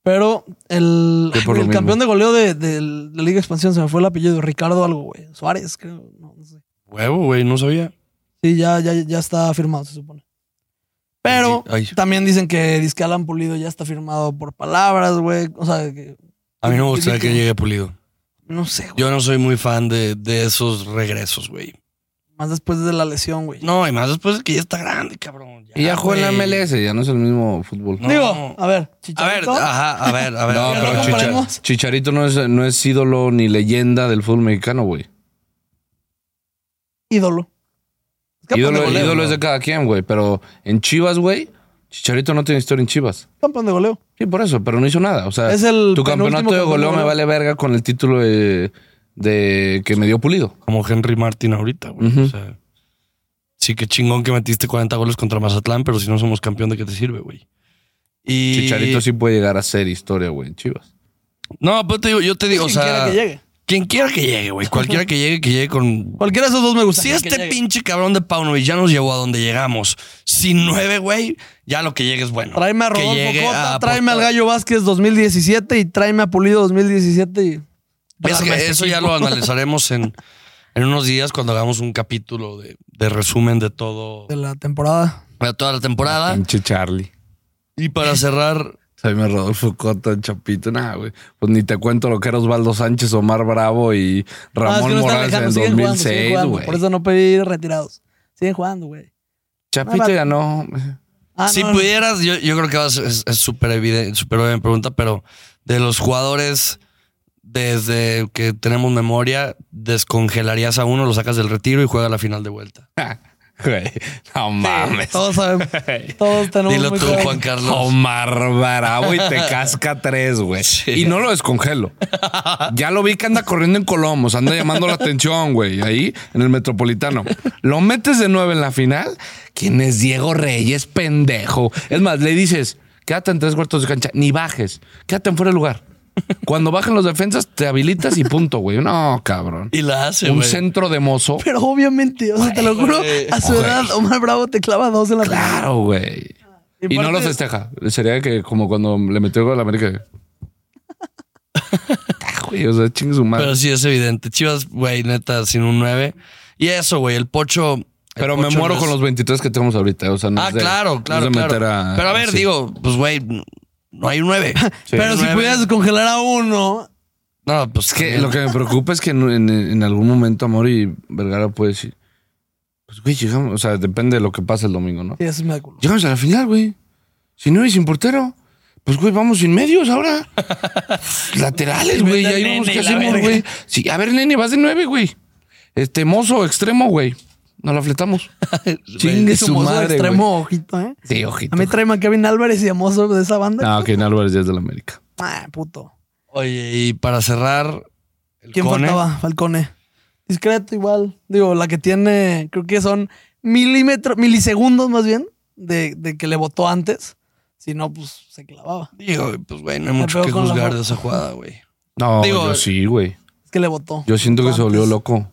[SPEAKER 1] Pero el,
[SPEAKER 3] ¿Qué por lo
[SPEAKER 1] el
[SPEAKER 3] mismo?
[SPEAKER 1] campeón de goleo de, de la Liga Expansión se me fue el apellido, Ricardo algo, güey. Suárez, creo. No, no sé.
[SPEAKER 2] Huevo, güey, no sabía.
[SPEAKER 1] Sí, ya, ya, ya está firmado, se supone. Pero
[SPEAKER 2] Ay,
[SPEAKER 1] también dicen que Disque Alan Pulido ya está firmado por palabras, güey. O sea, que,
[SPEAKER 2] a mí no me gustaría que llegue pulido.
[SPEAKER 1] no sé, güey.
[SPEAKER 2] Yo no soy muy fan de, de esos regresos, güey.
[SPEAKER 1] Más después de la lesión, güey.
[SPEAKER 2] No, y más después de que ya está grande, cabrón.
[SPEAKER 3] Y ya juega en la
[SPEAKER 2] güey.
[SPEAKER 3] MLS, ya no es el mismo fútbol.
[SPEAKER 2] No.
[SPEAKER 1] Digo, a ver,
[SPEAKER 2] A ver,
[SPEAKER 1] Chicharito.
[SPEAKER 2] ajá, a ver, a ver.
[SPEAKER 3] ah, No,
[SPEAKER 2] a ver,
[SPEAKER 3] pero
[SPEAKER 2] a ver.
[SPEAKER 1] Chicha-
[SPEAKER 3] Chichar-
[SPEAKER 1] comparemos?
[SPEAKER 3] Chicharito no es, no es ídolo ni leyenda del fútbol mexicano, güey.
[SPEAKER 1] ídolo. Es campeón
[SPEAKER 3] Ídolo,
[SPEAKER 1] de goleo.
[SPEAKER 3] ídolo
[SPEAKER 2] ¿no?
[SPEAKER 3] es de cada quien, güey. Pero en Chivas, güey, Chicharito no tiene historia en Chivas.
[SPEAKER 1] Campeón de goleo.
[SPEAKER 3] Sí, por eso, pero no hizo nada. O sea,
[SPEAKER 1] Es el
[SPEAKER 3] tu
[SPEAKER 1] penúltimo
[SPEAKER 3] campeonato de
[SPEAKER 1] campeón
[SPEAKER 3] goleo
[SPEAKER 1] de
[SPEAKER 3] me
[SPEAKER 1] goleo.
[SPEAKER 3] vale verga con el título de, de- que me dio pulido.
[SPEAKER 2] Como Henry Martin ahorita, güey.
[SPEAKER 3] Ujú.
[SPEAKER 2] O sea, sí que chingón que metiste 40 goles contra Mazatlán, pero si no somos campeón, ¿de qué te sirve, güey? Y...
[SPEAKER 3] Chicharito sí puede llegar a ser historia, güey, en Chivas.
[SPEAKER 2] No, pero te digo, yo te digo, o
[SPEAKER 3] Pues
[SPEAKER 1] Quien quiera
[SPEAKER 2] sea,
[SPEAKER 1] que llegue.
[SPEAKER 2] quien quiera que llegue, güey, cualquiera que llegue, que llegue con.
[SPEAKER 1] Cualquiera de esos dos me gusta.
[SPEAKER 2] Si
[SPEAKER 1] Quien que
[SPEAKER 2] este
[SPEAKER 1] llegue.
[SPEAKER 2] pinche cabrón de Paunovic ya nos llevó a donde llegamos, sin nueve, güey, ya lo que llegue es bueno.
[SPEAKER 1] Tráeme a
[SPEAKER 2] Que
[SPEAKER 1] Rodolfo
[SPEAKER 2] llegue
[SPEAKER 1] Cota,
[SPEAKER 2] a
[SPEAKER 1] tráeme al
[SPEAKER 2] aportar.
[SPEAKER 1] Gallo Vázquez 2017 y tráeme a Pulido 2017 y...
[SPEAKER 2] Es que eso ya lo analizaremos en, en unos días cuando hagamos un capítulo de, de resumen de todo,
[SPEAKER 1] De la temporada.
[SPEAKER 2] de toda la temporada.
[SPEAKER 3] Pinche Charlie.
[SPEAKER 2] Y para cerrar,
[SPEAKER 3] Ah. Jaime Rodolfo Cota, el Chapito, nada, güey. Pues ni te cuento lo que era Osvaldo Sánchez, Omar Bravo
[SPEAKER 1] Ah,
[SPEAKER 3] y
[SPEAKER 1] es que
[SPEAKER 3] Ramón
[SPEAKER 1] no están
[SPEAKER 3] Morales en
[SPEAKER 1] dejando,
[SPEAKER 3] el
[SPEAKER 1] siguen jugando, siguen
[SPEAKER 3] 2006,
[SPEAKER 1] jugando.
[SPEAKER 3] güey.
[SPEAKER 1] Por eso no pedí retirados. Siguen jugando, güey.
[SPEAKER 3] Chapito
[SPEAKER 1] Ah, va.
[SPEAKER 3] ganó.
[SPEAKER 1] Ah,
[SPEAKER 2] si
[SPEAKER 1] no,
[SPEAKER 2] pudieras, yo, yo creo que va a ser- es es súper evidente, súper obvia mi pregunta, pero de los jugadores, desde que tenemos memoria, descongelarías a uno, lo sacas del retiro y juega la final de vuelta.
[SPEAKER 3] Güey, no mames.
[SPEAKER 1] Todos sabemos. Todos tenemos
[SPEAKER 2] Dilo
[SPEAKER 1] muy
[SPEAKER 2] tú,
[SPEAKER 1] claro.
[SPEAKER 2] Juan Carlos.
[SPEAKER 3] Omar Bravo y te casca tres, güey. Y no lo descongelo. Ya lo vi que anda corriendo en Colomos, anda llamando la atención, güey, ahí en el Metropolitano. Lo metes de nueve en la final. ¿Quién es Diego Reyes, pendejo? Es más, le dices, quédate en tres cuartos de cancha, ni bajes, quédate en fuera de lugar. Cuando bajen los defensas, te habilitas y punto, güey. No, cabrón.
[SPEAKER 2] Y la hace,
[SPEAKER 3] Un
[SPEAKER 2] güey.
[SPEAKER 3] centro de mozo.
[SPEAKER 1] Pero obviamente, o sea, te lo juro, a su
[SPEAKER 3] Güey.
[SPEAKER 1] edad, Omar Bravo te clava dos en la final.
[SPEAKER 3] Claro, güey. Y, no lo
[SPEAKER 1] aparte-
[SPEAKER 3] festeja. Sería que como cuando le metió el gol a la América. Ah, güey, o sea, chingue su madre.
[SPEAKER 2] Pero
[SPEAKER 3] Pero,
[SPEAKER 2] sí es evidente. Chivas, güey, neta, sin un 9. Y eso, güey, el pocho. el
[SPEAKER 3] me
[SPEAKER 2] pocho
[SPEAKER 3] muero
[SPEAKER 2] no
[SPEAKER 3] con
[SPEAKER 2] es-
[SPEAKER 3] los 23 que tenemos ahorita. O sea, no
[SPEAKER 2] Ah,
[SPEAKER 3] es de- no
[SPEAKER 2] claro,
[SPEAKER 3] es
[SPEAKER 2] claro,
[SPEAKER 3] de
[SPEAKER 2] claro.
[SPEAKER 3] meter a-
[SPEAKER 2] Pero a ver,
[SPEAKER 3] sí.
[SPEAKER 2] digo, pues, güey, no hay un 9.
[SPEAKER 1] Pero si
[SPEAKER 2] Nueve.
[SPEAKER 1] pudieras congelar a uno,
[SPEAKER 2] No, pues
[SPEAKER 3] Es que lo que me preocupa es que en, en- en algún momento Amor y Vergara puede decir, pues, güey, llegamos. O sea, depende de lo que pase el domingo, ¿no?
[SPEAKER 1] sí, eso me da culo.
[SPEAKER 3] Llegamos a la final, güey. Sin nueve y sin portero. Pues, güey, vamos sin medios ahora. Laterales, güey.
[SPEAKER 1] Vete
[SPEAKER 3] Ahí
[SPEAKER 1] al nene
[SPEAKER 3] vamos, ¿qué
[SPEAKER 1] y la
[SPEAKER 3] hacemos,
[SPEAKER 1] verga.
[SPEAKER 3] güey? Sí, a ver, nene, vas de nueve, güey. Este mozo extremo, güey. Nos la fletamos. Chingue
[SPEAKER 1] Es
[SPEAKER 3] su
[SPEAKER 1] un mozo de
[SPEAKER 3] madre,
[SPEAKER 1] extremo, ojito, ¿eh?
[SPEAKER 3] güey. Sí, ojito.
[SPEAKER 1] A mí trae a Kevin Álvarez y a Mozo de esa banda.
[SPEAKER 3] No, Kevin Álvarez ya es de la América.
[SPEAKER 1] Ah, puto.
[SPEAKER 2] Oye, y para cerrar. el
[SPEAKER 1] ¿Quién
[SPEAKER 2] Cone.
[SPEAKER 1] faltaba? Falcone. Discreto igual. Digo, la que tiene, creo que son milímetros, milisegundos más bien, de, de que le votó antes. Si no, pues se clavaba.
[SPEAKER 2] Digo, pues, güey, no hay
[SPEAKER 1] Me
[SPEAKER 2] mucho
[SPEAKER 1] pegó
[SPEAKER 2] que
[SPEAKER 1] con la
[SPEAKER 2] juzgar
[SPEAKER 1] mano.
[SPEAKER 2] de esa jugada, güey.
[SPEAKER 3] No,
[SPEAKER 2] Digo,
[SPEAKER 3] yo sí, güey.
[SPEAKER 1] Es que le votó.
[SPEAKER 3] Yo siento que se volvió
[SPEAKER 1] Antes.
[SPEAKER 3] loco.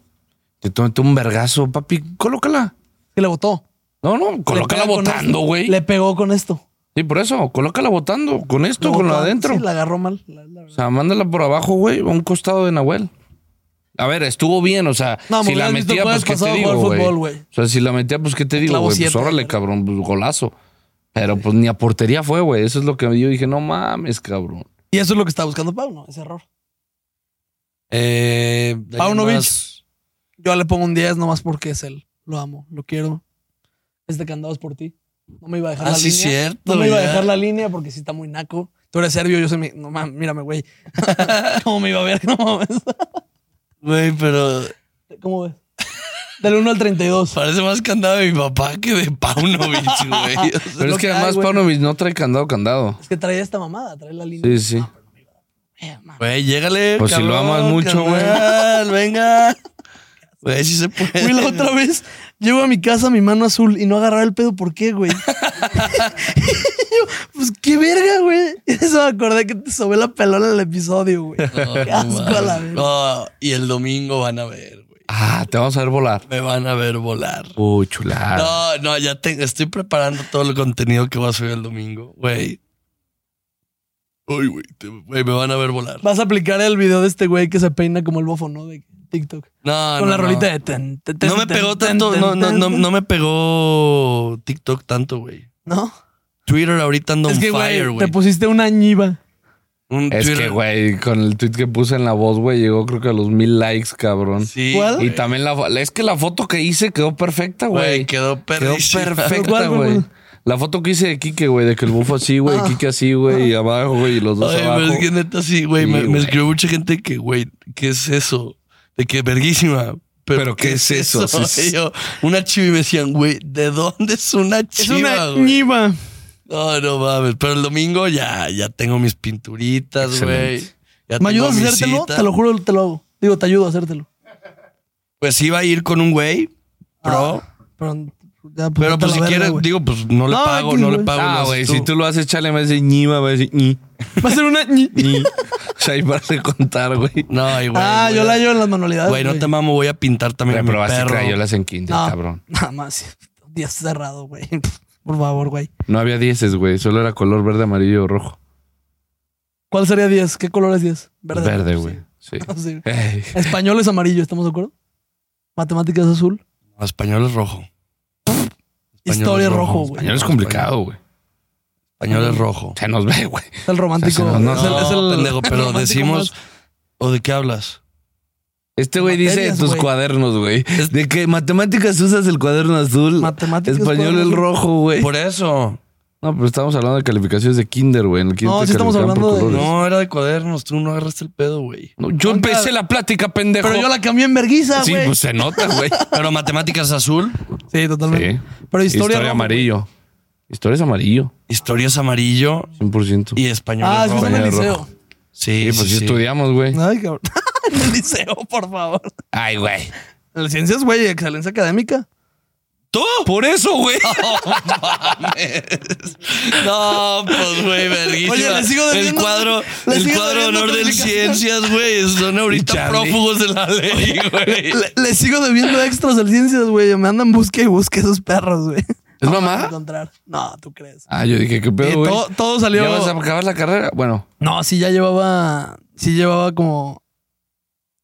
[SPEAKER 3] Te tomé un vergazo, papi. Colócala.
[SPEAKER 1] Es que le votó.
[SPEAKER 3] No, no, colócala
[SPEAKER 1] Le pega con
[SPEAKER 3] votando,
[SPEAKER 1] esto.
[SPEAKER 3] güey.
[SPEAKER 1] Le pegó con esto.
[SPEAKER 3] Sí, por eso, colócala votando. Con esto,
[SPEAKER 1] Le
[SPEAKER 3] con lo
[SPEAKER 1] botó.
[SPEAKER 3] adentro.
[SPEAKER 1] Sí, la agarró mal. la- la
[SPEAKER 3] O
[SPEAKER 1] verdad.
[SPEAKER 3] sea, mándala por abajo, güey, a un costado de Nahuel. A ver, estuvo bien, o sea,
[SPEAKER 1] No, me
[SPEAKER 3] si la
[SPEAKER 1] hubieras visto
[SPEAKER 3] metía,
[SPEAKER 1] jueves
[SPEAKER 3] pues qué te
[SPEAKER 1] pasado
[SPEAKER 3] digo,
[SPEAKER 1] jugar
[SPEAKER 3] güey.
[SPEAKER 1] fútbol, güey.
[SPEAKER 3] O sea, si la metía, pues qué te digo,
[SPEAKER 1] Clavo
[SPEAKER 3] güey. Pues
[SPEAKER 1] siete,
[SPEAKER 3] órale,
[SPEAKER 1] güey.
[SPEAKER 3] cabrón, pues, golazo. Pero pues ni a portería fue, güey. Eso es lo que yo dije, no mames, cabrón.
[SPEAKER 1] Y eso es lo que está buscando Pau, ¿no? Ese error.
[SPEAKER 2] Eh, de ahí en
[SPEAKER 1] Paunovic.
[SPEAKER 2] más,
[SPEAKER 1] Yo le pongo un 10 nomás porque es él. Lo amo, lo quiero. Este candado es por ti. No me iba a dejar
[SPEAKER 2] Ah,
[SPEAKER 1] la
[SPEAKER 2] sí,
[SPEAKER 1] línea.
[SPEAKER 2] cierto,
[SPEAKER 1] No me iba a
[SPEAKER 2] ya.
[SPEAKER 1] dejar la línea porque sí está muy naco. Tú eres serbio, yo soy mi... No mames, mírame, güey. ¿Cómo me iba a ver? No mames.
[SPEAKER 2] Güey, pero
[SPEAKER 1] ¿Cómo ves? Del 1 al 32.
[SPEAKER 2] parece más candado de mi papá que de Paunovic, güey. O sea,
[SPEAKER 3] Pero es,
[SPEAKER 1] lo
[SPEAKER 3] que,
[SPEAKER 1] que hay,
[SPEAKER 3] además
[SPEAKER 1] güey.
[SPEAKER 3] Paunovic no trae candado, candado.
[SPEAKER 1] Es que traía esta mamada, traía la línea.
[SPEAKER 3] Sí, sí.
[SPEAKER 1] Eh, mames.
[SPEAKER 2] Güey, llégale.
[SPEAKER 3] Pues si lo
[SPEAKER 2] cabrón,
[SPEAKER 3] amas mucho, güey.
[SPEAKER 2] carnal, Venga. Güey, sí se puede.
[SPEAKER 1] Güey, la otra vez llego a mi casa mi mano azul y no agarraba el pedo. ¿Por qué, güey? Yo, pues qué verga, güey. Eso me acordé que te sobé la pelona en el episodio, güey. qué asco a la verga.
[SPEAKER 2] No, y el domingo van a ver, güey.
[SPEAKER 3] Ah, te vamos a ver volar.
[SPEAKER 2] Me van a ver volar.
[SPEAKER 3] Uy, chulada.
[SPEAKER 2] No, no, ya te- estoy preparando todo el contenido que voy a subir el domingo, güey. Uy, güey, te- güey, me van a ver volar.
[SPEAKER 1] Vas a aplicar el video de este güey que se peina como el bofo, ¿no? De TikTok.
[SPEAKER 2] No,
[SPEAKER 1] Con
[SPEAKER 2] Ah, no,
[SPEAKER 1] la
[SPEAKER 2] no.
[SPEAKER 1] rolita de ten, ten, ten,
[SPEAKER 2] No me
[SPEAKER 1] ten,
[SPEAKER 2] pegó
[SPEAKER 1] ten,
[SPEAKER 2] tanto,
[SPEAKER 1] ten,
[SPEAKER 2] no, no,
[SPEAKER 1] ten,
[SPEAKER 2] no,
[SPEAKER 1] ten.
[SPEAKER 2] no me pegó TikTok tanto, güey.
[SPEAKER 1] ¿No?
[SPEAKER 2] Twitter ahorita ando
[SPEAKER 1] es
[SPEAKER 2] on
[SPEAKER 1] que,
[SPEAKER 2] fire,
[SPEAKER 1] güey, te
[SPEAKER 2] güey.
[SPEAKER 1] pusiste una ñiva.
[SPEAKER 2] Un
[SPEAKER 3] Es que,
[SPEAKER 2] Twitter-
[SPEAKER 3] güey, con el tweet que puse en la voz, güey, llegó creo que a los mil likes, cabrón.
[SPEAKER 2] Sí,
[SPEAKER 1] ¿Cuál?
[SPEAKER 2] güey,
[SPEAKER 3] Y también la fo- es que la foto que hice quedó perfecta,
[SPEAKER 2] güey,
[SPEAKER 3] güey.
[SPEAKER 2] quedó
[SPEAKER 3] Quedó
[SPEAKER 2] perrísima.
[SPEAKER 3] perfecta,
[SPEAKER 1] ¿Cuál, Ah. güey?
[SPEAKER 3] güey. La foto que hice de Quique, güey, de que el bufo así, güey, Quique así, güey, y abajo, güey, y los dos
[SPEAKER 2] Ay, pero
[SPEAKER 3] abajo.
[SPEAKER 2] es que neta sí, güey.
[SPEAKER 3] Sí,
[SPEAKER 2] me, me
[SPEAKER 3] güey.
[SPEAKER 2] escribió mucha gente que, güey, ¿qué es eso? De que verguísima. Pero, ¿qué, es eso?
[SPEAKER 3] Sí, sí.
[SPEAKER 2] Y yo, una chiva y me decían, güey, ¿de dónde es una
[SPEAKER 1] Es
[SPEAKER 2] chiva?
[SPEAKER 1] una
[SPEAKER 2] güey?
[SPEAKER 1] ñiva.
[SPEAKER 2] No, no mames. Pero el domingo ya, ya tengo mis pinturitas, güey.
[SPEAKER 3] Excelente.
[SPEAKER 2] Ya tengo
[SPEAKER 1] ¿Me ayudas a
[SPEAKER 2] mi
[SPEAKER 1] hacértelo?
[SPEAKER 2] cita.
[SPEAKER 1] Te lo juro, te lo hago. Digo, te ayudo a hacértelo.
[SPEAKER 2] Pues iba a ir con un güey, pro.
[SPEAKER 1] Pero, ya, vete
[SPEAKER 2] pero pues
[SPEAKER 1] a
[SPEAKER 2] si
[SPEAKER 1] Ah, la verga,
[SPEAKER 2] quieres,
[SPEAKER 1] güey.
[SPEAKER 2] digo, pues no le
[SPEAKER 1] No,
[SPEAKER 2] pago,
[SPEAKER 1] X,
[SPEAKER 2] no le
[SPEAKER 1] güey.
[SPEAKER 2] pago.
[SPEAKER 3] Ah,
[SPEAKER 2] lo
[SPEAKER 3] güey,
[SPEAKER 2] haces
[SPEAKER 3] si tú lo haces, chale, me dice ñiba, va a decir ñi,
[SPEAKER 1] Va a ser una ñi.
[SPEAKER 3] ñi. O sea, ahí para de contar, güey.
[SPEAKER 2] No, y güey.
[SPEAKER 1] Ah,
[SPEAKER 2] güey,
[SPEAKER 1] yo la llevo en las manualidades.
[SPEAKER 2] Güey, no te mamo, voy a pintar también a mi
[SPEAKER 3] Reprobaste
[SPEAKER 2] perro.
[SPEAKER 3] crayolas en kinder,
[SPEAKER 1] No,
[SPEAKER 3] cabrón.
[SPEAKER 1] Nada más. Día cerrado, güey. Por favor, güey.
[SPEAKER 3] No había dieces, güey, solo era color verde, amarillo o rojo.
[SPEAKER 1] ¿Cuál sería 10? ¿Qué color es 10? Verde. pues,
[SPEAKER 3] Verde, güey. Sí.
[SPEAKER 1] Sí. Sí.
[SPEAKER 3] Ey.
[SPEAKER 1] Español es amarillo, ¿estamos de acuerdo? Matemáticas azul.
[SPEAKER 2] No, español es rojo. Español
[SPEAKER 1] Historia
[SPEAKER 2] es
[SPEAKER 1] es
[SPEAKER 2] rojo,
[SPEAKER 1] rojo, güey.
[SPEAKER 3] Español es complicado, güey.
[SPEAKER 2] Pañuelo rojo.
[SPEAKER 3] Se nos ve, güey.
[SPEAKER 1] Es el romántico.
[SPEAKER 3] No, no,
[SPEAKER 1] es el, es el-
[SPEAKER 2] pendejo,
[SPEAKER 1] el
[SPEAKER 2] pero
[SPEAKER 1] romántico
[SPEAKER 2] decimos...
[SPEAKER 1] más-
[SPEAKER 2] ¿O de qué hablas?
[SPEAKER 3] Este güey dice
[SPEAKER 1] Materias,
[SPEAKER 3] tus
[SPEAKER 1] güey.
[SPEAKER 3] cuadernos, güey. De que matemáticas usas el cuaderno azul,
[SPEAKER 1] Matemáticas,
[SPEAKER 3] español
[SPEAKER 1] cuaderno
[SPEAKER 3] el
[SPEAKER 1] azul.
[SPEAKER 3] rojo, güey.
[SPEAKER 2] Por eso.
[SPEAKER 3] No, pero estamos hablando de calificaciones de kinder, güey. En el kinder
[SPEAKER 1] No,
[SPEAKER 3] te
[SPEAKER 1] sí estamos
[SPEAKER 3] calificaban
[SPEAKER 1] hablando
[SPEAKER 3] por
[SPEAKER 1] de-
[SPEAKER 3] colores.
[SPEAKER 2] No, era de cuadernos. Tú no agarraste el pedo, güey.
[SPEAKER 3] No, yo empecé la plática, pendejo.
[SPEAKER 1] Pero yo la cambié en verguiza,
[SPEAKER 3] Sí,
[SPEAKER 1] güey.
[SPEAKER 3] pues se nota, güey.
[SPEAKER 2] Pero matemáticas azul,
[SPEAKER 1] Sí, totalmente.
[SPEAKER 3] Sí.
[SPEAKER 1] Pero historia. roja,
[SPEAKER 3] amarillo. Historia es amarillo,
[SPEAKER 2] historias amarillo
[SPEAKER 3] 100%.
[SPEAKER 2] y español
[SPEAKER 1] Ah, es que
[SPEAKER 2] rojo.
[SPEAKER 1] son del
[SPEAKER 3] Compañero
[SPEAKER 1] liceo.
[SPEAKER 3] rojo.
[SPEAKER 2] Sí,
[SPEAKER 3] Sí,
[SPEAKER 2] sí,
[SPEAKER 3] pues sí
[SPEAKER 2] sí.
[SPEAKER 3] estudiamos, güey.
[SPEAKER 1] Ay, cabrón. En el liceo, por favor.
[SPEAKER 3] Ay, güey.
[SPEAKER 1] En las ciencias, güey, excelencia académica.
[SPEAKER 2] ¿Tú? Por eso, güey. No, pues, güey, verguísima.
[SPEAKER 1] Oye, le sigo
[SPEAKER 2] El
[SPEAKER 1] debiendo-
[SPEAKER 2] cuadro,
[SPEAKER 1] le
[SPEAKER 2] el
[SPEAKER 1] sigo
[SPEAKER 2] cuadro de
[SPEAKER 1] debiendo
[SPEAKER 2] honor de
[SPEAKER 1] calificación.
[SPEAKER 2] ciencias, güey. Son
[SPEAKER 3] Y
[SPEAKER 2] ahorita
[SPEAKER 3] Charlie.
[SPEAKER 2] prófugos de la ley, güey.
[SPEAKER 1] Le, le sigo debiendo extras al ciencias, güey. Me andan busque y busque esos perros, güey.
[SPEAKER 3] ¿Es
[SPEAKER 1] Vas a
[SPEAKER 3] mamá?
[SPEAKER 1] encontrar. No, tú crees.
[SPEAKER 3] Ah, yo dije, ¿qué
[SPEAKER 1] Eh,
[SPEAKER 3] pedo, güey?
[SPEAKER 1] todo, todo
[SPEAKER 3] ¿Ya
[SPEAKER 1] salió.
[SPEAKER 3] vas a acabar la carrera? Bueno,
[SPEAKER 1] No, sí ya llevaba. Sí llevaba como.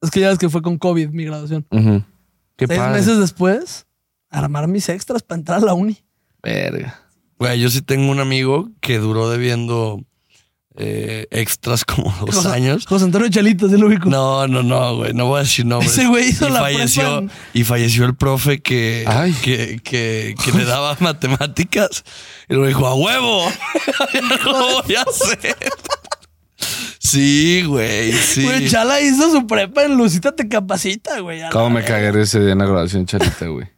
[SPEAKER 1] Es que ya ves que fue con COVID mi graduación.
[SPEAKER 3] ujú. qué
[SPEAKER 1] Seis
[SPEAKER 3] padre.
[SPEAKER 1] meses después, armar mis extras para entrar a la uni.
[SPEAKER 3] Verga.
[SPEAKER 2] Güey, yo sí tengo un amigo que duró debiendo eh, extras como dos
[SPEAKER 1] José-
[SPEAKER 2] años.
[SPEAKER 1] José Antonio Chalita, sí lo ubico.
[SPEAKER 2] No, no, no, güey. No voy a decir nombres.
[SPEAKER 1] Ese güey hizo
[SPEAKER 2] y
[SPEAKER 1] la
[SPEAKER 2] falleció,
[SPEAKER 1] prepa
[SPEAKER 2] Y falleció el profe que,
[SPEAKER 3] Ay.
[SPEAKER 2] que, que, que le daba matemáticas. Y lo dijo, a huevo. Lo voy a hacer. Sí, güey, sí.
[SPEAKER 1] Güey, Chala hizo su prepa en Lucita te capacita, güey. A la-
[SPEAKER 3] ¿Cómo me cagué ese día en la graduación, Charita, güey?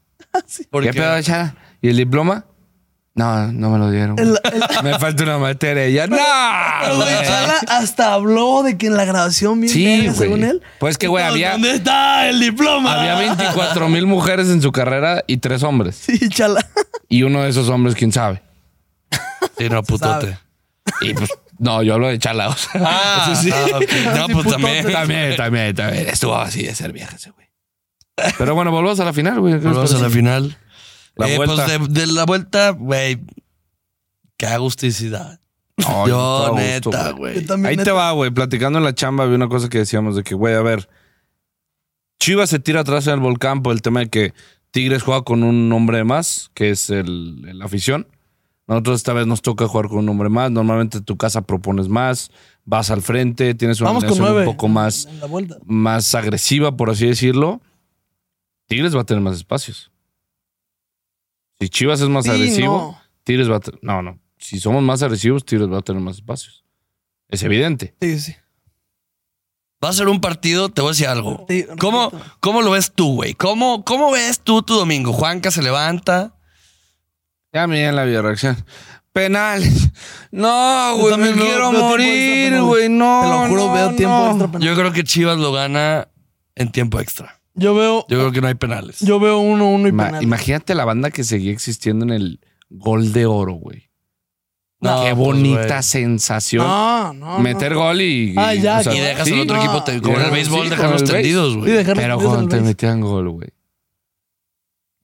[SPEAKER 2] Porque-
[SPEAKER 3] ¿Qué pedo, Chara? ¿Y el diploma? No, no me lo dieron. güey.
[SPEAKER 1] El- el-
[SPEAKER 3] Me falta una materia. Ya,
[SPEAKER 1] pero,
[SPEAKER 3] no.
[SPEAKER 1] güey,
[SPEAKER 3] güey.
[SPEAKER 1] Chala hasta habló de que en la graduación bien
[SPEAKER 3] ¿eh? Sí,
[SPEAKER 1] verga,
[SPEAKER 3] güey.
[SPEAKER 1] según él.
[SPEAKER 3] Pues que, güey,
[SPEAKER 1] No,
[SPEAKER 3] había-
[SPEAKER 1] ¿Dónde Ah. está el diploma?
[SPEAKER 3] Había 24 mil mujeres en su carrera y tres hombres.
[SPEAKER 1] Sí, Chala.
[SPEAKER 3] Y uno de esos hombres, quién sabe.
[SPEAKER 2] Sí, no, putote.
[SPEAKER 1] sabe.
[SPEAKER 3] Y pues, no, yo hablo de chala. o sea.
[SPEAKER 2] Ah, ah, ok. No,
[SPEAKER 1] Sí,
[SPEAKER 2] pues
[SPEAKER 1] putote.
[SPEAKER 2] también.
[SPEAKER 3] También, también, también. Estuvo así de ser vieja ese güey. Pero bueno, volvamos a la final, güey. ¿Qué les
[SPEAKER 2] Vamos a la
[SPEAKER 3] parece?
[SPEAKER 2] final.
[SPEAKER 3] La
[SPEAKER 2] Eh,
[SPEAKER 3] vuelta.
[SPEAKER 2] Pues de, de la vuelta, güey. Qué agusticidad.
[SPEAKER 3] Ay,
[SPEAKER 2] Yo,
[SPEAKER 3] todo a gusto,
[SPEAKER 2] neta,
[SPEAKER 3] güey.
[SPEAKER 1] Yo
[SPEAKER 2] güey.
[SPEAKER 1] también,
[SPEAKER 3] Ahí
[SPEAKER 1] neta.
[SPEAKER 3] te va, güey. Platicando en la chamba, había una cosa que decíamos de que, güey, a ver. Chivas se tira atrás en el volcán por el tema de que Tigres juega con un hombre de más, que es el, el afición. Nosotros esta vez nos toca jugar con un hombre más. Normalmente en tu casa propones más, vas al frente, tienes una
[SPEAKER 1] Vamos con
[SPEAKER 3] alineación
[SPEAKER 1] nueve.
[SPEAKER 3] un poco más,
[SPEAKER 1] En la vuelta.
[SPEAKER 3] más agresiva, por así decirlo. Tigres va a tener más espacios. Si Chivas es más
[SPEAKER 1] Sí,
[SPEAKER 3] agresivo,
[SPEAKER 1] no.
[SPEAKER 3] Tigres va a tener. No, no. Si somos más agresivos, Tigres va a tener más espacios. Es evidente.
[SPEAKER 1] Sí, sí.
[SPEAKER 2] Va a ser un partido, te voy a decir algo.
[SPEAKER 1] Sí,
[SPEAKER 2] ¿Cómo,
[SPEAKER 1] repito.
[SPEAKER 2] ¿Cómo lo ves tú, güey? ¿Cómo, ¿Cómo ves tú tu domingo? Juanca se levanta.
[SPEAKER 3] Ya miré la videoreacción. Penales.
[SPEAKER 1] Yo
[SPEAKER 3] No, güey, me
[SPEAKER 1] también veo-
[SPEAKER 3] quiero
[SPEAKER 1] veo tiempo
[SPEAKER 3] morir,
[SPEAKER 1] extra, penal.
[SPEAKER 3] güey. No.
[SPEAKER 1] Te lo juro,
[SPEAKER 3] no,
[SPEAKER 1] veo tiempo
[SPEAKER 3] no.
[SPEAKER 1] extra penal.
[SPEAKER 2] Yo creo que Chivas lo gana en tiempo extra.
[SPEAKER 1] Yo veo,
[SPEAKER 2] Yo creo que no hay penales.
[SPEAKER 1] yo veo uno, uno y
[SPEAKER 3] Ima-
[SPEAKER 1] penal.
[SPEAKER 3] imagínate la banda que seguía existiendo en el gol de oro, güey.
[SPEAKER 2] No,
[SPEAKER 3] Qué
[SPEAKER 2] pues,
[SPEAKER 3] bonita
[SPEAKER 2] güey.
[SPEAKER 3] sensación.
[SPEAKER 1] No, no.
[SPEAKER 3] Meter gol y.
[SPEAKER 1] Ah, ya,
[SPEAKER 3] o sea,
[SPEAKER 2] Y dejas al
[SPEAKER 3] sí.
[SPEAKER 2] otro
[SPEAKER 1] No.
[SPEAKER 2] equipo, te- como en el
[SPEAKER 3] Sí,
[SPEAKER 2] béisbol,
[SPEAKER 3] como
[SPEAKER 2] dejan los
[SPEAKER 3] el béis.
[SPEAKER 2] tendidos,
[SPEAKER 1] no.
[SPEAKER 2] güey.
[SPEAKER 1] Sí, dejarlo-
[SPEAKER 3] Pero
[SPEAKER 1] déjalo
[SPEAKER 3] cuando te
[SPEAKER 1] al base.
[SPEAKER 3] metían gol, güey.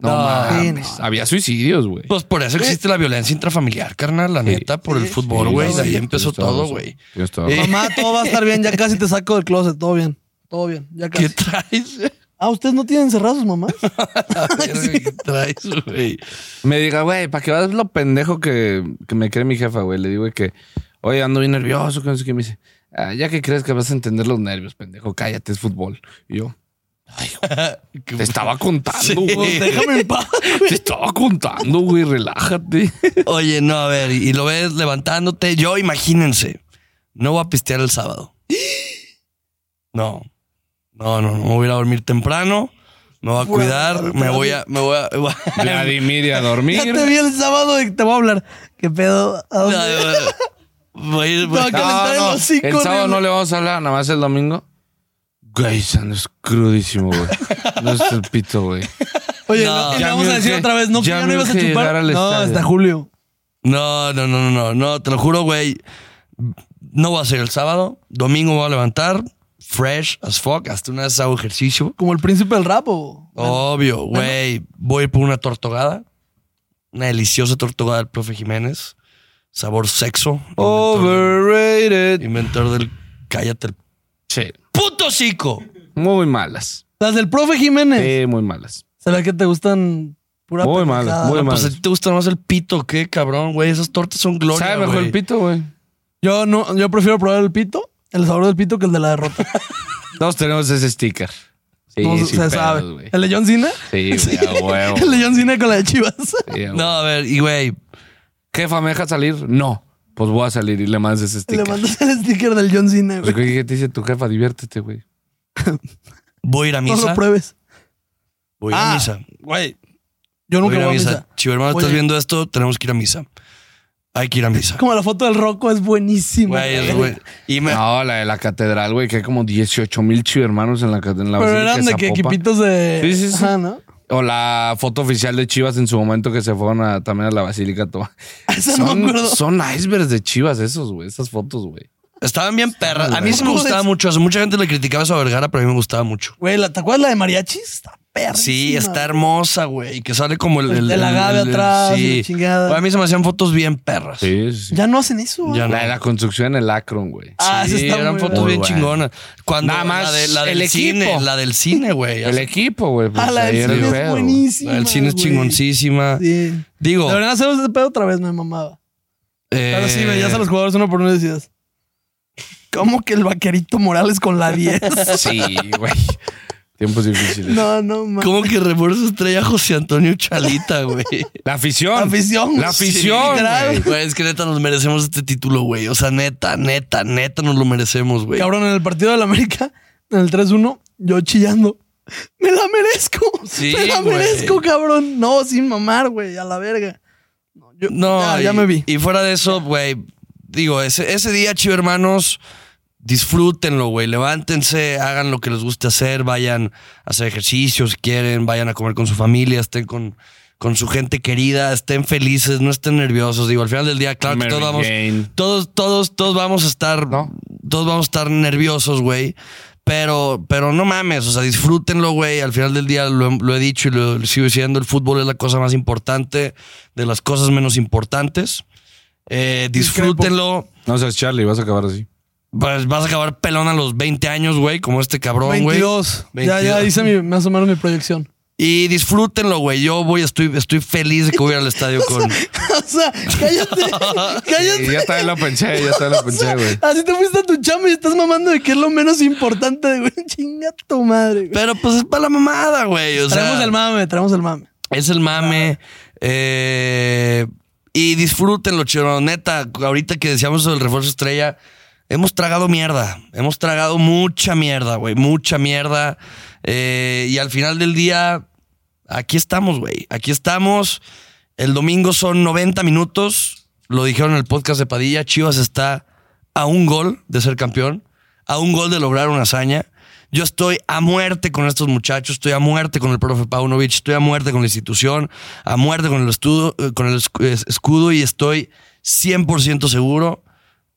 [SPEAKER 3] No,
[SPEAKER 2] No,
[SPEAKER 3] mames.
[SPEAKER 1] sí, no.
[SPEAKER 3] Había suicidios, güey.
[SPEAKER 2] Pues por eso existe la violencia intrafamiliar, carnal, la
[SPEAKER 3] Sí. pues,
[SPEAKER 2] neta, por
[SPEAKER 1] Sí.
[SPEAKER 2] el fútbol,
[SPEAKER 1] Sí,
[SPEAKER 2] güey. De
[SPEAKER 1] güey.
[SPEAKER 2] ahí empezó
[SPEAKER 3] Tienes toda
[SPEAKER 2] todo,
[SPEAKER 3] razón.
[SPEAKER 2] güey.
[SPEAKER 3] Tienes toda
[SPEAKER 2] Eh,
[SPEAKER 3] razón.
[SPEAKER 1] Mamá, todo va a estar bien. Ya casi te saco del closet. Todo bien. Todo bien. Ya
[SPEAKER 2] ¿Qué
[SPEAKER 1] casi.
[SPEAKER 2] traes?
[SPEAKER 1] Ah, ¿ustedes no tienen cerrados, mamá?
[SPEAKER 2] ¿Qué traes, güey?
[SPEAKER 3] Me diga, güey, para que veas lo pendejo que, que me cree mi jefa, güey. Le digo que, oye, ando bien nervioso, que no sé qué. Me dice, "Ah, ya que crees que vas a entender los nervios, pendejo, cállate, es fútbol. Y yo, te estaba
[SPEAKER 2] Sí.
[SPEAKER 3] contando, güey.
[SPEAKER 1] Pues déjame en paz.
[SPEAKER 3] Te estaba contando, güey, relájate.
[SPEAKER 2] Oye, no, a ver, y lo ves levantándote. Yo, imagínense, no voy a pistear el sábado. No, no, no, no. Me voy a ir a dormir temprano, me voy a
[SPEAKER 1] Pura
[SPEAKER 2] cuidar,
[SPEAKER 1] madre,
[SPEAKER 2] me voy a. Me voy a.
[SPEAKER 3] Vladimir y a
[SPEAKER 1] Ya
[SPEAKER 3] dormir.
[SPEAKER 1] te vi el sábado y te voy a hablar. ¿Qué pedo? ¿A dónde?
[SPEAKER 2] Voy a ir-
[SPEAKER 1] Tengo que calentar el hocico,
[SPEAKER 3] el sábado
[SPEAKER 1] horrible.
[SPEAKER 3] no le vamos a hablar, nada más el domingo. Güey, ando es crudísimo, güey. No es el pito, güey.
[SPEAKER 1] Oye,
[SPEAKER 2] No.
[SPEAKER 1] no, y le
[SPEAKER 3] Ya
[SPEAKER 1] vamos
[SPEAKER 3] me
[SPEAKER 1] a decir
[SPEAKER 3] urge-
[SPEAKER 1] otra vez, no, que
[SPEAKER 3] ya
[SPEAKER 1] ya no
[SPEAKER 3] me
[SPEAKER 1] ibas a
[SPEAKER 3] urge llegar
[SPEAKER 1] chupar.
[SPEAKER 3] al
[SPEAKER 1] No,
[SPEAKER 3] estadio.
[SPEAKER 1] hasta julio.
[SPEAKER 2] No, no, no, no, no, no, te lo juro, güey. No va a ser el sábado. Domingo me voy a levantar, fresh as fuck. Hasta una vez hago ejercicio.
[SPEAKER 1] Como el príncipe del rapo.
[SPEAKER 3] Oh.
[SPEAKER 2] Obvio, güey. Voy a ir por una tortogada. Una deliciosa tortogada del profe Jiménez. Sabor sexo. Inventor,
[SPEAKER 3] Overrated.
[SPEAKER 2] inventor del cállate el
[SPEAKER 3] Sí,
[SPEAKER 2] puto cico.
[SPEAKER 3] muy malas.
[SPEAKER 1] Las del profe Jiménez.
[SPEAKER 3] Sí, muy malas.
[SPEAKER 1] Se ve que te gustan Pura
[SPEAKER 3] Muy
[SPEAKER 1] pendejada.
[SPEAKER 3] malas, muy
[SPEAKER 2] Ah, pues a
[SPEAKER 3] malas.
[SPEAKER 2] ti te gusta más el pito, qué cabrón, güey. Esas tortas son gloria.
[SPEAKER 3] ¿Sabe mejor
[SPEAKER 2] güey.
[SPEAKER 3] el pito, güey?
[SPEAKER 1] Yo no, yo prefiero probar el pito, el sabor del pito que el de la derrota.
[SPEAKER 3] Todos tenemos ese sticker. Sí,
[SPEAKER 1] No, se
[SPEAKER 3] sin pedos,
[SPEAKER 1] sabe.
[SPEAKER 3] güey.
[SPEAKER 1] El de John Cena.
[SPEAKER 3] Sí, güey, a huevo.
[SPEAKER 1] El de John Cena con la de Chivas.
[SPEAKER 3] Sí, a huevo.
[SPEAKER 2] No, a ver, y güey,
[SPEAKER 3] Jefa, ¿me deja salir? No. Pues voy a salir y le mandas ese
[SPEAKER 1] Le
[SPEAKER 3] sticker.
[SPEAKER 1] mandas el sticker del John Cena,
[SPEAKER 3] Pues,
[SPEAKER 1] güey.
[SPEAKER 3] ¿Qué te dice tu jefa? Diviértete, güey.
[SPEAKER 2] voy a ir a
[SPEAKER 1] No
[SPEAKER 2] misa.
[SPEAKER 1] lo pruebes.
[SPEAKER 2] voy a ir a
[SPEAKER 1] Ah,
[SPEAKER 2] misa. Güey,
[SPEAKER 1] Yo nunca
[SPEAKER 2] voy a ir a misa. Chivo, hermano,
[SPEAKER 1] Oye.
[SPEAKER 2] estás viendo esto, tenemos que ir a misa. Hay que ir a misa.
[SPEAKER 1] Como la foto del Rocco es buenísima.
[SPEAKER 2] Güey, es
[SPEAKER 1] güey.
[SPEAKER 2] güey. Y me.
[SPEAKER 3] No, la de la catedral, güey, que hay como 18 mil chivermanos en la, cate- en la
[SPEAKER 1] Pero
[SPEAKER 3] basílica
[SPEAKER 1] eran de que
[SPEAKER 3] Zapopan.
[SPEAKER 1] equipitos de.
[SPEAKER 3] Sí, sí, sí.
[SPEAKER 1] Ajá, ¿no?
[SPEAKER 3] O la foto oficial de Chivas en su momento que se fueron a- también a la Basílica. Toma.
[SPEAKER 1] Esa no me
[SPEAKER 3] Son,
[SPEAKER 1] acuerdo.
[SPEAKER 3] son icebergs de Chivas esos, güey. Esas fotos, güey.
[SPEAKER 2] Estaban bien perras. A mí sí me
[SPEAKER 1] ¿Cómo
[SPEAKER 2] gustaba
[SPEAKER 1] es?
[SPEAKER 2] mucho. eso. Mucha gente le criticaba eso a Vergara, pero a mí me gustaba mucho.
[SPEAKER 1] Güey, ¿la- ¿te acuerdas la de mariachis? Está perra.
[SPEAKER 2] Sí, está hermosa, güey. Que sale como el.
[SPEAKER 1] El agave atrás, y la chingada.
[SPEAKER 2] Güey, a mí se me hacían fotos bien perras.
[SPEAKER 3] Sí, sí.
[SPEAKER 1] Ya no hacen eso.
[SPEAKER 2] Ya
[SPEAKER 1] güey.
[SPEAKER 2] no.
[SPEAKER 3] La de la construcción en el Akron, güey.
[SPEAKER 1] Ah, esa
[SPEAKER 2] sí,
[SPEAKER 1] está
[SPEAKER 2] eran
[SPEAKER 1] muy
[SPEAKER 2] fotos
[SPEAKER 1] buena.
[SPEAKER 2] bien
[SPEAKER 3] buena.
[SPEAKER 2] chingonas. Cuando
[SPEAKER 3] Nada más
[SPEAKER 2] la, de, la
[SPEAKER 3] el
[SPEAKER 2] del cine,
[SPEAKER 3] equipo.
[SPEAKER 2] la del cine, güey.
[SPEAKER 3] El equipo, güey. Pues,
[SPEAKER 1] Ah, la
[SPEAKER 3] ahí
[SPEAKER 1] del
[SPEAKER 3] era el
[SPEAKER 1] cine es
[SPEAKER 3] pedo.
[SPEAKER 1] buenísima.
[SPEAKER 2] La del cine es
[SPEAKER 1] güey.
[SPEAKER 2] chingoncísima. Oh.
[SPEAKER 1] Sí.
[SPEAKER 2] Digo, eh,
[SPEAKER 1] Deberían hacer ese pedo otra vez, me mamaba. Pero sí, veías a los jugadores uno por uno y decías. ¿Cómo que el vaquerito Morales con la 10?
[SPEAKER 3] Sí, güey. Tiempos difíciles.
[SPEAKER 1] no, no, mames.
[SPEAKER 2] ¿Cómo que refuerzo estrella José Antonio Chalita, güey?
[SPEAKER 3] La afición.
[SPEAKER 1] La afición.
[SPEAKER 3] La afición,
[SPEAKER 1] Sí, literal.
[SPEAKER 3] güey.
[SPEAKER 2] Güey, es que neta nos merecemos este título, güey. O sea, neta, neta, neta nos lo merecemos, güey.
[SPEAKER 1] Cabrón, en el partido de la América, en el 3-1, yo chillando. Me la merezco.
[SPEAKER 2] Sí,
[SPEAKER 1] me la
[SPEAKER 2] güey.
[SPEAKER 1] merezco, cabrón. No, sin mamar, güey, a la verga. No, yo-
[SPEAKER 2] No,
[SPEAKER 1] ya,
[SPEAKER 2] y-
[SPEAKER 1] ya me vi.
[SPEAKER 2] Y fuera de eso, güey, digo, ese, ese día, chido hermanos, disfrútenlo, güey. Levántense, hagan lo que les guste hacer, vayan a hacer ejercicios si quieren, vayan a comer con su familia, estén con, con su gente querida, estén felices, no estén nerviosos. Digo, al final del día, claro que
[SPEAKER 3] Mary
[SPEAKER 2] todos vamos,
[SPEAKER 3] Jane.
[SPEAKER 2] todos, todos, todos vamos a estar,
[SPEAKER 3] No.
[SPEAKER 2] todos vamos a estar nerviosos, güey. Pero, pero no mames, o sea, disfrútenlo, güey. Al final del día lo, lo he dicho y lo sigo diciendo, el fútbol es la cosa más importante, de las cosas menos importantes. Eh,
[SPEAKER 1] Discrepo.
[SPEAKER 2] disfrútenlo.
[SPEAKER 3] No seas Charlie, vas a acabar así.
[SPEAKER 2] Pues vas a acabar pelón a los 20 años, güey, como este cabrón, güey.
[SPEAKER 1] 22. Ya,
[SPEAKER 2] 22.
[SPEAKER 1] ya hice mi, más o menos mi proyección.
[SPEAKER 2] Y disfrútenlo, güey. Yo voy, estoy, estoy feliz de que voy a ir al estadio con.
[SPEAKER 1] o sea, cállate. cállate.
[SPEAKER 3] Sí, ya también lo pensé, ya también lo pensé, güey.
[SPEAKER 1] Así te fuiste a tu chamba y estás mamando de que es lo menos importante, güey. Chinga tu madre, güey.
[SPEAKER 2] Pero pues es para la mamada, güey. O sea,
[SPEAKER 1] traemos el mame, traemos el mame.
[SPEAKER 2] Es el mame. eh, y disfrútenlo, chero. Neta, ahorita que decíamos sobre el refuerzo estrella, hemos tragado mierda. Hemos tragado mucha mierda, güey. Mucha mierda. Eh, y al final del día, aquí estamos, güey. Aquí estamos. El domingo son 90 minutos. Lo dijeron en el podcast de Padilla. Chivas está a un gol de ser campeón, a un gol de lograr una hazaña. Yo estoy a muerte con estos muchachos, estoy a muerte con el profe Paunovic, estoy a muerte con la institución, a muerte con el, estudo, eh, con el escu- es- escudo y estoy 100% seguro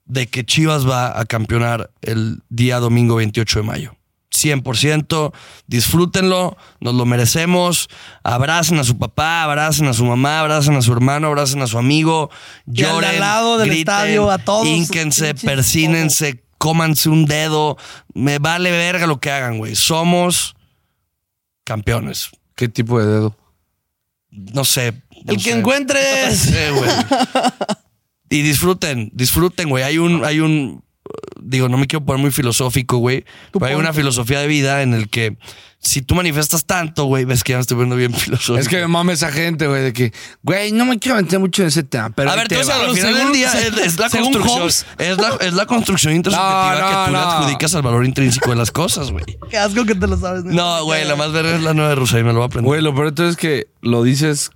[SPEAKER 2] de que Chivas va a campeonar el día domingo 28 de mayo. 100%, disfrútenlo, nos lo merecemos, abracen a su papá, abracen a su mamá, abracen a su hermano, abracen a su amigo,
[SPEAKER 1] Y al de
[SPEAKER 2] lloren,
[SPEAKER 1] al lado del
[SPEAKER 2] griten,
[SPEAKER 1] estadio, a todos,
[SPEAKER 2] hínquense,
[SPEAKER 1] pinches,
[SPEAKER 2] persínense, cómanse un dedo, me vale verga lo que hagan, güey, somos campeones,
[SPEAKER 3] ¿Qué tipo de dedo?
[SPEAKER 2] no sé. no
[SPEAKER 1] El que
[SPEAKER 2] sé.
[SPEAKER 1] encuentres.
[SPEAKER 2] Sí, güey. Y disfruten, disfruten, güey. Hay un, hay un, digo, no me quiero poner muy filosófico, güey,
[SPEAKER 1] Tú
[SPEAKER 2] pero hay una
[SPEAKER 1] ponte.
[SPEAKER 2] filosofía de vida en el que si tú manifestas tanto, güey, ves que ya me estoy poniendo bien filosófico.
[SPEAKER 3] Es que me mama esa gente, güey, de que, güey, no me quiero meter mucho en ese tema, pero.
[SPEAKER 2] a
[SPEAKER 3] ahí
[SPEAKER 2] ver,
[SPEAKER 3] te
[SPEAKER 2] tú
[SPEAKER 3] va.
[SPEAKER 2] sabes, al
[SPEAKER 1] Pero
[SPEAKER 2] final del
[SPEAKER 1] según-
[SPEAKER 2] día eh, es, es la
[SPEAKER 1] según
[SPEAKER 2] construcción,
[SPEAKER 1] Hobbes.
[SPEAKER 2] es la, es la construcción intersubjetiva
[SPEAKER 3] No,
[SPEAKER 2] que tú le
[SPEAKER 3] no, no.
[SPEAKER 2] adjudicas al valor intrínseco de las cosas, güey.
[SPEAKER 1] Qué asco que te lo sabes. neta.
[SPEAKER 2] No, güey, la más verga es la nueva de Rusia y me lo voy a aprender.
[SPEAKER 3] Güey, lo peor de todo es que lo dices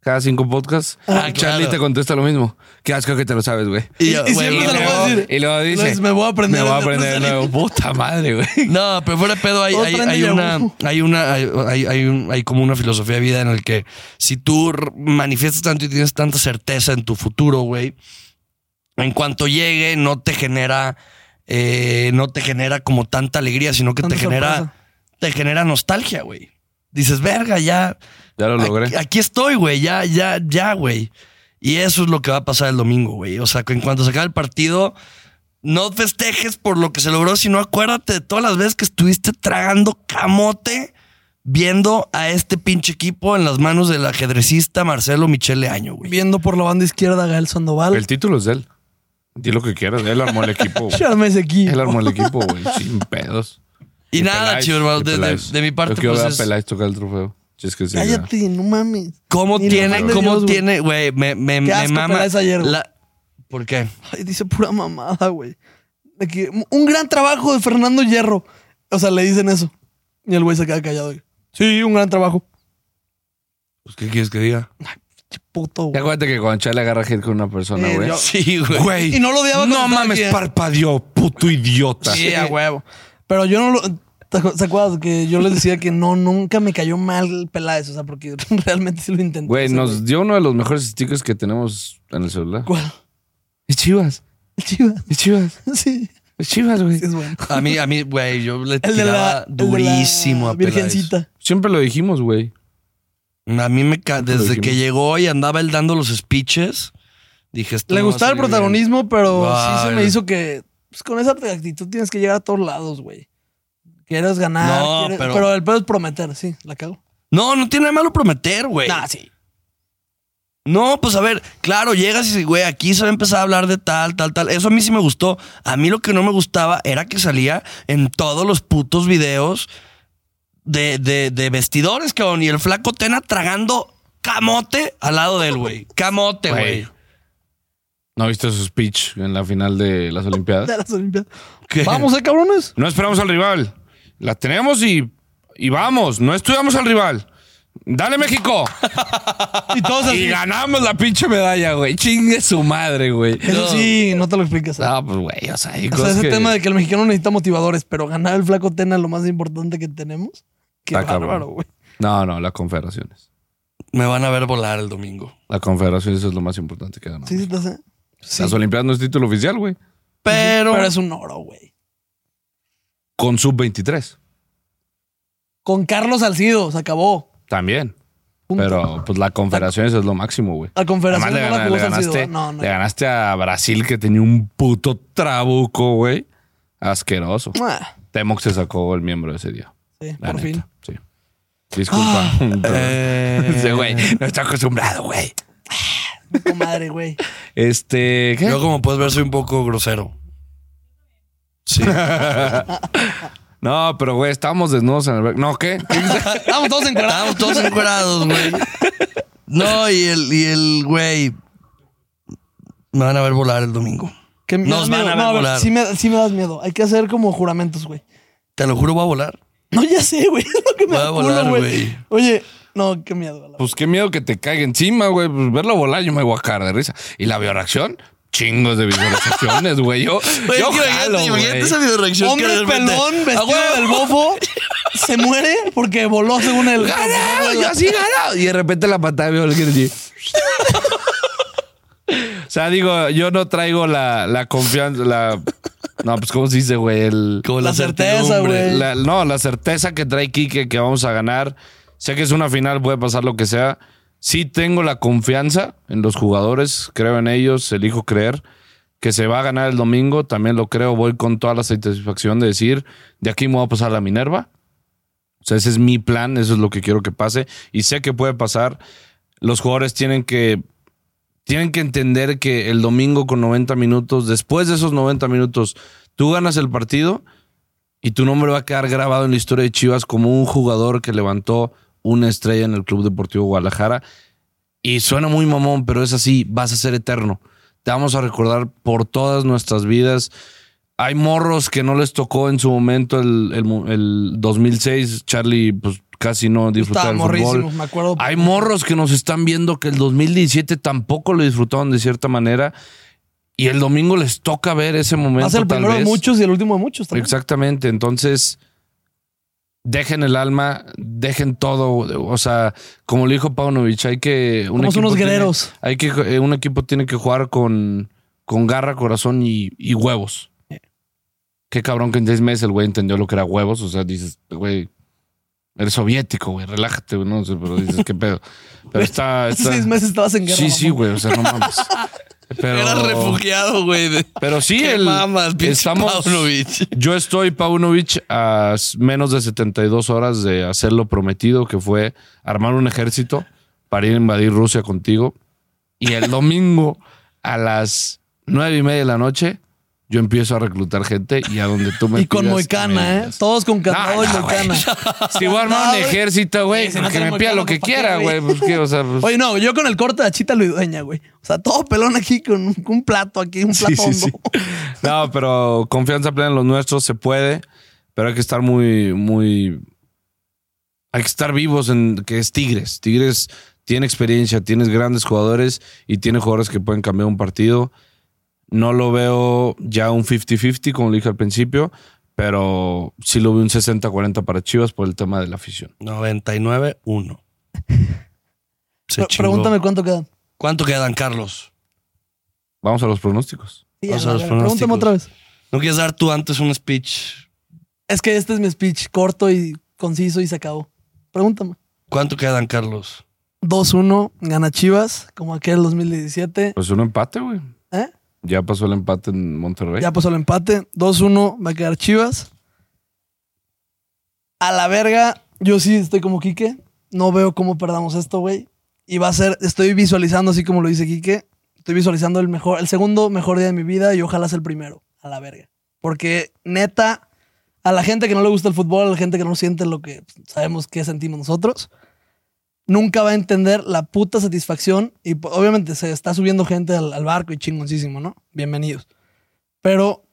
[SPEAKER 3] cada cinco podcasts.
[SPEAKER 2] Ah,
[SPEAKER 3] Charlie
[SPEAKER 2] claro.
[SPEAKER 3] te contesta lo mismo. Qué asco que te lo sabes, güey.
[SPEAKER 1] Y,
[SPEAKER 2] yo,
[SPEAKER 1] y
[SPEAKER 2] güey,
[SPEAKER 1] siempre
[SPEAKER 2] y
[SPEAKER 1] te lo voy
[SPEAKER 2] luego-
[SPEAKER 1] a decir.
[SPEAKER 3] Y luego dice,
[SPEAKER 1] Entonces, me voy a aprender.
[SPEAKER 3] Me voy a
[SPEAKER 1] el de
[SPEAKER 3] aprender de
[SPEAKER 1] Rosalía.
[SPEAKER 3] nuevo. Puta madre, güey.
[SPEAKER 2] No, pero fuera de pedo, hay, hay,
[SPEAKER 1] Otra en
[SPEAKER 2] hay
[SPEAKER 1] el
[SPEAKER 2] una,
[SPEAKER 1] dibujo.
[SPEAKER 2] hay una, hay, hay- hay un- hay como una filosofía de vida en el que si tú r- manifiestas tanto y tienes tanta certeza en tu futuro, güey, en cuanto llegue, no te genera, eh, no te genera como tanta alegría, sino que
[SPEAKER 1] Tanta
[SPEAKER 2] te genera,
[SPEAKER 1] sorpresa.
[SPEAKER 2] te genera nostalgia, güey. Dices, verga, ya,
[SPEAKER 3] Ya lo
[SPEAKER 2] aquí,
[SPEAKER 3] logré.
[SPEAKER 2] aquí estoy, güey, ya, ya, ya, güey. Y eso es lo que va a pasar el domingo, güey. O sea, que en cuanto se acabe el partido, no festejes por lo que se logró, sino acuérdate de todas las veces que estuviste tragando camote viendo a este pinche equipo en las manos del ajedrecista Marcelo Michele Año, güey.
[SPEAKER 1] Viendo por la banda izquierda a Gael Sandoval.
[SPEAKER 3] El título es de él. Di lo que quieras. Él armó el equipo. güey.
[SPEAKER 1] Charme ese equipo.
[SPEAKER 3] Él armó el equipo, güey. Sin pedos.
[SPEAKER 2] Y nada,
[SPEAKER 3] Peláez,
[SPEAKER 2] chido, hermano,
[SPEAKER 3] y
[SPEAKER 2] de- de-
[SPEAKER 3] Peláez.
[SPEAKER 2] de mi parte,
[SPEAKER 3] Yo quiero
[SPEAKER 2] pues,
[SPEAKER 3] ver a
[SPEAKER 2] es-
[SPEAKER 3] Peláez tocar el trofeo. Si es que sí,
[SPEAKER 1] Cállate, no mames.
[SPEAKER 2] ¿Cómo
[SPEAKER 1] Ni
[SPEAKER 2] tiene,
[SPEAKER 1] lo de
[SPEAKER 2] cómo
[SPEAKER 1] Dios, güey.
[SPEAKER 2] tiene, güey? Me, me,
[SPEAKER 1] Qué
[SPEAKER 2] me
[SPEAKER 1] asco,
[SPEAKER 2] mama.
[SPEAKER 1] Peláez, ayer, güey.
[SPEAKER 2] la- ¿Por qué?
[SPEAKER 1] Ay, dice pura mamada, güey. De que un gran trabajo de Fernando Hierro. O sea, le dicen eso. Y el güey se queda callado. güey. Sí, un gran trabajo.
[SPEAKER 2] Pues, ¿qué quieres que diga?
[SPEAKER 1] Qué puto, güey.
[SPEAKER 3] Ya acuérdate que cuando Chale agarra hate con una persona,
[SPEAKER 1] Eh,
[SPEAKER 3] güey.
[SPEAKER 1] yo-
[SPEAKER 2] Sí, güey.
[SPEAKER 3] Güey.
[SPEAKER 1] Y no lo odiaba cuando
[SPEAKER 3] No
[SPEAKER 1] estaba
[SPEAKER 3] mames,
[SPEAKER 1] aquí, ¿eh?
[SPEAKER 3] parpadeó, puto idiota.
[SPEAKER 2] Sí, a
[SPEAKER 1] huevo. Pero yo no lo. ¿Te acu- te acuerdas que yo les decía que no, nunca me cayó mal Peláez? O sea, porque realmente sí lo intenté.
[SPEAKER 3] Güey,
[SPEAKER 1] ese
[SPEAKER 3] nos dio uno de los mejores stickers que tenemos en el celular.
[SPEAKER 1] ¿Cuál?
[SPEAKER 3] Es Chivas,
[SPEAKER 1] El Chivas.
[SPEAKER 3] es Chivas,
[SPEAKER 1] Sí,
[SPEAKER 3] es Chivas, güey.
[SPEAKER 1] sí es bueno.
[SPEAKER 2] A mí, a mí, güey, yo le
[SPEAKER 1] El de
[SPEAKER 2] tiraba
[SPEAKER 1] la. el de la
[SPEAKER 2] durísimo a Peláez.
[SPEAKER 1] Virgencita.
[SPEAKER 3] Siempre lo dijimos, güey.
[SPEAKER 2] A mí me ca-
[SPEAKER 3] Lo
[SPEAKER 2] desde
[SPEAKER 3] dijimos.
[SPEAKER 2] que llegó y andaba él dando los speeches, dije esto
[SPEAKER 1] Le
[SPEAKER 2] no va a
[SPEAKER 1] gustaba el
[SPEAKER 2] salir bien.
[SPEAKER 1] protagonismo, pero sí se
[SPEAKER 2] Vale.
[SPEAKER 1] me hizo que pues, con esa actitud tienes que llegar a todos lados, güey. Quieres ganar,
[SPEAKER 2] No,
[SPEAKER 1] quieres- pero...
[SPEAKER 2] pero-
[SPEAKER 1] el pedo es prometer, sí, la cago.
[SPEAKER 2] No, no tiene nada de malo prometer, güey.
[SPEAKER 1] Nah, sí.
[SPEAKER 2] No, pues a ver, claro, llegas y, güey, aquí se va a empezar a hablar de tal, tal, tal. Eso a mí sí me gustó. A mí lo que no me gustaba era que salía en todos los putos videos de, de, de vestidores, cabrón. Y el flaco Tena tragando camote al lado del güey. Camote,
[SPEAKER 3] Güey.
[SPEAKER 2] güey.
[SPEAKER 3] ¿No viste su speech en la final de las Olimpiadas?
[SPEAKER 1] De las Olimpiadas.
[SPEAKER 2] ¿Qué?
[SPEAKER 1] Vamos, eh, cabrones.
[SPEAKER 3] No esperamos al rival. La tenemos y, y vamos. No estudiamos al rival. Dale, México.
[SPEAKER 1] Y todos así.
[SPEAKER 3] Y ganamos la pinche medalla, güey. Chingue su madre, güey.
[SPEAKER 1] Eso sí, no te lo explicas.
[SPEAKER 3] No, pues, güey, o sea, hay
[SPEAKER 1] O sea,
[SPEAKER 3] cosas
[SPEAKER 1] ese
[SPEAKER 3] que-
[SPEAKER 1] tema de que el mexicano necesita motivadores, pero ganar el flaco Tena es lo más importante que tenemos. Qué
[SPEAKER 3] Está cabrón.
[SPEAKER 1] bárbaro, güey.
[SPEAKER 3] No, no, las confederaciones.
[SPEAKER 2] Me van a ver volar el domingo.
[SPEAKER 3] La confederación, eso es lo más importante que ganamos.
[SPEAKER 1] Sí, sí, te hace- sí.
[SPEAKER 3] Las Olimpiadas no es título oficial, güey.
[SPEAKER 2] Pero,
[SPEAKER 1] Pero es un oro, güey.
[SPEAKER 3] Con sub-23.
[SPEAKER 1] Con Carlos Salcido, se acabó.
[SPEAKER 3] También.
[SPEAKER 1] Punto.
[SPEAKER 3] Pero pues la confederación eso es lo máximo, güey.
[SPEAKER 1] la
[SPEAKER 3] Además
[SPEAKER 1] confederación
[SPEAKER 3] le,
[SPEAKER 1] no la
[SPEAKER 3] gana-
[SPEAKER 1] jugó
[SPEAKER 3] le
[SPEAKER 1] Salcido. ¿eh?
[SPEAKER 3] ganaste,
[SPEAKER 1] No, no.
[SPEAKER 3] le ganaste a Brasil que tenía un puto trabuco, güey. Asqueroso.
[SPEAKER 1] Ah,
[SPEAKER 3] Temox se sacó el miembro ese día.
[SPEAKER 1] sí,
[SPEAKER 3] La
[SPEAKER 1] por
[SPEAKER 3] neta.
[SPEAKER 1] fin.
[SPEAKER 3] Sí. Disculpa.
[SPEAKER 2] eh,
[SPEAKER 3] Ese güey, no está acostumbrado, güey.
[SPEAKER 1] Comadre, güey.
[SPEAKER 3] Este, ¿qué?
[SPEAKER 2] yo como puedes ver soy un poco grosero. Sí.
[SPEAKER 3] No, pero güey, estábamos desnudos en el... ber- No, ¿qué?
[SPEAKER 1] Vamos todos encuadrados.
[SPEAKER 2] Estábamos todos encuerados, güey. No, y el, y el güey. Me van a ver volar el domingo.
[SPEAKER 1] Que me
[SPEAKER 2] Nos
[SPEAKER 1] das
[SPEAKER 2] van
[SPEAKER 1] miedo.
[SPEAKER 2] a ver
[SPEAKER 1] No,
[SPEAKER 2] volar.
[SPEAKER 1] Sí me, sí me das miedo. Hay que hacer como juramentos, güey.
[SPEAKER 2] Te lo juro, voy a volar.
[SPEAKER 1] No, ya sé, güey. Es lo que me
[SPEAKER 2] Voy a
[SPEAKER 1] da
[SPEAKER 2] volar,
[SPEAKER 1] culo, güey.
[SPEAKER 2] güey.
[SPEAKER 1] Oye, no, qué miedo. la verdad.
[SPEAKER 3] Pues qué miedo que te caiga encima, güey. Pues verlo volar, yo me voy a cagar de risa. Y la bioreacción, chingos de visualizaciones, güey. Yo, yo jalo, güey.
[SPEAKER 2] videoreacción.
[SPEAKER 1] Hombre pelón vestido del bofo se muere porque voló según el. Ah,
[SPEAKER 3] ¡Ganado! ¡Yo sí ganado! Y de repente la patada veo a alguien así. O sea, digo, yo no traigo la, la confianza, la... No, pues ¿cómo se dice, güey? El...
[SPEAKER 2] Como
[SPEAKER 1] La
[SPEAKER 2] la
[SPEAKER 1] certeza,
[SPEAKER 2] certeza,
[SPEAKER 1] güey.
[SPEAKER 2] güey.
[SPEAKER 3] La- no, la certeza que trae Quique que vamos a ganar. Sé que es una final, puede pasar lo que sea. Sí tengo la confianza en los jugadores, creo en ellos, elijo creer que se va a ganar el domingo, también lo creo, voy con toda la satisfacción de decir, de aquí me voy a pasar a Minerva. O sea, ese es mi plan, eso es lo que quiero que pase y sé que puede pasar. Los jugadores tienen que tienen que entender que el domingo con 90 minutos, después de esos 90 minutos, tú ganas el partido y tu nombre va a quedar grabado en la historia de Chivas como un jugador que levantó una estrella en el Club Deportivo Guadalajara. Y suena muy mamón, pero es así, vas a ser eterno. Te vamos a recordar por todas nuestras vidas. Hay morros que no les tocó en su momento el, el mu- el 2006. Charlie pues, casi no disfrutaba
[SPEAKER 1] Estaba
[SPEAKER 3] del
[SPEAKER 1] morrísimo,
[SPEAKER 3] fútbol.
[SPEAKER 1] me acuerdo.
[SPEAKER 3] Hay morros que nos están viendo que el 2017 tampoco lo disfrutaron de cierta manera. Y el domingo les toca ver ese momento.
[SPEAKER 1] Va a ser el
[SPEAKER 3] tal
[SPEAKER 1] primero de
[SPEAKER 3] vez.
[SPEAKER 1] muchos y el último de muchos también.
[SPEAKER 3] Exactamente. Entonces, dejen el alma, dejen todo. O sea, como lo dijo Paunovic, hay que. un
[SPEAKER 1] Somos
[SPEAKER 3] equipo
[SPEAKER 1] unos
[SPEAKER 3] tiene-
[SPEAKER 1] guerreros.
[SPEAKER 3] hay que, eh, un equipo tiene que jugar con, con garra, corazón y, y huevos. Qué cabrón que en seis meses el güey entendió lo que era huevos. O sea, dices, güey, eres soviético, güey, relájate, güey. No sé, pero dices, qué pedo. Pero está.
[SPEAKER 1] Hace
[SPEAKER 3] está
[SPEAKER 1] seis meses estabas en guerra.
[SPEAKER 3] sí, sí,
[SPEAKER 1] mamón.
[SPEAKER 3] güey. O sea, no mames. pero.
[SPEAKER 2] Era refugiado, güey. de-
[SPEAKER 3] Pero sí,
[SPEAKER 2] Qué
[SPEAKER 3] el,
[SPEAKER 2] mamas, pinche
[SPEAKER 3] estamos.
[SPEAKER 2] Paunovic.
[SPEAKER 3] Yo estoy, Paunovic, a s- menos de 72 horas de hacer lo prometido, que fue armar un ejército para ir a invadir Rusia contigo. Y el domingo a las nueve y media de la noche, yo empiezo a reclutar gente y a donde tú me
[SPEAKER 1] Y con
[SPEAKER 3] pidas,
[SPEAKER 1] Moicana,
[SPEAKER 3] me
[SPEAKER 1] ¿eh?
[SPEAKER 3] envías.
[SPEAKER 1] Todos con candado y
[SPEAKER 3] no, güey.
[SPEAKER 1] Moicana.
[SPEAKER 3] Si voy a armar
[SPEAKER 1] No,
[SPEAKER 3] un
[SPEAKER 1] güey.
[SPEAKER 3] ejército, güey,
[SPEAKER 1] Sí, si no
[SPEAKER 3] que me
[SPEAKER 1] tenemos
[SPEAKER 3] pida lo
[SPEAKER 1] carro,
[SPEAKER 3] que
[SPEAKER 1] ¿pa' qué,
[SPEAKER 3] quiera, güey.
[SPEAKER 1] güey?
[SPEAKER 3] Pues, ¿qué? o sea, pues-
[SPEAKER 1] Oye, no, yo con el corte de Achita Luidueña, güey. O sea, todo pelón aquí con un, con un plato aquí, un plato hondo.
[SPEAKER 3] No, pero confianza plena en los nuestros se puede, pero hay que estar muy, muy. Hay que estar vivos en que es Tigres. Tigres tiene experiencia, tienes grandes jugadores y tiene jugadores que pueden cambiar un partido. No lo veo ya un 50-50, como le dije al principio, pero sí lo veo un 60-40 para Chivas por el tema de la afición.
[SPEAKER 2] 99-1. Se
[SPEAKER 1] Pre-
[SPEAKER 2] chingó.
[SPEAKER 1] Pregúntame cuánto quedan.
[SPEAKER 2] ¿Cuánto quedan, Carlos?
[SPEAKER 3] Vamos a los pronósticos.
[SPEAKER 1] Sí,
[SPEAKER 2] Vamos
[SPEAKER 1] a la
[SPEAKER 2] a los
[SPEAKER 1] verga. Pregúntame
[SPEAKER 2] pronósticos.
[SPEAKER 1] otra vez.
[SPEAKER 2] ¿No quieres dar tú antes un speech?
[SPEAKER 1] Es que este es mi speech corto y conciso y se acabó. Pregúntame.
[SPEAKER 2] ¿Cuánto quedan, Carlos?
[SPEAKER 1] 2-1, gana Chivas, como aquel 2017.
[SPEAKER 3] Pues un empate, güey.
[SPEAKER 1] ¿Eh?
[SPEAKER 3] Ya pasó el empate en Monterrey.
[SPEAKER 1] Ya pasó el empate. 2-1 va a quedar Chivas. A la verga, yo sí estoy como Quique. No veo cómo perdamos esto, güey. Y va a ser, estoy visualizando, así como lo dice Quique, estoy visualizando el mejor, el segundo mejor día de mi vida y ojalá sea el primero. A la verga. Porque neta, a la gente que no le gusta el fútbol, a la gente que no siente lo que pues, sabemos que sentimos nosotros, nunca va a entender la puta satisfacción. Y po- obviamente se está subiendo gente al- al barco y chingoncísimo, ¿no? Bienvenidos. Pero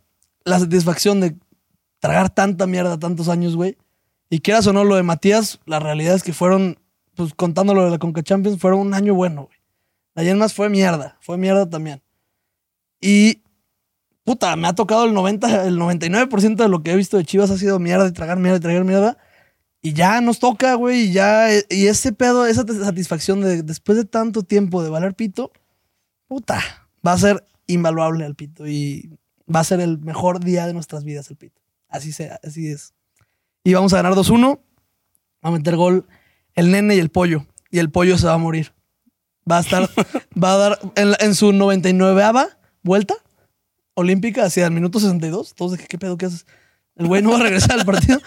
[SPEAKER 1] la satisfacción de tragar tanta mierda tantos años, güey. Y quieras o no, lo de Matías, la realidad es que fueron, pues contando lo de la Conca Champions, fueron un año bueno, güey. De ahí en más fue mierda, fue mierda también. Y, puta, me ha tocado el 90, el 99% de lo que he visto de Chivas ha sido mierda y tragar mierda y tragar mierda. Y ya nos toca, güey, y ya, y ese pedo, esa satisfacción de después de tanto tiempo de valer pito, puta, va a ser invaluable al pito y va a ser el mejor día de nuestras vidas el pito. Así sea, así es. Y vamos a ganar 2-1. Va a meter gol el nene y el pollo. Y el pollo se va a morir. Va a estar, va a dar en, la- en su 99ava vuelta olímpica hacia el minuto 62. Todos de que, qué pedo que haces. El güey no va a regresar al partido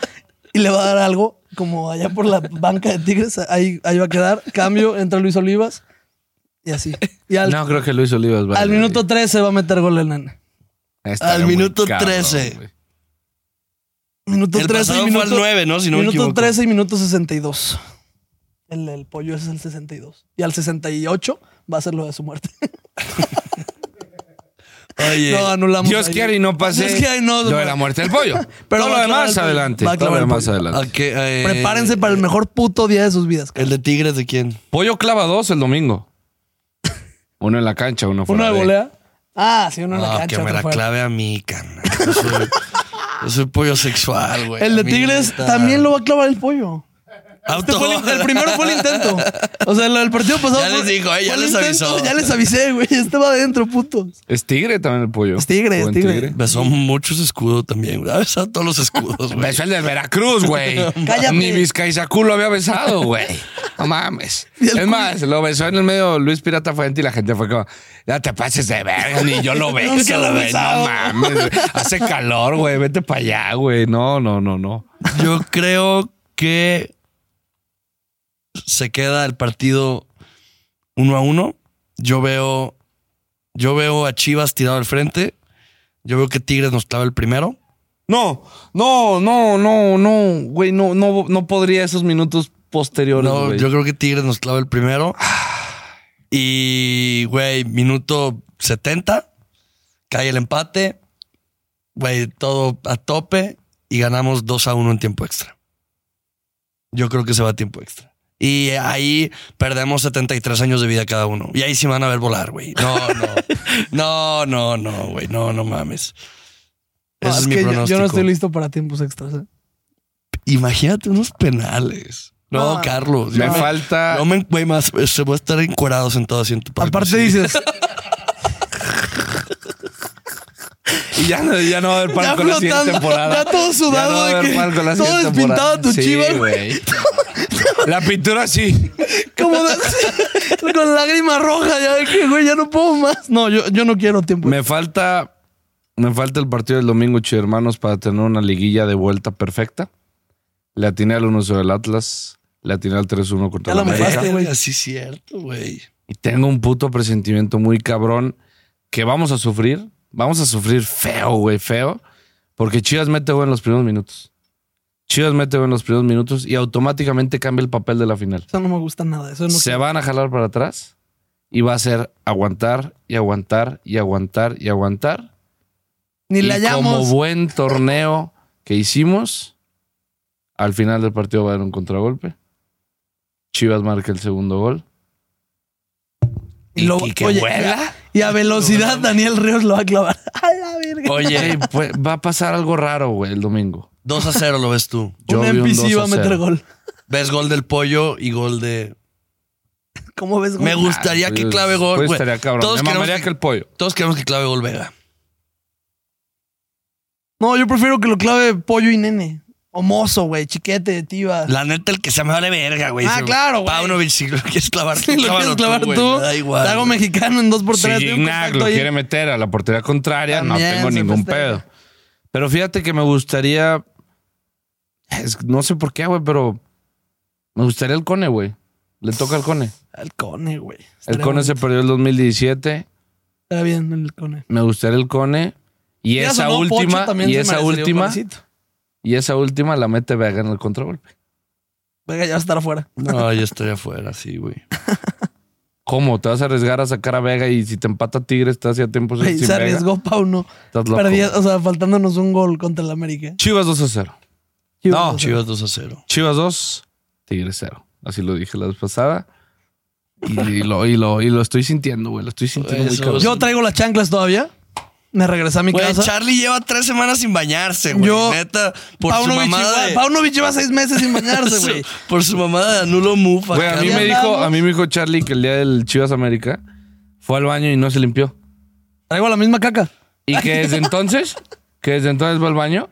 [SPEAKER 1] y le va a dar algo como allá por la banca de Tigres. Ahí, ahí va a quedar. Cambio, entra Luis Olivas y así. Y al,
[SPEAKER 3] No creo que Luis Olivas vaya.
[SPEAKER 1] al minuto 13 va a meter gol el nene.
[SPEAKER 3] Estaría
[SPEAKER 2] al
[SPEAKER 3] muy
[SPEAKER 2] minuto 13.
[SPEAKER 3] güey.
[SPEAKER 1] Minuto
[SPEAKER 2] El
[SPEAKER 1] 13 y
[SPEAKER 2] pasado
[SPEAKER 1] minuto,
[SPEAKER 2] fue al 9, ¿no? Si no me
[SPEAKER 1] minuto
[SPEAKER 2] equivoco.
[SPEAKER 1] 13 y minuto 62. El, el pollo ese es el 62. Y al 68 va a ser lo de su muerte.
[SPEAKER 2] Oye,
[SPEAKER 1] no anulamos.
[SPEAKER 3] Dios
[SPEAKER 1] ahí.
[SPEAKER 3] quiere y no pase
[SPEAKER 1] Dios quiere y no.
[SPEAKER 3] lo de la muerte del pollo.
[SPEAKER 1] Pero
[SPEAKER 3] Pero
[SPEAKER 1] va
[SPEAKER 3] lo
[SPEAKER 1] a clavar
[SPEAKER 3] demás
[SPEAKER 1] el pollo.
[SPEAKER 3] adelante.
[SPEAKER 1] Va a
[SPEAKER 3] Todo lo
[SPEAKER 1] clavar el
[SPEAKER 3] demás
[SPEAKER 1] pollo.
[SPEAKER 3] adelante.
[SPEAKER 2] ¿a qué, eh,
[SPEAKER 1] Prepárense para el mejor puto día de sus vidas.
[SPEAKER 2] ¿El de Tigres de quién?
[SPEAKER 3] Pollo clava dos el domingo. Uno en la cancha, uno fuera.
[SPEAKER 1] Uno de volea. Ah, sí, uno en
[SPEAKER 2] Ah,
[SPEAKER 1] la cancha.
[SPEAKER 2] que me
[SPEAKER 1] otro
[SPEAKER 2] la
[SPEAKER 1] fuera.
[SPEAKER 2] clave a mí, carnal. Yo soy, yo soy pollo sexual, güey.
[SPEAKER 1] El de
[SPEAKER 2] A mí,
[SPEAKER 1] Tigres
[SPEAKER 2] neta.
[SPEAKER 1] también lo va a clavar el pollo. Este
[SPEAKER 2] Auto-
[SPEAKER 1] fue el, el primero fue el intento. O sea, el, el partido pasado.
[SPEAKER 2] Ya
[SPEAKER 1] fue-
[SPEAKER 2] les dijo, eh, ya
[SPEAKER 1] fue el
[SPEAKER 2] les
[SPEAKER 1] intento,
[SPEAKER 2] avisó.
[SPEAKER 1] Ya les avisé, güey. Este va adentro, putos.
[SPEAKER 3] Es tigre también el pollo.
[SPEAKER 1] Es tigre, es
[SPEAKER 3] Buen
[SPEAKER 1] tigre.
[SPEAKER 2] Besó muchos escudos también, güey. Ha besado todos los escudos, güey.
[SPEAKER 3] Besó el del Veracruz, güey.
[SPEAKER 1] Cállate.
[SPEAKER 3] Ni Vizcaizacú lo había besado, güey. No mames.
[SPEAKER 1] Y el
[SPEAKER 3] Es más, lo besó en el medio Luis Pirata Fuente y la gente fue como, no te pases de verga, ni yo lo
[SPEAKER 1] Nunca
[SPEAKER 3] beso,
[SPEAKER 1] lo he
[SPEAKER 3] güey. No
[SPEAKER 1] besado.
[SPEAKER 3] mames. güey. Hace calor, güey. Vete para allá, güey. No, no, no, no.
[SPEAKER 2] Yo creo que se queda el partido uno a uno. Yo veo, yo veo a Chivas tirado al frente. Yo veo que Tigres nos clava el primero.
[SPEAKER 3] No, no, no, no, no, güey, no, no, no podría esos minutos posteriores,
[SPEAKER 2] No,
[SPEAKER 3] güey.
[SPEAKER 2] yo creo que Tigres nos clava el primero. Y, güey, minuto 70, cae el empate, güey, todo a tope y ganamos 2 a 1 en tiempo extra. Yo creo que se va a tiempo extra. Y ahí perdemos 73 años de vida cada uno. Y ahí sí me van a ver volar, güey. No, no. No, no, no, güey. No, no mames.
[SPEAKER 1] No,
[SPEAKER 2] Ese es, mi
[SPEAKER 1] que yo-
[SPEAKER 2] pronóstico.
[SPEAKER 1] Yo, no estoy listo para tiempos extras. ¿eh?
[SPEAKER 2] Imagínate unos penales. No,
[SPEAKER 1] No.
[SPEAKER 2] Carlos.
[SPEAKER 3] Me
[SPEAKER 2] yo no-
[SPEAKER 3] falta.
[SPEAKER 2] no me güey, más. Se va a estar encuerados en todo asiento. para
[SPEAKER 1] Aparte
[SPEAKER 2] conseguir.
[SPEAKER 1] dices,
[SPEAKER 3] y ya no, ya no va a
[SPEAKER 1] ya
[SPEAKER 3] haber palco la siguiente
[SPEAKER 1] flotando,
[SPEAKER 3] temporada.
[SPEAKER 1] ya todo
[SPEAKER 3] Ya no va a
[SPEAKER 1] sudado,
[SPEAKER 3] haber
[SPEAKER 1] de
[SPEAKER 3] palco la
[SPEAKER 1] que todo
[SPEAKER 3] siguiente temporada.
[SPEAKER 1] despintado tu
[SPEAKER 3] Sí,
[SPEAKER 1] chiva, güey.
[SPEAKER 3] La pintura sí.
[SPEAKER 1] Como de- Con lágrimas rojas, ya de que, güey, ya no puedo más. No, yo, yo no quiero tiempo.
[SPEAKER 3] Me falta. Me falta el partido del domingo, Chido Hermanos, para tener una liguilla de vuelta perfecta. Le atiné al 1-0 del Atlas. Le atiné al 3-1
[SPEAKER 1] Ya
[SPEAKER 3] contra
[SPEAKER 1] lo
[SPEAKER 3] el América.
[SPEAKER 1] mojaste, güey.
[SPEAKER 2] Así es cierto, güey.
[SPEAKER 3] Y tengo un puto presentimiento muy cabrón que vamos a sufrir. Vamos a sufrir feo, güey, feo. Porque Chivas mete gol en los primeros minutos. Chivas mete gol en los primeros minutos y automáticamente cambia el papel de la final.
[SPEAKER 1] Eso no me gusta nada. Eso no
[SPEAKER 3] Se van a jalar para atrás y va a ser aguantar y aguantar y aguantar y aguantar.
[SPEAKER 1] Ni
[SPEAKER 3] Y
[SPEAKER 1] la
[SPEAKER 3] como
[SPEAKER 1] llamo.
[SPEAKER 3] buen torneo que hicimos, al final del partido va a haber un contragolpe. Chivas marca el segundo gol.
[SPEAKER 1] Y, lo-
[SPEAKER 2] y que
[SPEAKER 1] oye,
[SPEAKER 2] vuela.
[SPEAKER 1] y a velocidad Daniel Ríos lo va a clavar. A la verga.
[SPEAKER 3] Ey,
[SPEAKER 2] Oye,
[SPEAKER 3] pues, va a pasar algo raro, güey, el domingo.
[SPEAKER 2] 2 a 0 lo ves tú.
[SPEAKER 3] Yo
[SPEAKER 1] un
[SPEAKER 3] vi un
[SPEAKER 1] MPC va a
[SPEAKER 3] 2 a
[SPEAKER 1] meter
[SPEAKER 3] 0.
[SPEAKER 1] gol.
[SPEAKER 2] Ves gol del pollo y gol de.
[SPEAKER 1] ¿Cómo ves, güey? Ah.
[SPEAKER 2] Me gustaría que
[SPEAKER 3] Pues,
[SPEAKER 2] clave gol.
[SPEAKER 3] pues,
[SPEAKER 2] güey.
[SPEAKER 3] estaría cabrón.
[SPEAKER 2] Todos,
[SPEAKER 3] Me
[SPEAKER 2] queremos
[SPEAKER 3] mamaría
[SPEAKER 2] que,
[SPEAKER 3] que el pollo.
[SPEAKER 2] todos queremos que clave gol Vega.
[SPEAKER 1] No, yo prefiero que lo clave pollo y nene. O mozo, güey. Chiquete, tiba.
[SPEAKER 2] La neta, el que se me vale verga, güey.
[SPEAKER 1] Ah,
[SPEAKER 2] Si-
[SPEAKER 1] claro, güey.
[SPEAKER 2] Paunovic, si lo quieres clavar,
[SPEAKER 1] Si lo
[SPEAKER 2] clávalo
[SPEAKER 1] quieres clavar
[SPEAKER 2] güey,
[SPEAKER 1] tú,
[SPEAKER 2] me da igual.
[SPEAKER 1] te hago
[SPEAKER 2] güey.
[SPEAKER 1] mexicano en dos por
[SPEAKER 3] Si
[SPEAKER 1] tres. tengo un
[SPEAKER 3] Gignac lo
[SPEAKER 1] contacto ahí.
[SPEAKER 3] quiere meter a la portería contraria,
[SPEAKER 1] También
[SPEAKER 3] no tengo
[SPEAKER 1] se
[SPEAKER 3] ningún
[SPEAKER 1] festeja.
[SPEAKER 3] pedo. Pero fíjate que me gustaría. es- no sé por qué, güey, pero me gustaría el Cone, güey. Le toca al Cone.
[SPEAKER 1] El cone, güey.
[SPEAKER 3] El
[SPEAKER 1] Estaría
[SPEAKER 3] Cone
[SPEAKER 1] bien.
[SPEAKER 3] se perdió el 2017.
[SPEAKER 1] Está bien, el cone.
[SPEAKER 3] Me gustaría el Cone. Y
[SPEAKER 1] Ya
[SPEAKER 3] esa
[SPEAKER 1] sonó Pocho,
[SPEAKER 3] última,
[SPEAKER 1] también
[SPEAKER 3] y
[SPEAKER 1] se
[SPEAKER 3] esa
[SPEAKER 1] merecería un
[SPEAKER 3] última,
[SPEAKER 1] golecito.
[SPEAKER 3] y esa última la mete Vega en el contragolpe.
[SPEAKER 1] Venga, ya va a estar afuera.
[SPEAKER 2] No, yo estoy afuera, sí, güey.
[SPEAKER 3] ¿Cómo? ¿Te vas a arriesgar a sacar a Vega y si te empata Tigres estás a tiempo
[SPEAKER 1] Güey,
[SPEAKER 3] sin
[SPEAKER 1] se
[SPEAKER 3] Vega?
[SPEAKER 1] arriesgó Pauno.
[SPEAKER 3] Estás loco.
[SPEAKER 1] Perdía, o sea, faltándonos un gol contra el América.
[SPEAKER 3] Chivas 2 a 0.
[SPEAKER 1] No,
[SPEAKER 2] Chivas 2 a 0.
[SPEAKER 3] Chivas 2, Tigres 0. Así lo dije la vez pasada. Y, y lo, y, lo, y lo estoy sintiendo, güey. Lo estoy sintiendo
[SPEAKER 2] Eso.
[SPEAKER 3] muy cabrón.
[SPEAKER 1] Yo traigo las chanclas todavía. Me regresé a mi
[SPEAKER 2] Güey,
[SPEAKER 1] casa.
[SPEAKER 2] Charlie lleva tres semanas sin bañarse, güey.
[SPEAKER 1] Yo-
[SPEAKER 2] Neta, por su
[SPEAKER 1] Paunovic
[SPEAKER 2] mamada
[SPEAKER 1] igual.
[SPEAKER 2] de...
[SPEAKER 1] Paunovic lleva seis meses sin bañarse, güey.
[SPEAKER 2] Por su mamada de anulo mufa.
[SPEAKER 3] Güey, a mí
[SPEAKER 1] Ya
[SPEAKER 2] cabrón.
[SPEAKER 3] me dijo,
[SPEAKER 1] andamos.
[SPEAKER 3] a mí me dijo Charlie que el día del Chivas América fue al baño y no se limpió.
[SPEAKER 1] Traigo la misma caca.
[SPEAKER 3] Y que desde entonces, que desde entonces va al baño.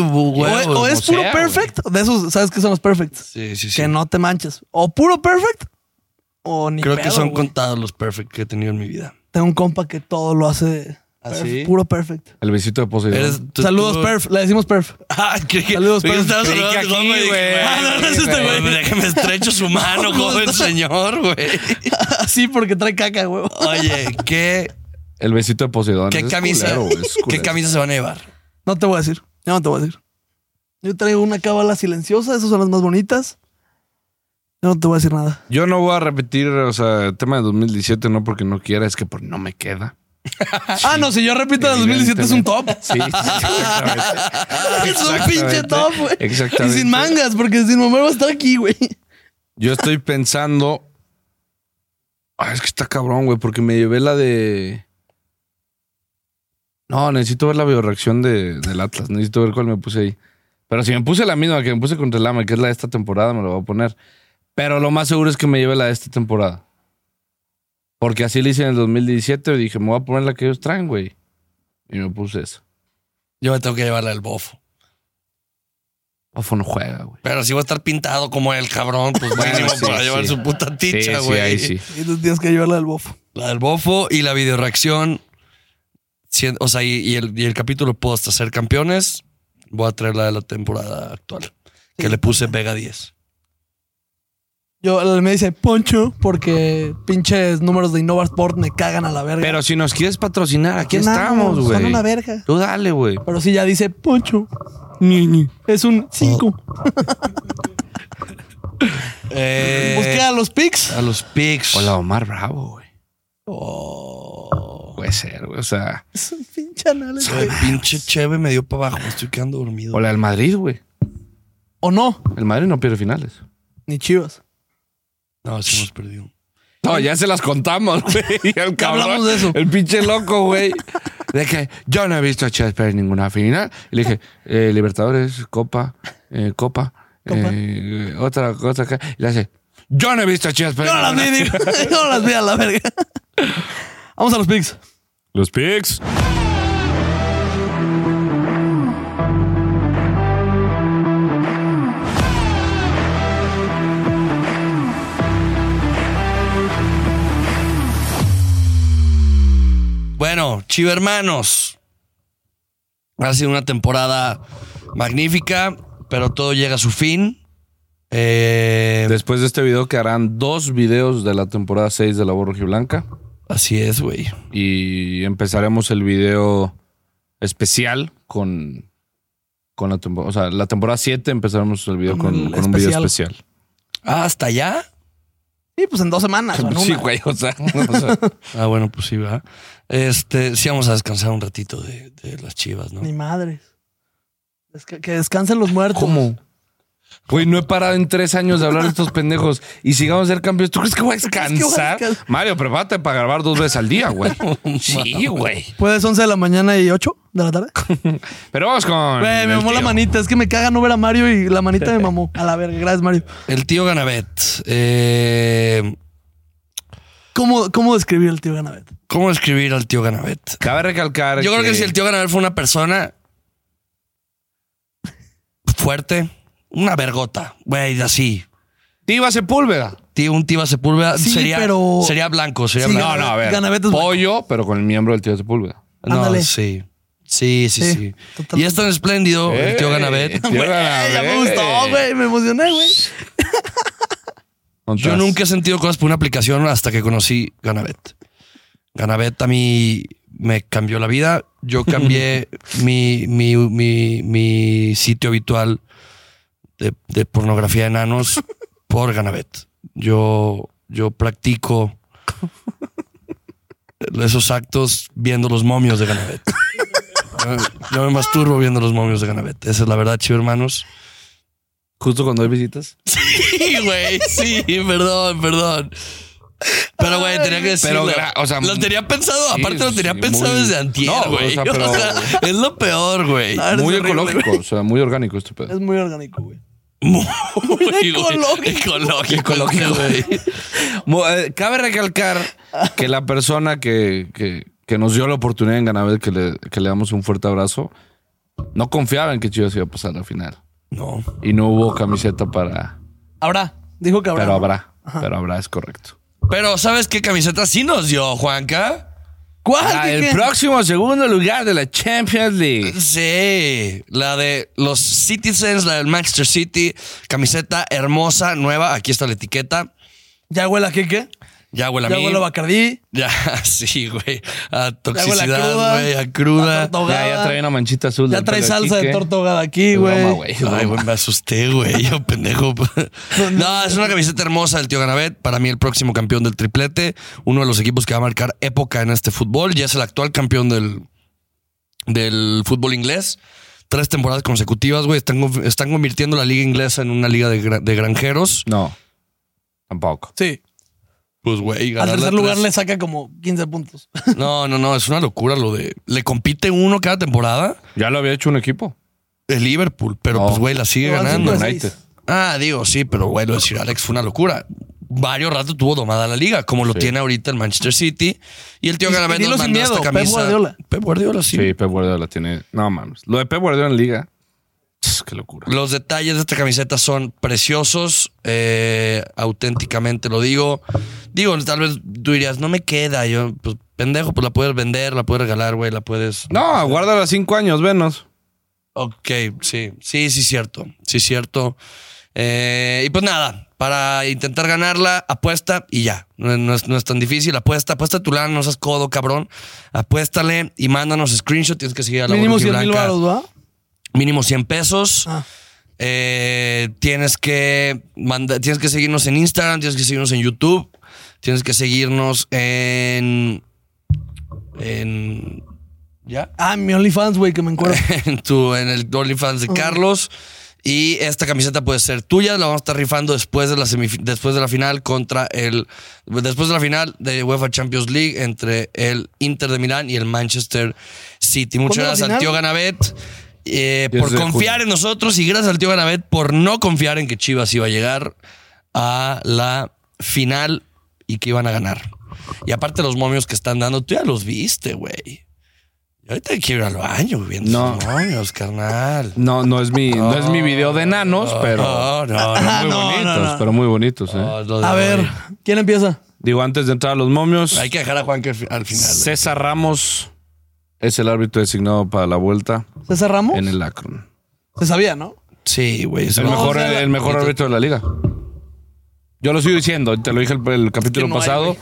[SPEAKER 1] O,
[SPEAKER 2] Güey,
[SPEAKER 1] o es
[SPEAKER 3] como
[SPEAKER 1] puro
[SPEAKER 3] sea,
[SPEAKER 1] perfect. De esos, ¿sabes qué son los perfects?
[SPEAKER 2] Sí, sí, sí.
[SPEAKER 1] Que no te manches. O puro perfect. O ni
[SPEAKER 2] Creo que
[SPEAKER 1] pedo,
[SPEAKER 2] son
[SPEAKER 1] güey.
[SPEAKER 2] contados los perfect que he tenido en mi vida.
[SPEAKER 1] Tengo un compa que todo lo hace
[SPEAKER 2] ¿Ah,
[SPEAKER 1] perf,
[SPEAKER 2] sí?
[SPEAKER 1] puro perfect.
[SPEAKER 3] El besito de Poseidón.
[SPEAKER 2] Eres- tú-
[SPEAKER 1] Saludos,
[SPEAKER 2] tú-
[SPEAKER 1] perf. Le decimos perf.
[SPEAKER 2] Ah, creí que-
[SPEAKER 1] Saludos,
[SPEAKER 2] creí que
[SPEAKER 1] perf.
[SPEAKER 2] estabas hablando
[SPEAKER 3] Creí que
[SPEAKER 2] de
[SPEAKER 3] aquí,
[SPEAKER 2] Juanma y dije,
[SPEAKER 3] güey.
[SPEAKER 2] Ah, no, no es este
[SPEAKER 1] Güey.
[SPEAKER 2] güey. Déjame estrecho su mano, joven señor, güey.
[SPEAKER 1] Así porque trae caca, güey.
[SPEAKER 2] Oye, ¿qué,
[SPEAKER 3] El besito de Poseidón.
[SPEAKER 2] qué
[SPEAKER 3] Ese es
[SPEAKER 2] camisa?
[SPEAKER 3] culero, güey, es
[SPEAKER 2] ¿Qué
[SPEAKER 3] culero.
[SPEAKER 2] camisa se van a llevar?
[SPEAKER 1] No te voy a decir. Ya no te voy a decir. Yo traigo una cábala silenciosa. Esas son las más bonitas. Yo no te voy a decir nada.
[SPEAKER 3] Yo no voy a repetir, o sea, el tema de 2017, no porque no quiera, es que por no me queda.
[SPEAKER 1] ah, no, si yo repito de 2017 es un top.
[SPEAKER 3] Sí, sí, exactamente.
[SPEAKER 1] es un pinche
[SPEAKER 3] Exactamente.
[SPEAKER 1] top, güey. Y
[SPEAKER 3] Exactamente.
[SPEAKER 1] sin mangas, porque sin mamar va a estar aquí, güey.
[SPEAKER 3] Yo estoy pensando. Ah, es que está cabrón, güey, porque me llevé la de. No, necesito ver la bioreacción de, del Atlas. Necesito ver cuál me puse ahí. Pero si me puse la misma que me puse contra el AME, que es la de esta temporada, me la voy a poner. Pero lo más seguro es que me lleve la de esta temporada. Porque así le hice en el 2017. Dije, me voy a poner la que ellos traen, güey. Y me puse esa.
[SPEAKER 2] Yo me tengo que llevar la del bofo.
[SPEAKER 3] Ofo no juega, güey.
[SPEAKER 2] Pero si voy a estar pintado como el cabrón, pues
[SPEAKER 3] Bueno,
[SPEAKER 2] mínimo
[SPEAKER 3] sí,
[SPEAKER 2] para
[SPEAKER 3] sí.
[SPEAKER 2] llevar su puta
[SPEAKER 3] Sí,
[SPEAKER 2] ticha,
[SPEAKER 3] sí, ahí
[SPEAKER 2] güey.
[SPEAKER 3] sí.
[SPEAKER 1] Y tú tienes que llevarla al bofo.
[SPEAKER 2] La del bofo y la videoreacción. Sien- O sea, y, y el, y el capítulo puedo hasta ser campeones. Voy a traer la de la temporada actual. Que
[SPEAKER 1] Sí.
[SPEAKER 2] le puse Vega 10.
[SPEAKER 1] Yo él me dice Poncho porque pinches números de Innovasport me cagan a la verga.
[SPEAKER 3] Pero si nos quieres patrocinar, aquí
[SPEAKER 1] No,
[SPEAKER 3] estamos, güey.
[SPEAKER 1] Son una verga.
[SPEAKER 3] Tú dale, güey.
[SPEAKER 1] Pero si ya dice Poncho, es un 5.
[SPEAKER 3] Oh,
[SPEAKER 2] Eh,
[SPEAKER 1] Busqué a los pics.
[SPEAKER 2] a los pics.
[SPEAKER 3] Hola, Omar Bravo, güey. Puede ser, güey. O sea,
[SPEAKER 1] Oh, Es un pinche análisis.
[SPEAKER 2] Güey, pinche cheve me dio para abajo. Me estoy quedando dormido.
[SPEAKER 3] hola, el Madrid, güey.
[SPEAKER 1] O no,
[SPEAKER 3] El Madrid no pierde finales.
[SPEAKER 1] ni chivas.
[SPEAKER 2] No, sí hemos perdido.
[SPEAKER 3] No, ya se las contamos, güey. El cabrón,
[SPEAKER 1] hablamos de eso?
[SPEAKER 3] El pinche loco, güey. De que yo no he visto a Chivas perder ninguna final. Y le dije, eh, Libertadores, Copa, eh, Copa,
[SPEAKER 1] Copa.
[SPEAKER 3] eh, otra cosa acá. Y le hace, yo no he visto a Chivas
[SPEAKER 1] Yo
[SPEAKER 3] perder
[SPEAKER 1] no las vi,
[SPEAKER 3] ninguna
[SPEAKER 1] digo. Yo no las vi a la verga. Vamos a los pics.
[SPEAKER 3] Los picks.
[SPEAKER 2] Bueno, Chivermanos. Ha sido una temporada magnífica, pero todo llega a su fin. Eh,
[SPEAKER 3] Después de este video quedarán dos videos de la temporada 6 de La Voz Blanca
[SPEAKER 2] así es, güey.
[SPEAKER 3] y empezaremos el video especial con, con la temporada, o sea, la temporada 7 empezaremos el video
[SPEAKER 1] Con
[SPEAKER 3] con,
[SPEAKER 1] el
[SPEAKER 3] con un video
[SPEAKER 1] especial.
[SPEAKER 3] especial.
[SPEAKER 2] Ah, ¿hasta allá?
[SPEAKER 1] Y pues en dos semanas. o en
[SPEAKER 3] Sí,
[SPEAKER 1] una.
[SPEAKER 3] güey, o sea, o sea,
[SPEAKER 2] Ah, bueno, pues sí, va. Este, sí vamos a descansar un ratito de, de las chivas, ¿no?
[SPEAKER 1] Ni madres. Es que, que descansen los muertos.
[SPEAKER 3] ¿cómo? Güey, no he parado en tres años de hablar de estos pendejos y sigamos a ser campeones. ¿Tú crees que voy a
[SPEAKER 1] crees que voy a
[SPEAKER 3] descansar?
[SPEAKER 1] descansar?
[SPEAKER 3] Mario, prepárate para grabar dos veces al día, güey. Sí, güey.
[SPEAKER 1] ¿Puedes 11 de la mañana y 8 de la tarde?
[SPEAKER 3] Pero vamos con.
[SPEAKER 1] Güey, me
[SPEAKER 3] el
[SPEAKER 1] mamó la
[SPEAKER 3] tío.
[SPEAKER 1] manita. Es que me caga no ver a Mario y la manita me mamó. A la verga. Gracias, Mario.
[SPEAKER 2] El tío Ganavet. eh,
[SPEAKER 1] ¿Cómo, cómo describir el tío Ganavet?
[SPEAKER 2] ¿Cómo escribir al tío Ganavet?
[SPEAKER 3] Cabe recalcar.
[SPEAKER 2] Yo creo que si el tío Ganavet fue una persona fuerte, una vergota, güey, así.
[SPEAKER 3] Tiva Sepúlveda.
[SPEAKER 2] Tío, un tío Sepúlveda
[SPEAKER 1] Sí,
[SPEAKER 2] sería,
[SPEAKER 1] pero-
[SPEAKER 2] sería blanco, sería
[SPEAKER 1] Sí,
[SPEAKER 2] blanco.
[SPEAKER 3] No, no, a ver.
[SPEAKER 1] Ganavet es
[SPEAKER 3] pollo, pero con el miembro del tío Sepúlveda.
[SPEAKER 2] No,
[SPEAKER 1] Ándale.
[SPEAKER 2] sí. Sí, sí, sí.
[SPEAKER 1] Sí,
[SPEAKER 2] Y
[SPEAKER 1] totalmente.
[SPEAKER 2] es tan espléndido el tío
[SPEAKER 3] Eh,
[SPEAKER 2] Ganavet.
[SPEAKER 3] tío
[SPEAKER 2] Güey,
[SPEAKER 3] Ganavet.
[SPEAKER 1] Ya me gustó, güey. Me emocioné, güey.
[SPEAKER 2] Yo
[SPEAKER 3] Contras.
[SPEAKER 2] nunca he sentido cosas por una aplicación hasta que conocí Ganavet. Ganavet a mí me cambió la vida. Yo cambié mi, mi, mi, mi sitio habitual de, de pornografía de enanos por Ganavet. Yo, yo practico esos actos viendo los momios de Ganavet. Yo, yo me masturbo viendo los momios de Ganavet. Esa es la verdad, chido hermanos.
[SPEAKER 3] Justo cuando hay visitas.
[SPEAKER 2] Sí, güey, sí, perdón, perdón. Pero, güey, tenía que decirlo.
[SPEAKER 3] Pero gra- o sea, mm,
[SPEAKER 2] lo tenía pensado,
[SPEAKER 3] sí,
[SPEAKER 2] aparte lo tenía
[SPEAKER 3] sí,
[SPEAKER 2] pensado
[SPEAKER 3] muy-
[SPEAKER 2] desde antier,
[SPEAKER 3] No, o
[SPEAKER 2] güey.
[SPEAKER 3] sea,
[SPEAKER 2] O sea,
[SPEAKER 3] pero-
[SPEAKER 2] es lo peor, güey.
[SPEAKER 1] Ah, eres
[SPEAKER 3] Muy
[SPEAKER 1] horrible.
[SPEAKER 3] ecológico, o sea, muy orgánico este pedo.
[SPEAKER 1] Es muy orgánico, güey.
[SPEAKER 2] Muy, güey,
[SPEAKER 1] ecológico.
[SPEAKER 2] Ecológico, ecológico, güey.
[SPEAKER 3] Mo- eh, Cabe recalcar que la persona que, que- que nos dio la oportunidad en Ganabel, que le, que le damos un fuerte abrazo, no confiaba en que Chivas iba a pasar a la final.
[SPEAKER 2] No.
[SPEAKER 3] Y no hubo camiseta para...
[SPEAKER 1] Habrá. Dijo que habrá.
[SPEAKER 3] Pero habrá. Pero habrá, es correcto.
[SPEAKER 2] Pero, ¿sabes qué camiseta sí nos dio, Juanca?
[SPEAKER 1] ¿Cuál?
[SPEAKER 3] Ah,
[SPEAKER 1] ¿Qué,
[SPEAKER 3] el
[SPEAKER 1] qué?
[SPEAKER 3] próximo segundo lugar de la Champions League.
[SPEAKER 2] Sí, la de los Citizens, la del Manchester City. Camiseta hermosa, nueva. Aquí está la etiqueta.
[SPEAKER 1] ¿Ya huele a qué, qué?
[SPEAKER 2] Ya huele a
[SPEAKER 1] ¿Ya
[SPEAKER 2] mí.
[SPEAKER 1] huele a Bacardí?
[SPEAKER 2] Ya, sí, güey. A
[SPEAKER 1] Ya huele a
[SPEAKER 2] toxicidad,
[SPEAKER 1] cruda.
[SPEAKER 2] güey, a
[SPEAKER 1] A
[SPEAKER 2] cruda.
[SPEAKER 1] torta ahogada.
[SPEAKER 3] Ya, ya trae una manchita azul.
[SPEAKER 1] Ya
[SPEAKER 3] del
[SPEAKER 1] trae
[SPEAKER 3] pelo
[SPEAKER 1] salsa de
[SPEAKER 3] Quique.
[SPEAKER 1] torta ahogada aquí,
[SPEAKER 3] Es broma,
[SPEAKER 1] güey.
[SPEAKER 3] güey. es
[SPEAKER 2] Ay,
[SPEAKER 3] broma.
[SPEAKER 2] güey, me asusté, güey. Yo, pendejo. No, es una camiseta hermosa del tío Ganavet. Para mí, el próximo campeón del triplete. Uno de los equipos que va a marcar época en este fútbol. Ya es el actual campeón del, del fútbol inglés. Tres temporadas consecutivas, güey. Están, conv- están convirtiendo la liga inglesa en una liga de, gra- de granjeros.
[SPEAKER 3] No, tampoco.
[SPEAKER 1] Sí.
[SPEAKER 2] Pues, güey,
[SPEAKER 1] Al
[SPEAKER 2] ganar la
[SPEAKER 1] tercer lugar
[SPEAKER 2] tres-
[SPEAKER 1] le saca como 15 puntos.
[SPEAKER 2] No, no, no. Es una locura lo de. Le compite uno cada temporada.
[SPEAKER 3] Ya lo había hecho un equipo.
[SPEAKER 2] El Liverpool. Pero,
[SPEAKER 3] No.
[SPEAKER 2] pues, güey, la sigue
[SPEAKER 1] Lo van
[SPEAKER 2] ganando.
[SPEAKER 1] cinco de
[SPEAKER 3] United.
[SPEAKER 1] seis.
[SPEAKER 2] Ah, digo, sí, pero bueno, decir Alex fue una locura. Varios ratos tuvo domada la liga, como lo tiene ahorita el Manchester City. Y el tío
[SPEAKER 1] Y-
[SPEAKER 2] Ganavet
[SPEAKER 1] y dilo
[SPEAKER 2] nos
[SPEAKER 1] sin
[SPEAKER 2] mandó esta
[SPEAKER 1] miedo, Pep
[SPEAKER 2] camisa.
[SPEAKER 1] Guardiola.
[SPEAKER 2] Pep Guardiola, sí.
[SPEAKER 3] Sí, Pep Guardiola tiene. No mames. Lo de Pep Guardiola en Liga. tss, Qué locura.
[SPEAKER 2] Los detalles de esta camiseta son preciosos, eh, auténticamente lo digo. Digo, tal vez tú dirías, no me queda. Yo, pues, pendejo, pues la puedes vender, la puedes regalar, güey, la puedes...
[SPEAKER 3] No, guárdala cinco años, venos.
[SPEAKER 2] Ok, sí, sí, sí, cierto. Sí, cierto. Eh, y pues nada, para intentar ganarla, apuesta y ya. No, no es, no es tan difícil. Apuesta, apuesta tu lana, no seas codo, cabrón. Apuéstale y mándanos screenshot. Tienes que seguir a la
[SPEAKER 1] Mínimo
[SPEAKER 2] Borja
[SPEAKER 1] 100 mil
[SPEAKER 2] Blanca.
[SPEAKER 1] baros, ¿va?
[SPEAKER 2] Mínimo 100 pesos.
[SPEAKER 1] Ah.
[SPEAKER 2] Eh, tienes que manda- tienes que seguirnos en Instagram, tienes que seguirnos en YouTube, tienes que seguirnos en. En. ¿Ya? Eh,
[SPEAKER 1] Ah, mi OnlyFans, güey, que me encuentro.
[SPEAKER 2] en, tu, en el OnlyFans de Carlos. Y esta camiseta puede ser tuya, la vamos a estar rifando después de la, semif- después de la final contra el. Después de la final de UEFA Champions League entre el Inter de Milán y el Manchester City.
[SPEAKER 1] ¿Cuándo
[SPEAKER 2] Muchas
[SPEAKER 1] la
[SPEAKER 2] gracias al
[SPEAKER 1] final?
[SPEAKER 2] tío Ganavet eh,
[SPEAKER 3] 10
[SPEAKER 2] por
[SPEAKER 3] de
[SPEAKER 2] confiar
[SPEAKER 3] junio.
[SPEAKER 2] en nosotros y gracias al tío Ganavet por no confiar en que Chivas iba a llegar a la final y que iban a ganar. Y aparte, los momios que están dando, tú ya los viste, güey. Yo Ahorita quiero ir al baño viendo
[SPEAKER 3] No.
[SPEAKER 2] sus moños, carnal.
[SPEAKER 3] No, no es mi, no, es mi video de enanos, pero.
[SPEAKER 2] No, no, no.
[SPEAKER 3] Muy
[SPEAKER 1] Ah, no,
[SPEAKER 3] bonitos,
[SPEAKER 1] no, Ah. no.
[SPEAKER 3] pero muy bonitos, eh.
[SPEAKER 2] No, es lo de
[SPEAKER 1] A
[SPEAKER 2] hoy.
[SPEAKER 1] ver, ¿quién empieza?
[SPEAKER 3] Digo, antes de entrar a los momios,
[SPEAKER 2] Hay que dejar a Juan que al fi- al final. güey.
[SPEAKER 3] César Ramos es el árbitro designado para la vuelta
[SPEAKER 1] César Ramos.
[SPEAKER 3] en el Akron.
[SPEAKER 1] Se sabía, ¿no?
[SPEAKER 2] Sí, güey.
[SPEAKER 3] El
[SPEAKER 2] no,
[SPEAKER 3] mejor, eh,
[SPEAKER 1] o sea, la-
[SPEAKER 3] el mejor árbitro de la liga. Yo lo sigo diciendo, te lo dije el, el capítulo
[SPEAKER 1] no hay,
[SPEAKER 3] pasado.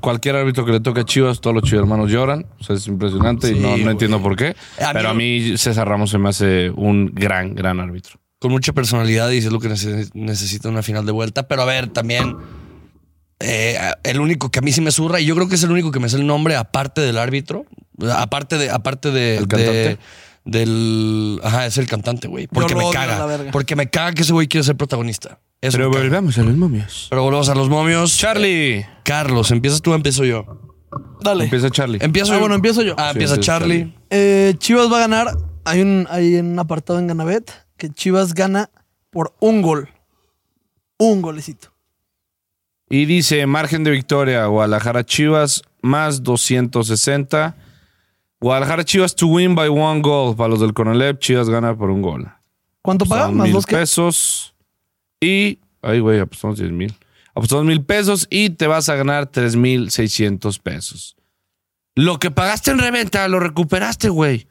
[SPEAKER 3] Cualquier árbitro que le toque a Chivas, todos los chivas hermanos lloran. O sea, es impresionante
[SPEAKER 2] Sí,
[SPEAKER 3] y no,
[SPEAKER 2] güey.
[SPEAKER 3] no entiendo por qué.
[SPEAKER 2] A mí
[SPEAKER 3] pero a
[SPEAKER 2] no-
[SPEAKER 3] mí César Ramos se me hace un gran, gran árbitro.
[SPEAKER 2] con mucha personalidad y es lo que nece- necesita una final de vuelta. Pero a ver, también eh, el único que a mí sí me zurra, y yo creo que es el único que me hace el nombre, aparte del árbitro, aparte de, aparte de,
[SPEAKER 3] ¿El cantante?
[SPEAKER 2] de- del ajá, es el cantante, güey. Porque
[SPEAKER 1] lo
[SPEAKER 2] me
[SPEAKER 1] odio a la
[SPEAKER 2] caga.
[SPEAKER 1] verga.
[SPEAKER 2] Porque me caga que ese güey quiere ser protagonista. Eso me caga.
[SPEAKER 3] volvemos a los momios.
[SPEAKER 2] pero volvemos a los momios.
[SPEAKER 3] Charlie.
[SPEAKER 2] Carlos, ¿empiezas tú o empiezo yo?
[SPEAKER 1] Dale.
[SPEAKER 3] Empieza Charlie.
[SPEAKER 2] Empiezo
[SPEAKER 1] Ah,
[SPEAKER 2] yo.
[SPEAKER 1] bueno, empiezo yo.
[SPEAKER 2] Ah,
[SPEAKER 3] Sí,
[SPEAKER 2] empieza
[SPEAKER 3] empieza
[SPEAKER 2] Charlie.
[SPEAKER 3] Charlie.
[SPEAKER 1] Eh, Chivas va a ganar. Hay un, hay un apartado en Ganabet que Chivas gana por un gol. Un golecito.
[SPEAKER 3] Y dice, margen de victoria, Guadalajara Chivas más 260. Guadalajara Chivas to win by one goal. Para los del Conalep, Chivas gana por un gol.
[SPEAKER 1] ¿Cuánto paga?
[SPEAKER 3] Son
[SPEAKER 1] Más
[SPEAKER 3] mil
[SPEAKER 1] dos que.
[SPEAKER 3] pesos. Y, ay güey, apostamos 10 mil. Apostamos mil pesos y te vas a ganar 3,600 pesos. Lo que pagaste en reventa, lo recuperaste, güey.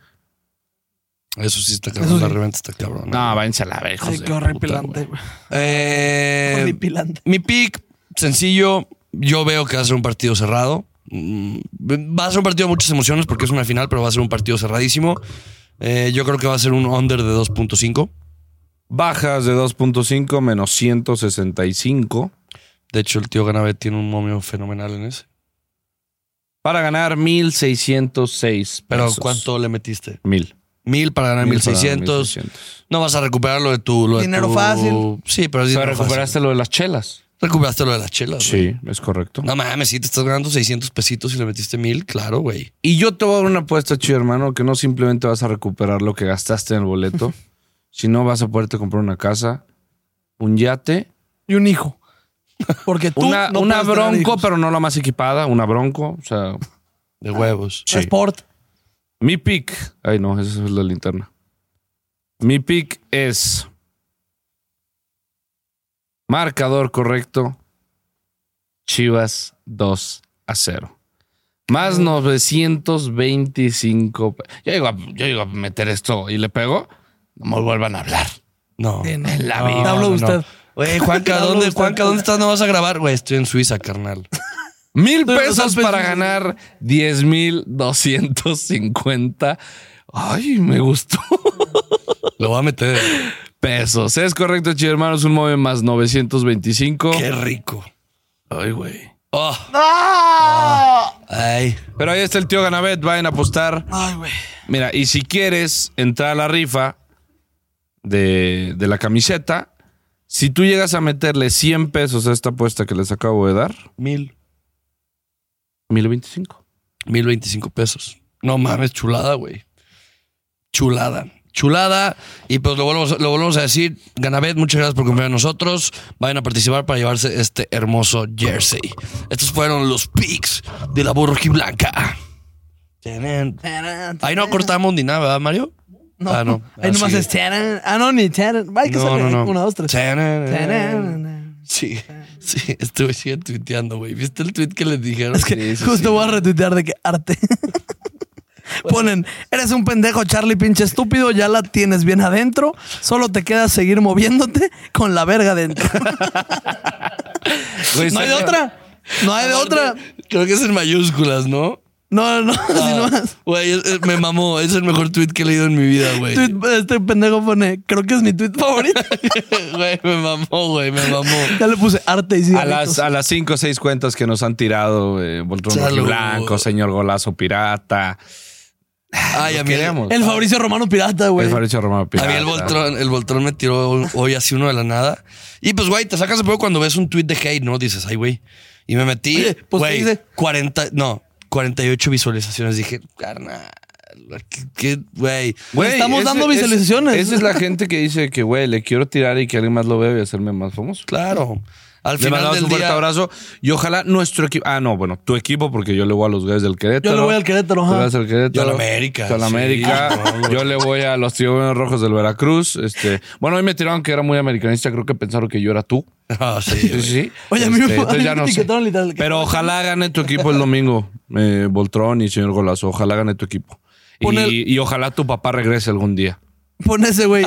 [SPEAKER 2] Eso sí está cabrón.
[SPEAKER 1] Eso sí.
[SPEAKER 2] La reventa está cabrón.
[SPEAKER 3] No, váyanse a la verga. hijos
[SPEAKER 1] Ay, qué
[SPEAKER 3] de puta,
[SPEAKER 1] horripilante,
[SPEAKER 3] güey.
[SPEAKER 1] güey.
[SPEAKER 2] Eh,
[SPEAKER 1] Horripilante.
[SPEAKER 2] Mi pick, sencillo, yo veo que va a ser un partido cerrado. Mm, Va a ser un partido de muchas emociones porque es una final, pero va a ser un partido cerradísimo. Eh, yo creo que va a ser un under de 2.5.
[SPEAKER 3] Bajas de 2.5 menos 165.
[SPEAKER 2] De hecho, el tío Ganabet tiene un momio fenomenal en ese.
[SPEAKER 3] Para ganar 1,606
[SPEAKER 2] Pero
[SPEAKER 3] pesos.
[SPEAKER 2] ¿cuánto le metiste?
[SPEAKER 3] Mil.
[SPEAKER 2] Mil para ganar
[SPEAKER 3] Mil para ganar
[SPEAKER 2] 1.600.
[SPEAKER 3] 1600.
[SPEAKER 2] No vas a recuperar lo de tu... lo de
[SPEAKER 1] Dinero
[SPEAKER 2] tu-
[SPEAKER 1] fácil.
[SPEAKER 2] Sí, pero es
[SPEAKER 3] Pero
[SPEAKER 2] dinero
[SPEAKER 3] recuperaste
[SPEAKER 2] fácil.
[SPEAKER 3] lo de las chelas.
[SPEAKER 2] Recuperaste lo de las chelas. güey.
[SPEAKER 3] Sí, es correcto.
[SPEAKER 2] No mames, si te estás ganando 600 pesitos y le metiste mil, claro, güey.
[SPEAKER 3] Y yo te voy a dar una apuesta, chido hermano, que no simplemente vas a recuperar lo que gastaste en el boleto, sino vas a poderte comprar una casa, un yate,
[SPEAKER 1] Y un hijo. Porque tú.
[SPEAKER 3] una,
[SPEAKER 1] no
[SPEAKER 3] una
[SPEAKER 1] puedes tener
[SPEAKER 3] bronco,
[SPEAKER 1] hijos.
[SPEAKER 3] pero no la más equipada, una bronco. O sea,
[SPEAKER 1] Ah,
[SPEAKER 2] De huevos.
[SPEAKER 1] Una Sport.
[SPEAKER 3] mi pick. Ay, no, esa es la linterna. Mi pick es. Marcador correcto. Chivas 2 a 0. Más 925. pe- Yo digo, a- yo digo a meter esto y le pego. No me vuelvan a hablar.
[SPEAKER 2] No.
[SPEAKER 1] Sí, no.
[SPEAKER 3] En la
[SPEAKER 1] No,
[SPEAKER 3] vida.
[SPEAKER 1] Te hablo de
[SPEAKER 2] no.
[SPEAKER 1] usted.
[SPEAKER 2] Güey, Juanca,
[SPEAKER 1] Hablo
[SPEAKER 2] ¿dónde,
[SPEAKER 1] usted.
[SPEAKER 2] Juanca, ¿dónde estás? No vas a grabar. Güey, estoy en Suiza, carnal.
[SPEAKER 3] Mil
[SPEAKER 1] Pero
[SPEAKER 3] pesos
[SPEAKER 1] tal vez-
[SPEAKER 3] para ganar 10,250. Ay, me gustó.
[SPEAKER 2] Lo voy a meter.
[SPEAKER 3] Pesos. Es correcto, chido hermanos. Un móvil más 925.
[SPEAKER 2] Qué rico.
[SPEAKER 3] Ay, güey.
[SPEAKER 2] Oh,
[SPEAKER 1] ¡Ah!
[SPEAKER 2] ay.
[SPEAKER 3] Pero ahí está el tío Ganabet. Vayan a apostar.
[SPEAKER 1] Ay, güey.
[SPEAKER 3] Mira, y si quieres entrar a la rifa de, de la camiseta, si tú llegas a meterle 100 pesos a esta apuesta que les acabo de dar,
[SPEAKER 2] Mil.
[SPEAKER 3] 1025.
[SPEAKER 2] Mil veinticinco pesos. No mames, chulada, güey. Chulada. Chulada. Y pues lo volvemos, lo volvemos a decir. Ganabet, muchas gracias por confiar en nosotros. Vayan a participar para llevarse este hermoso jersey. Estos fueron los picks de la blanca. Ahí no cortamos ni nada, ¿verdad, Mario?
[SPEAKER 1] No,
[SPEAKER 2] Ah, no.
[SPEAKER 1] Ahí
[SPEAKER 2] Ah,
[SPEAKER 1] nomás
[SPEAKER 2] sí.
[SPEAKER 1] es charan. Ah, no, ni charan. Hay que
[SPEAKER 2] No,
[SPEAKER 1] sacar
[SPEAKER 2] no, no.
[SPEAKER 1] una, dos, tres.
[SPEAKER 2] Tarán.
[SPEAKER 1] Charan.
[SPEAKER 2] Sí, sí, estuve sigue tuiteando, güey. ¿Viste el tweet que les dijeron?
[SPEAKER 1] Es que
[SPEAKER 2] Sí, sí,
[SPEAKER 1] justo
[SPEAKER 2] sí.
[SPEAKER 1] voy a retuitear de que arte. Ponen, eres un pendejo, Charlie, pinche estúpido, ya la tienes bien adentro, solo te queda seguir moviéndote con la verga adentro.
[SPEAKER 3] Güey,
[SPEAKER 1] no hay de
[SPEAKER 3] está-
[SPEAKER 1] otra, no hay de otra.
[SPEAKER 2] Creo que es en mayúsculas, ¿no?
[SPEAKER 1] No, no, así
[SPEAKER 2] Ah,
[SPEAKER 1] nomás.
[SPEAKER 2] Güey, es- es- me mamó. Es el mejor tweet que he leído en mi vida, güey.
[SPEAKER 1] Tuit- Este pendejo pone, creo que es mi tweet favorito.
[SPEAKER 2] Güey, me mamó, güey, me mamó.
[SPEAKER 1] ya le puse arte y
[SPEAKER 3] A las,
[SPEAKER 1] cigarritos.
[SPEAKER 3] a las cinco o seis cuentas que nos han tirado, eh, Voltrón
[SPEAKER 2] Salud.
[SPEAKER 3] Blanco, Señor Golazo Pirata,
[SPEAKER 2] Ay,
[SPEAKER 3] Los
[SPEAKER 2] a mí,
[SPEAKER 3] queremos.
[SPEAKER 1] El Fabricio Romano Pirata, güey.
[SPEAKER 3] el Fabricio Romano
[SPEAKER 2] a
[SPEAKER 3] Pirata.
[SPEAKER 2] mí el Voltrón, el Voltrón me tiró hoy así uno de la nada. Y pues, güey, te sacas de poco cuando ves un tweet de hate, ¿no? Dices, ay, güey. Y me metí,
[SPEAKER 1] Oye, pues, ¿qué
[SPEAKER 2] güey,
[SPEAKER 1] dice?
[SPEAKER 2] 40, no, 48 visualizaciones. Dije, carnal, ¿qué- qué, güey?
[SPEAKER 3] Güey,
[SPEAKER 1] Estamos
[SPEAKER 3] ese-
[SPEAKER 1] dando
[SPEAKER 3] ese-
[SPEAKER 1] visualizaciones.
[SPEAKER 3] Esa es la gente que dice que, güey, le quiero tirar y que alguien más lo vea y hacerme más famoso.
[SPEAKER 2] Claro. Al
[SPEAKER 3] Le
[SPEAKER 2] final
[SPEAKER 3] mandamos
[SPEAKER 2] del
[SPEAKER 3] un fuerte
[SPEAKER 2] día-
[SPEAKER 3] abrazo y ojalá nuestro equipo. Ah, no, bueno, tu equipo, porque yo le voy a los gays del Querétaro.
[SPEAKER 1] Yo le voy al Querétaro,
[SPEAKER 3] Tú
[SPEAKER 1] ajá.
[SPEAKER 3] le vas al Querétaro.
[SPEAKER 2] Yo a la América,
[SPEAKER 3] Tú a la
[SPEAKER 2] sí, Ah,
[SPEAKER 3] América.
[SPEAKER 2] no,
[SPEAKER 3] yo le voy a los Tiburones Rojos del Veracruz. Este, bueno, hoy me tiraron que era muy americanista. Creo que pensaron que yo era tú.
[SPEAKER 2] Ah, sí,
[SPEAKER 3] Sí,
[SPEAKER 2] güey.
[SPEAKER 3] sí. sí.
[SPEAKER 1] Oye, a mí
[SPEAKER 3] Este,
[SPEAKER 1] me- a
[SPEAKER 3] entonces
[SPEAKER 1] mí
[SPEAKER 3] ya
[SPEAKER 1] me
[SPEAKER 3] no sé.
[SPEAKER 1] etiquetaron literal que-
[SPEAKER 3] Pero ojalá gane tu equipo el domingo, eh, Voltrón y señor Golazo. Ojalá gane tu equipo. Y,
[SPEAKER 1] Pon el-
[SPEAKER 3] y ojalá tu papá regrese algún día.
[SPEAKER 1] Pon ese, güey.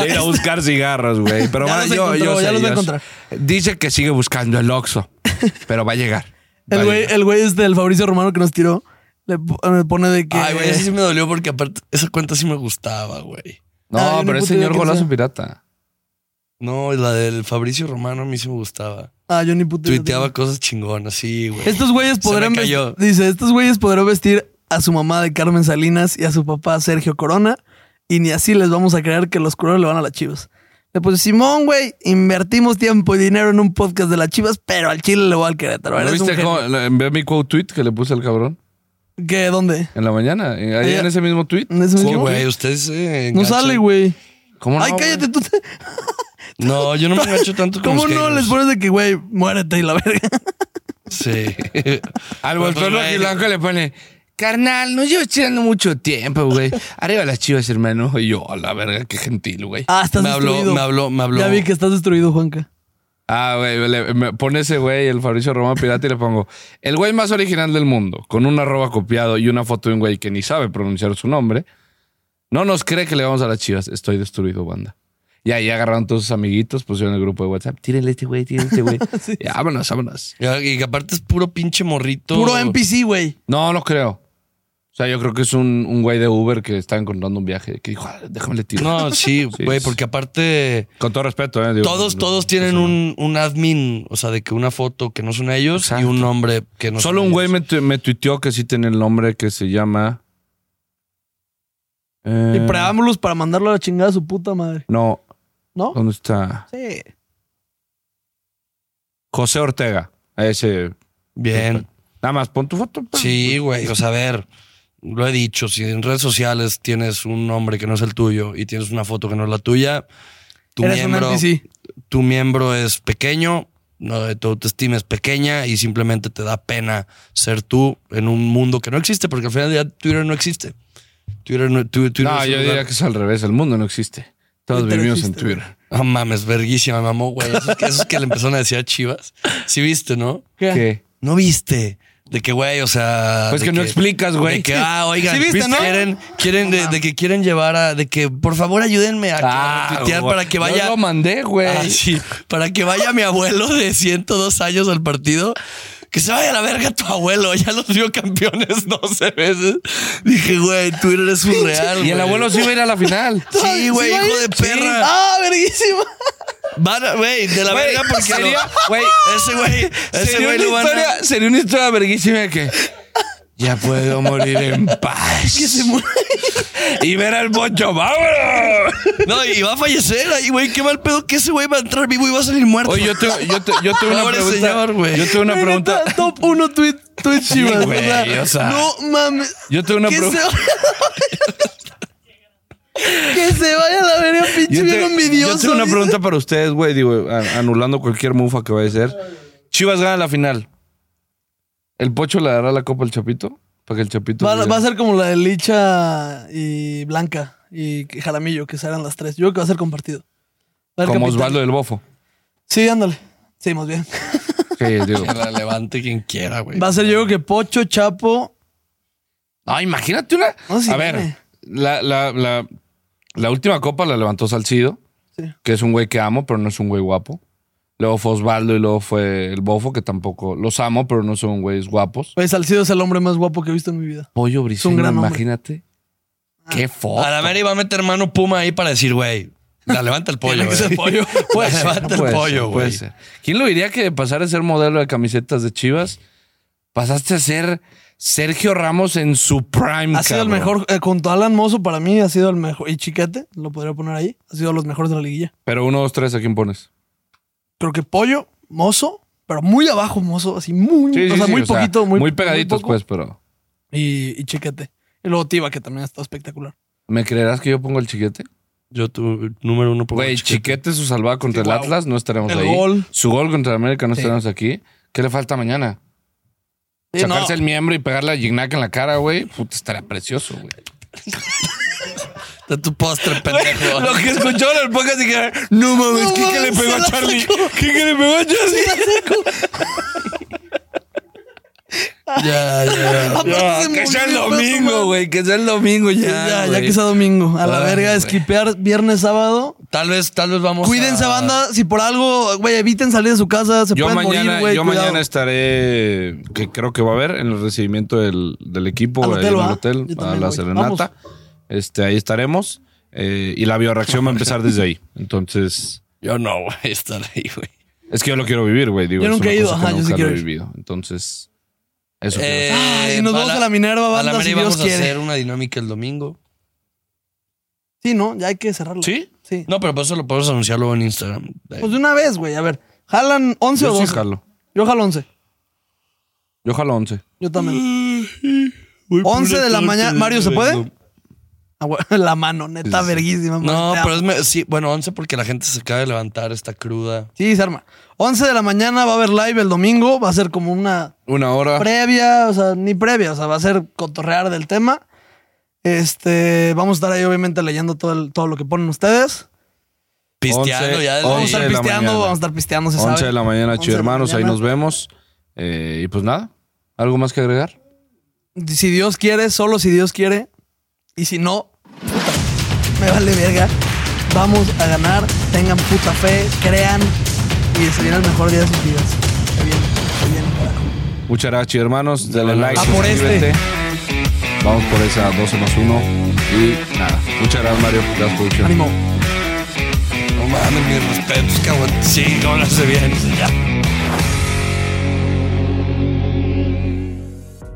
[SPEAKER 3] De ir a buscar cigarros, güey. Pero
[SPEAKER 1] Ya
[SPEAKER 3] va-
[SPEAKER 1] los
[SPEAKER 3] yo,
[SPEAKER 1] encontró,
[SPEAKER 3] yo
[SPEAKER 1] ya los va a
[SPEAKER 3] sé, yo sé.
[SPEAKER 1] encontrar.
[SPEAKER 3] Dice que sigue buscando el Oxxo, pero va a llegar. Va
[SPEAKER 1] El
[SPEAKER 3] a
[SPEAKER 1] güey,
[SPEAKER 3] llegar.
[SPEAKER 1] el güey este, el Fabricio Romano que nos tiró, le po- me pone de que.
[SPEAKER 2] Ay, güey, ese sí me dolió porque aparte esa cuenta sí me gustaba, güey.
[SPEAKER 3] No,
[SPEAKER 1] Ah, yo no
[SPEAKER 3] pero es
[SPEAKER 1] puedo
[SPEAKER 3] señor
[SPEAKER 1] creer que
[SPEAKER 3] Golazo
[SPEAKER 1] sea.
[SPEAKER 3] Pirata.
[SPEAKER 2] No, la del Fabricio Romano a mí sí me gustaba.
[SPEAKER 1] Ah, yo ni puta idea
[SPEAKER 2] Tuiteaba cosas chingonas, sí, güey.
[SPEAKER 1] tenía. Estos güeyes
[SPEAKER 2] Se me
[SPEAKER 1] podrán. vest-
[SPEAKER 2] cayó.
[SPEAKER 1] Dice, estos güeyes podrán vestir a su mamá de Carmen Salinas y a su papá Sergio Corona. Y ni así les vamos a creer que los cureros le van a las chivas. Le puse Simón, güey, invertimos tiempo y dinero en un podcast de las chivas, pero al Chile le voy al Querétaro.
[SPEAKER 3] ¿No
[SPEAKER 1] Eres un
[SPEAKER 3] viste
[SPEAKER 1] genio.
[SPEAKER 3] cómo- la- ve mi quote tweet que le puse al cabrón?
[SPEAKER 1] ¿Qué? ¿Dónde?
[SPEAKER 3] En la mañana. eh, Ahí
[SPEAKER 1] Ahí-
[SPEAKER 3] en ese mismo tweet.
[SPEAKER 1] ¿En ese
[SPEAKER 2] Sí,
[SPEAKER 1] mismo?
[SPEAKER 2] güey, ustedes se
[SPEAKER 1] No
[SPEAKER 2] enganchan.
[SPEAKER 1] sale, güey.
[SPEAKER 3] ¿Cómo no,
[SPEAKER 1] Ay, cállate, tú te-
[SPEAKER 2] güey. No, yo no me engancho tanto con
[SPEAKER 1] ¿Cómo
[SPEAKER 2] los
[SPEAKER 1] no
[SPEAKER 2] gamers.
[SPEAKER 1] les pones de que, güey, muérete y la verga?
[SPEAKER 2] Sí.
[SPEAKER 3] Al
[SPEAKER 2] Pues,
[SPEAKER 3] Voltrón
[SPEAKER 2] güey.
[SPEAKER 3] Rojiblanco le pone, carnal, no llevo tirando mucho tiempo, güey. Arriba las chivas, hermano. Y yo, a la verga, qué gentil, güey.
[SPEAKER 1] Ah, estás
[SPEAKER 2] Me habló,
[SPEAKER 1] destruido.
[SPEAKER 2] me habló, me habló.
[SPEAKER 1] Ya vi que estás destruido, Juanca.
[SPEAKER 3] Ah, güey, le- me pone ese güey, el Fabricio Román Pirata, y le pongo, el güey más original del mundo, con un arroba copiado y una foto de un güey que ni sabe pronunciar su nombre. No nos cree que le vamos a las chivas. Estoy destruido, banda. Y ahí agarraron todos sus amiguitos, pusieron el grupo de WhatsApp. Tírenle a este güey, tírenle a este güey. Y vámonos, vámonos.
[SPEAKER 2] Ya, Y que aparte es puro pinche morrito.
[SPEAKER 1] Puro NPC, güey.
[SPEAKER 3] No, no creo. O sea, yo creo que es un, un güey de Uber que está encontrando un viaje. Que dijo, "Ah, déjame le tiro.
[SPEAKER 2] No, sí,
[SPEAKER 3] Sí,
[SPEAKER 2] güey,
[SPEAKER 3] sí.
[SPEAKER 2] porque aparte
[SPEAKER 3] Con todo respeto, ¿eh? Digo,
[SPEAKER 2] todos,
[SPEAKER 3] no-
[SPEAKER 2] todos
[SPEAKER 3] no
[SPEAKER 2] tienen
[SPEAKER 3] pasa nada.
[SPEAKER 2] un, un admin, o sea, de que una foto que no son ellos y
[SPEAKER 3] Exacto.
[SPEAKER 2] un nombre que no
[SPEAKER 3] Solo
[SPEAKER 2] son
[SPEAKER 3] un güey
[SPEAKER 2] ellos.
[SPEAKER 3] me, tu- me tuiteó que sí tiene el nombre que se llama. eh,
[SPEAKER 1] Y preámbulos para mandarlo a la chingada a su puta madre.
[SPEAKER 3] No,
[SPEAKER 1] ¿No?
[SPEAKER 3] ¿dónde está?
[SPEAKER 1] Sí.
[SPEAKER 3] José Ortega. a Ese.
[SPEAKER 2] Bien.
[SPEAKER 3] Nada más, pon tu foto. pues. pa.
[SPEAKER 2] Sí, güey. O sea, a ver, lo he dicho, si en redes sociales tienes un nombre que no es el tuyo y tienes una foto que no es la tuya, tu
[SPEAKER 1] Eres
[SPEAKER 2] miembro,
[SPEAKER 1] un NPC.
[SPEAKER 2] tu miembro es pequeño, no, tu autoestima es pequeña y simplemente te da pena ser tú en un mundo que no existe, porque al final del día Twitter no existe. Twitter no, tu- Twitter
[SPEAKER 3] No,
[SPEAKER 2] es un
[SPEAKER 3] yo
[SPEAKER 2] lugar-
[SPEAKER 3] diría que es al revés. El mundo no existe. Todos
[SPEAKER 1] Twitter
[SPEAKER 3] vivimos
[SPEAKER 1] existe,
[SPEAKER 3] en Twitter.
[SPEAKER 2] No Ah, mames, verguísima, mamó, güey. Esos, que- esos que le empezaron a decir a Chivas. Sí viste, ¿no?
[SPEAKER 1] ¿Qué?
[SPEAKER 3] ¿Qué?
[SPEAKER 2] No viste. De que, güey, o sea.
[SPEAKER 3] Pues
[SPEAKER 2] de
[SPEAKER 3] que no explicas, güey.
[SPEAKER 2] De que, ah, oigan,
[SPEAKER 1] Sí viste,
[SPEAKER 2] ¿viste?
[SPEAKER 1] ¿no?
[SPEAKER 2] quieren, quieren de, de que quieren llevar a. De que, por favor, ayúdenme a, a tuitear
[SPEAKER 3] Ah, güey.
[SPEAKER 2] para que
[SPEAKER 3] Yo
[SPEAKER 2] vaya.
[SPEAKER 3] lo mandé, güey.
[SPEAKER 2] Ah, sí, para que vaya mi abuelo de 102 años al partido. Que se vaya a la verga tu abuelo. Ya los vio campeones 12 veces. Dije, güey, Twitter es surreal.
[SPEAKER 3] y el
[SPEAKER 2] güey.
[SPEAKER 3] abuelo sí va a ir a la final.
[SPEAKER 2] Sí, güey,
[SPEAKER 1] ¿Sí va a
[SPEAKER 2] hijo
[SPEAKER 1] ir?
[SPEAKER 2] de perra.
[SPEAKER 1] Ah, verguísima.
[SPEAKER 2] Van a- güey, de la
[SPEAKER 3] Güey,
[SPEAKER 2] verga porque lo-
[SPEAKER 3] sería- güey,
[SPEAKER 2] ese güey, ese
[SPEAKER 3] sería,
[SPEAKER 2] güey
[SPEAKER 3] una
[SPEAKER 2] lo van
[SPEAKER 3] historia,
[SPEAKER 2] a
[SPEAKER 3] sería una historia verguísima de que ya puedo morir en paz. y ver al bocho, vámonos.
[SPEAKER 2] No, y va a fallecer ahí, güey, qué mal pedo que ese güey va a entrar vivo y va a salir muerto.
[SPEAKER 3] Oye, yo tengo, yo te- yo tengo una
[SPEAKER 2] Pobre
[SPEAKER 3] pregunta.
[SPEAKER 2] señor, güey.
[SPEAKER 3] yo tengo una
[SPEAKER 1] Güey,
[SPEAKER 3] pregunta.
[SPEAKER 1] neta, Top 1 tweet, tweet chivas.
[SPEAKER 3] güey, o sea,
[SPEAKER 1] no mames.
[SPEAKER 3] Yo tengo una
[SPEAKER 1] que, se
[SPEAKER 3] pregunta.
[SPEAKER 1] vaya- que se vaya a la verga, pinche
[SPEAKER 3] Yo, te-
[SPEAKER 1] viejo envidioso.
[SPEAKER 3] yo tengo una
[SPEAKER 1] dice.
[SPEAKER 3] pregunta para ustedes, güey. Digo, a- anulando cualquier mufa que vaya a ser. Chivas gana la final. ¿El Pocho le dará la copa al Chapito? Para que el Chapito.
[SPEAKER 1] Va,
[SPEAKER 3] diga-
[SPEAKER 1] va a ser como la de Licha y Blanca y Jaramillo, que serán las tres. Yo creo que va a ser compartido. Va a haber
[SPEAKER 3] como
[SPEAKER 1] capitán.
[SPEAKER 3] Osvaldo del Bofo.
[SPEAKER 1] Sí, ándale. Sí, más bien.
[SPEAKER 3] Sí, digo.
[SPEAKER 2] Que la levante quien quiera, güey.
[SPEAKER 1] Va a ser yo creo que Pocho, Chapo.
[SPEAKER 3] No, Ah, imagínate una.
[SPEAKER 1] No, sí,
[SPEAKER 3] a ver,
[SPEAKER 1] dime.
[SPEAKER 3] la, la, la, la última copa la levantó Salcido,
[SPEAKER 1] Sí.
[SPEAKER 3] que es un güey que amo, pero no es un güey guapo. Luego fue Osvaldo y luego fue el Bofo, que tampoco los amo, pero no son güeyes guapos.
[SPEAKER 1] Pues Salcido es el hombre más guapo que he visto en mi vida.
[SPEAKER 3] Pollo Briseño,
[SPEAKER 1] gran hombre. Ah.
[SPEAKER 3] imagínate. Qué
[SPEAKER 1] Oh.
[SPEAKER 3] foto.
[SPEAKER 2] A la Mary va a meter mano puma ahí para decir, güey, la levanta el pollo.
[SPEAKER 1] Tiene que
[SPEAKER 2] güey.
[SPEAKER 1] ser pollo.
[SPEAKER 2] La
[SPEAKER 3] ser,
[SPEAKER 2] levanta
[SPEAKER 3] puede
[SPEAKER 2] el
[SPEAKER 3] ser,
[SPEAKER 2] pollo,
[SPEAKER 3] puede
[SPEAKER 2] güey.
[SPEAKER 3] ser. ¿Quién lo diría que de pasar a ser modelo de camisetas de Chivas, pasaste a ser Sergio Ramos en su prime?
[SPEAKER 1] Ha sido el
[SPEAKER 3] cabrón?
[SPEAKER 1] mejor, eh, junto a Alan Mozo, para mí ha sido el mejor. Y Chiquete, lo podría poner ahí. Ha sido los mejores de la liguilla.
[SPEAKER 3] Pero uno, dos, tres, ¿a quién pones?
[SPEAKER 1] Creo que Pollo, Mozo, pero muy abajo Mozo, así muy,
[SPEAKER 3] Sí,
[SPEAKER 1] o
[SPEAKER 3] sí,
[SPEAKER 1] sea,
[SPEAKER 3] sí,
[SPEAKER 1] muy poquito, muy,
[SPEAKER 3] muy pegaditos,
[SPEAKER 1] muy poco.
[SPEAKER 3] pues, pero.
[SPEAKER 1] Y, y Chiquete. Y luego Tiva, que también está espectacular.
[SPEAKER 3] ¿Me creerás que yo pongo el chiquete?
[SPEAKER 2] Yo tu número uno por
[SPEAKER 3] Güey, Chiquete su salvada contra
[SPEAKER 1] Sí,
[SPEAKER 3] el
[SPEAKER 1] wow.
[SPEAKER 3] Atlas, no estaremos
[SPEAKER 1] El
[SPEAKER 3] ahí.
[SPEAKER 1] gol.
[SPEAKER 3] Su gol contra el América, no
[SPEAKER 1] Sí.
[SPEAKER 3] estaremos aquí. ¿Qué le falta mañana?
[SPEAKER 1] Sí, no.
[SPEAKER 3] Sacarse el miembro y pegarle a Gignac en la cara, güey. Puta, estaría precioso, güey.
[SPEAKER 2] De tu postre, pendejo.
[SPEAKER 1] Lo que escuchó en el podcast y que
[SPEAKER 2] No mames,
[SPEAKER 1] No
[SPEAKER 2] Quique le
[SPEAKER 1] mames,
[SPEAKER 2] pegó
[SPEAKER 1] se
[SPEAKER 2] a
[SPEAKER 1] la
[SPEAKER 2] Charlie.
[SPEAKER 1] sacó.
[SPEAKER 2] Quique le pegó a Charlie. Ya, ya.
[SPEAKER 1] Aparte se
[SPEAKER 2] Que sea el
[SPEAKER 1] movió,
[SPEAKER 2] domingo, güey. Que sea el domingo ya.
[SPEAKER 1] ya, ya
[SPEAKER 2] güey.
[SPEAKER 1] que sea domingo. A la
[SPEAKER 2] Ay,
[SPEAKER 1] verga,
[SPEAKER 2] güey.
[SPEAKER 1] esquipear viernes, sábado.
[SPEAKER 2] Tal vez, tal vez vamos.
[SPEAKER 1] Cuídense,
[SPEAKER 2] a-
[SPEAKER 1] banda. Si por algo, güey, eviten salir de su casa. Se
[SPEAKER 3] Yo
[SPEAKER 1] pueden
[SPEAKER 3] mañana,
[SPEAKER 1] morir, güey.
[SPEAKER 3] yo
[SPEAKER 1] cuidado.
[SPEAKER 3] mañana estaré, que creo que va a haber, en el recibimiento del, del equipo
[SPEAKER 1] Al
[SPEAKER 3] ahí
[SPEAKER 1] hotel,
[SPEAKER 3] en el
[SPEAKER 1] ¿va?
[SPEAKER 3] hotel,
[SPEAKER 1] Yo
[SPEAKER 3] a
[SPEAKER 1] también
[SPEAKER 3] la
[SPEAKER 1] voy.
[SPEAKER 3] serenata. Este, ahí estaremos. eh, y la bioreacción va a empezar desde ahí. Entonces,
[SPEAKER 2] Yo no, güey. Estar ahí, güey.
[SPEAKER 3] es que yo lo quiero vivir, güey. Digo,
[SPEAKER 1] Yo
[SPEAKER 3] es
[SPEAKER 1] nunca
[SPEAKER 3] una
[SPEAKER 1] he ido,
[SPEAKER 3] cosa que
[SPEAKER 1] ajá, yo sí
[SPEAKER 3] nunca lo
[SPEAKER 1] quiero
[SPEAKER 3] he
[SPEAKER 1] ir.
[SPEAKER 3] vivido. Entonces, eso quiero hacer.
[SPEAKER 2] Eh,
[SPEAKER 1] Ay, nos vamos a la Minerva,
[SPEAKER 2] a
[SPEAKER 1] banda,
[SPEAKER 2] la Mary
[SPEAKER 1] si Dios
[SPEAKER 2] vamos
[SPEAKER 1] quiere.
[SPEAKER 2] a hacer una dinámica el domingo.
[SPEAKER 1] Sí, ¿no? Ya hay que cerrarlo.
[SPEAKER 2] ¿Sí?
[SPEAKER 1] Sí.
[SPEAKER 2] No, pero por eso lo podemos anunciar luego en Instagram.
[SPEAKER 1] Pues de una vez, güey. A ver, ¿jalan 11 o
[SPEAKER 3] Yo sí
[SPEAKER 1] 12?
[SPEAKER 3] jalo.
[SPEAKER 1] Yo jalo 11.
[SPEAKER 3] Yo jalo 11.
[SPEAKER 1] Yo también. 11 de la mañana. Mario, ¿se puede? Ah, güey, La mano, neta, verguísima. man,
[SPEAKER 2] No,
[SPEAKER 1] te
[SPEAKER 2] pero
[SPEAKER 1] amo.
[SPEAKER 2] es. me- Sí, bueno, 11 porque la gente se acaba de levantar, está cruda.
[SPEAKER 1] Sí, se arma. 11 de la mañana va a haber live el domingo. Va a ser como una
[SPEAKER 3] Una hora.
[SPEAKER 1] previa, o sea, ni previa, o sea, va a ser cotorrear del tema. Este, vamos a estar ahí obviamente leyendo todo, el- todo lo que ponen ustedes.
[SPEAKER 2] Pisteando
[SPEAKER 3] Once,
[SPEAKER 2] ya desde
[SPEAKER 1] Vamos a
[SPEAKER 3] once
[SPEAKER 1] estar
[SPEAKER 3] de la
[SPEAKER 1] pisteando,
[SPEAKER 3] mañana.
[SPEAKER 1] vamos a estar pisteando, se
[SPEAKER 3] 11
[SPEAKER 1] sabe.
[SPEAKER 3] de la mañana,
[SPEAKER 1] 11
[SPEAKER 3] chido
[SPEAKER 1] de la
[SPEAKER 3] hermanos. Ahí
[SPEAKER 1] mañana.
[SPEAKER 3] nos vemos. Eh, y pues nada, ¿algo más que agregar?
[SPEAKER 1] Si Dios quiere, solo si Dios quiere. Y si no, puta, me vale verga. Vamos a ganar, tengan puta fe, crean y se viene el mejor día de sus vidas. Se viene, se viene, carajo.
[SPEAKER 3] Muchas gracias, chido hermanos. Dale
[SPEAKER 2] Va
[SPEAKER 3] like.
[SPEAKER 1] por este.
[SPEAKER 3] suscríbete. Vamos por esa 12 más 1. Y nada, muchas gracias, Mario. Gracias, producción.
[SPEAKER 1] Ánimo.
[SPEAKER 2] No mames, mis respetos, cabrón. Sí, no lo hace bien. Ya.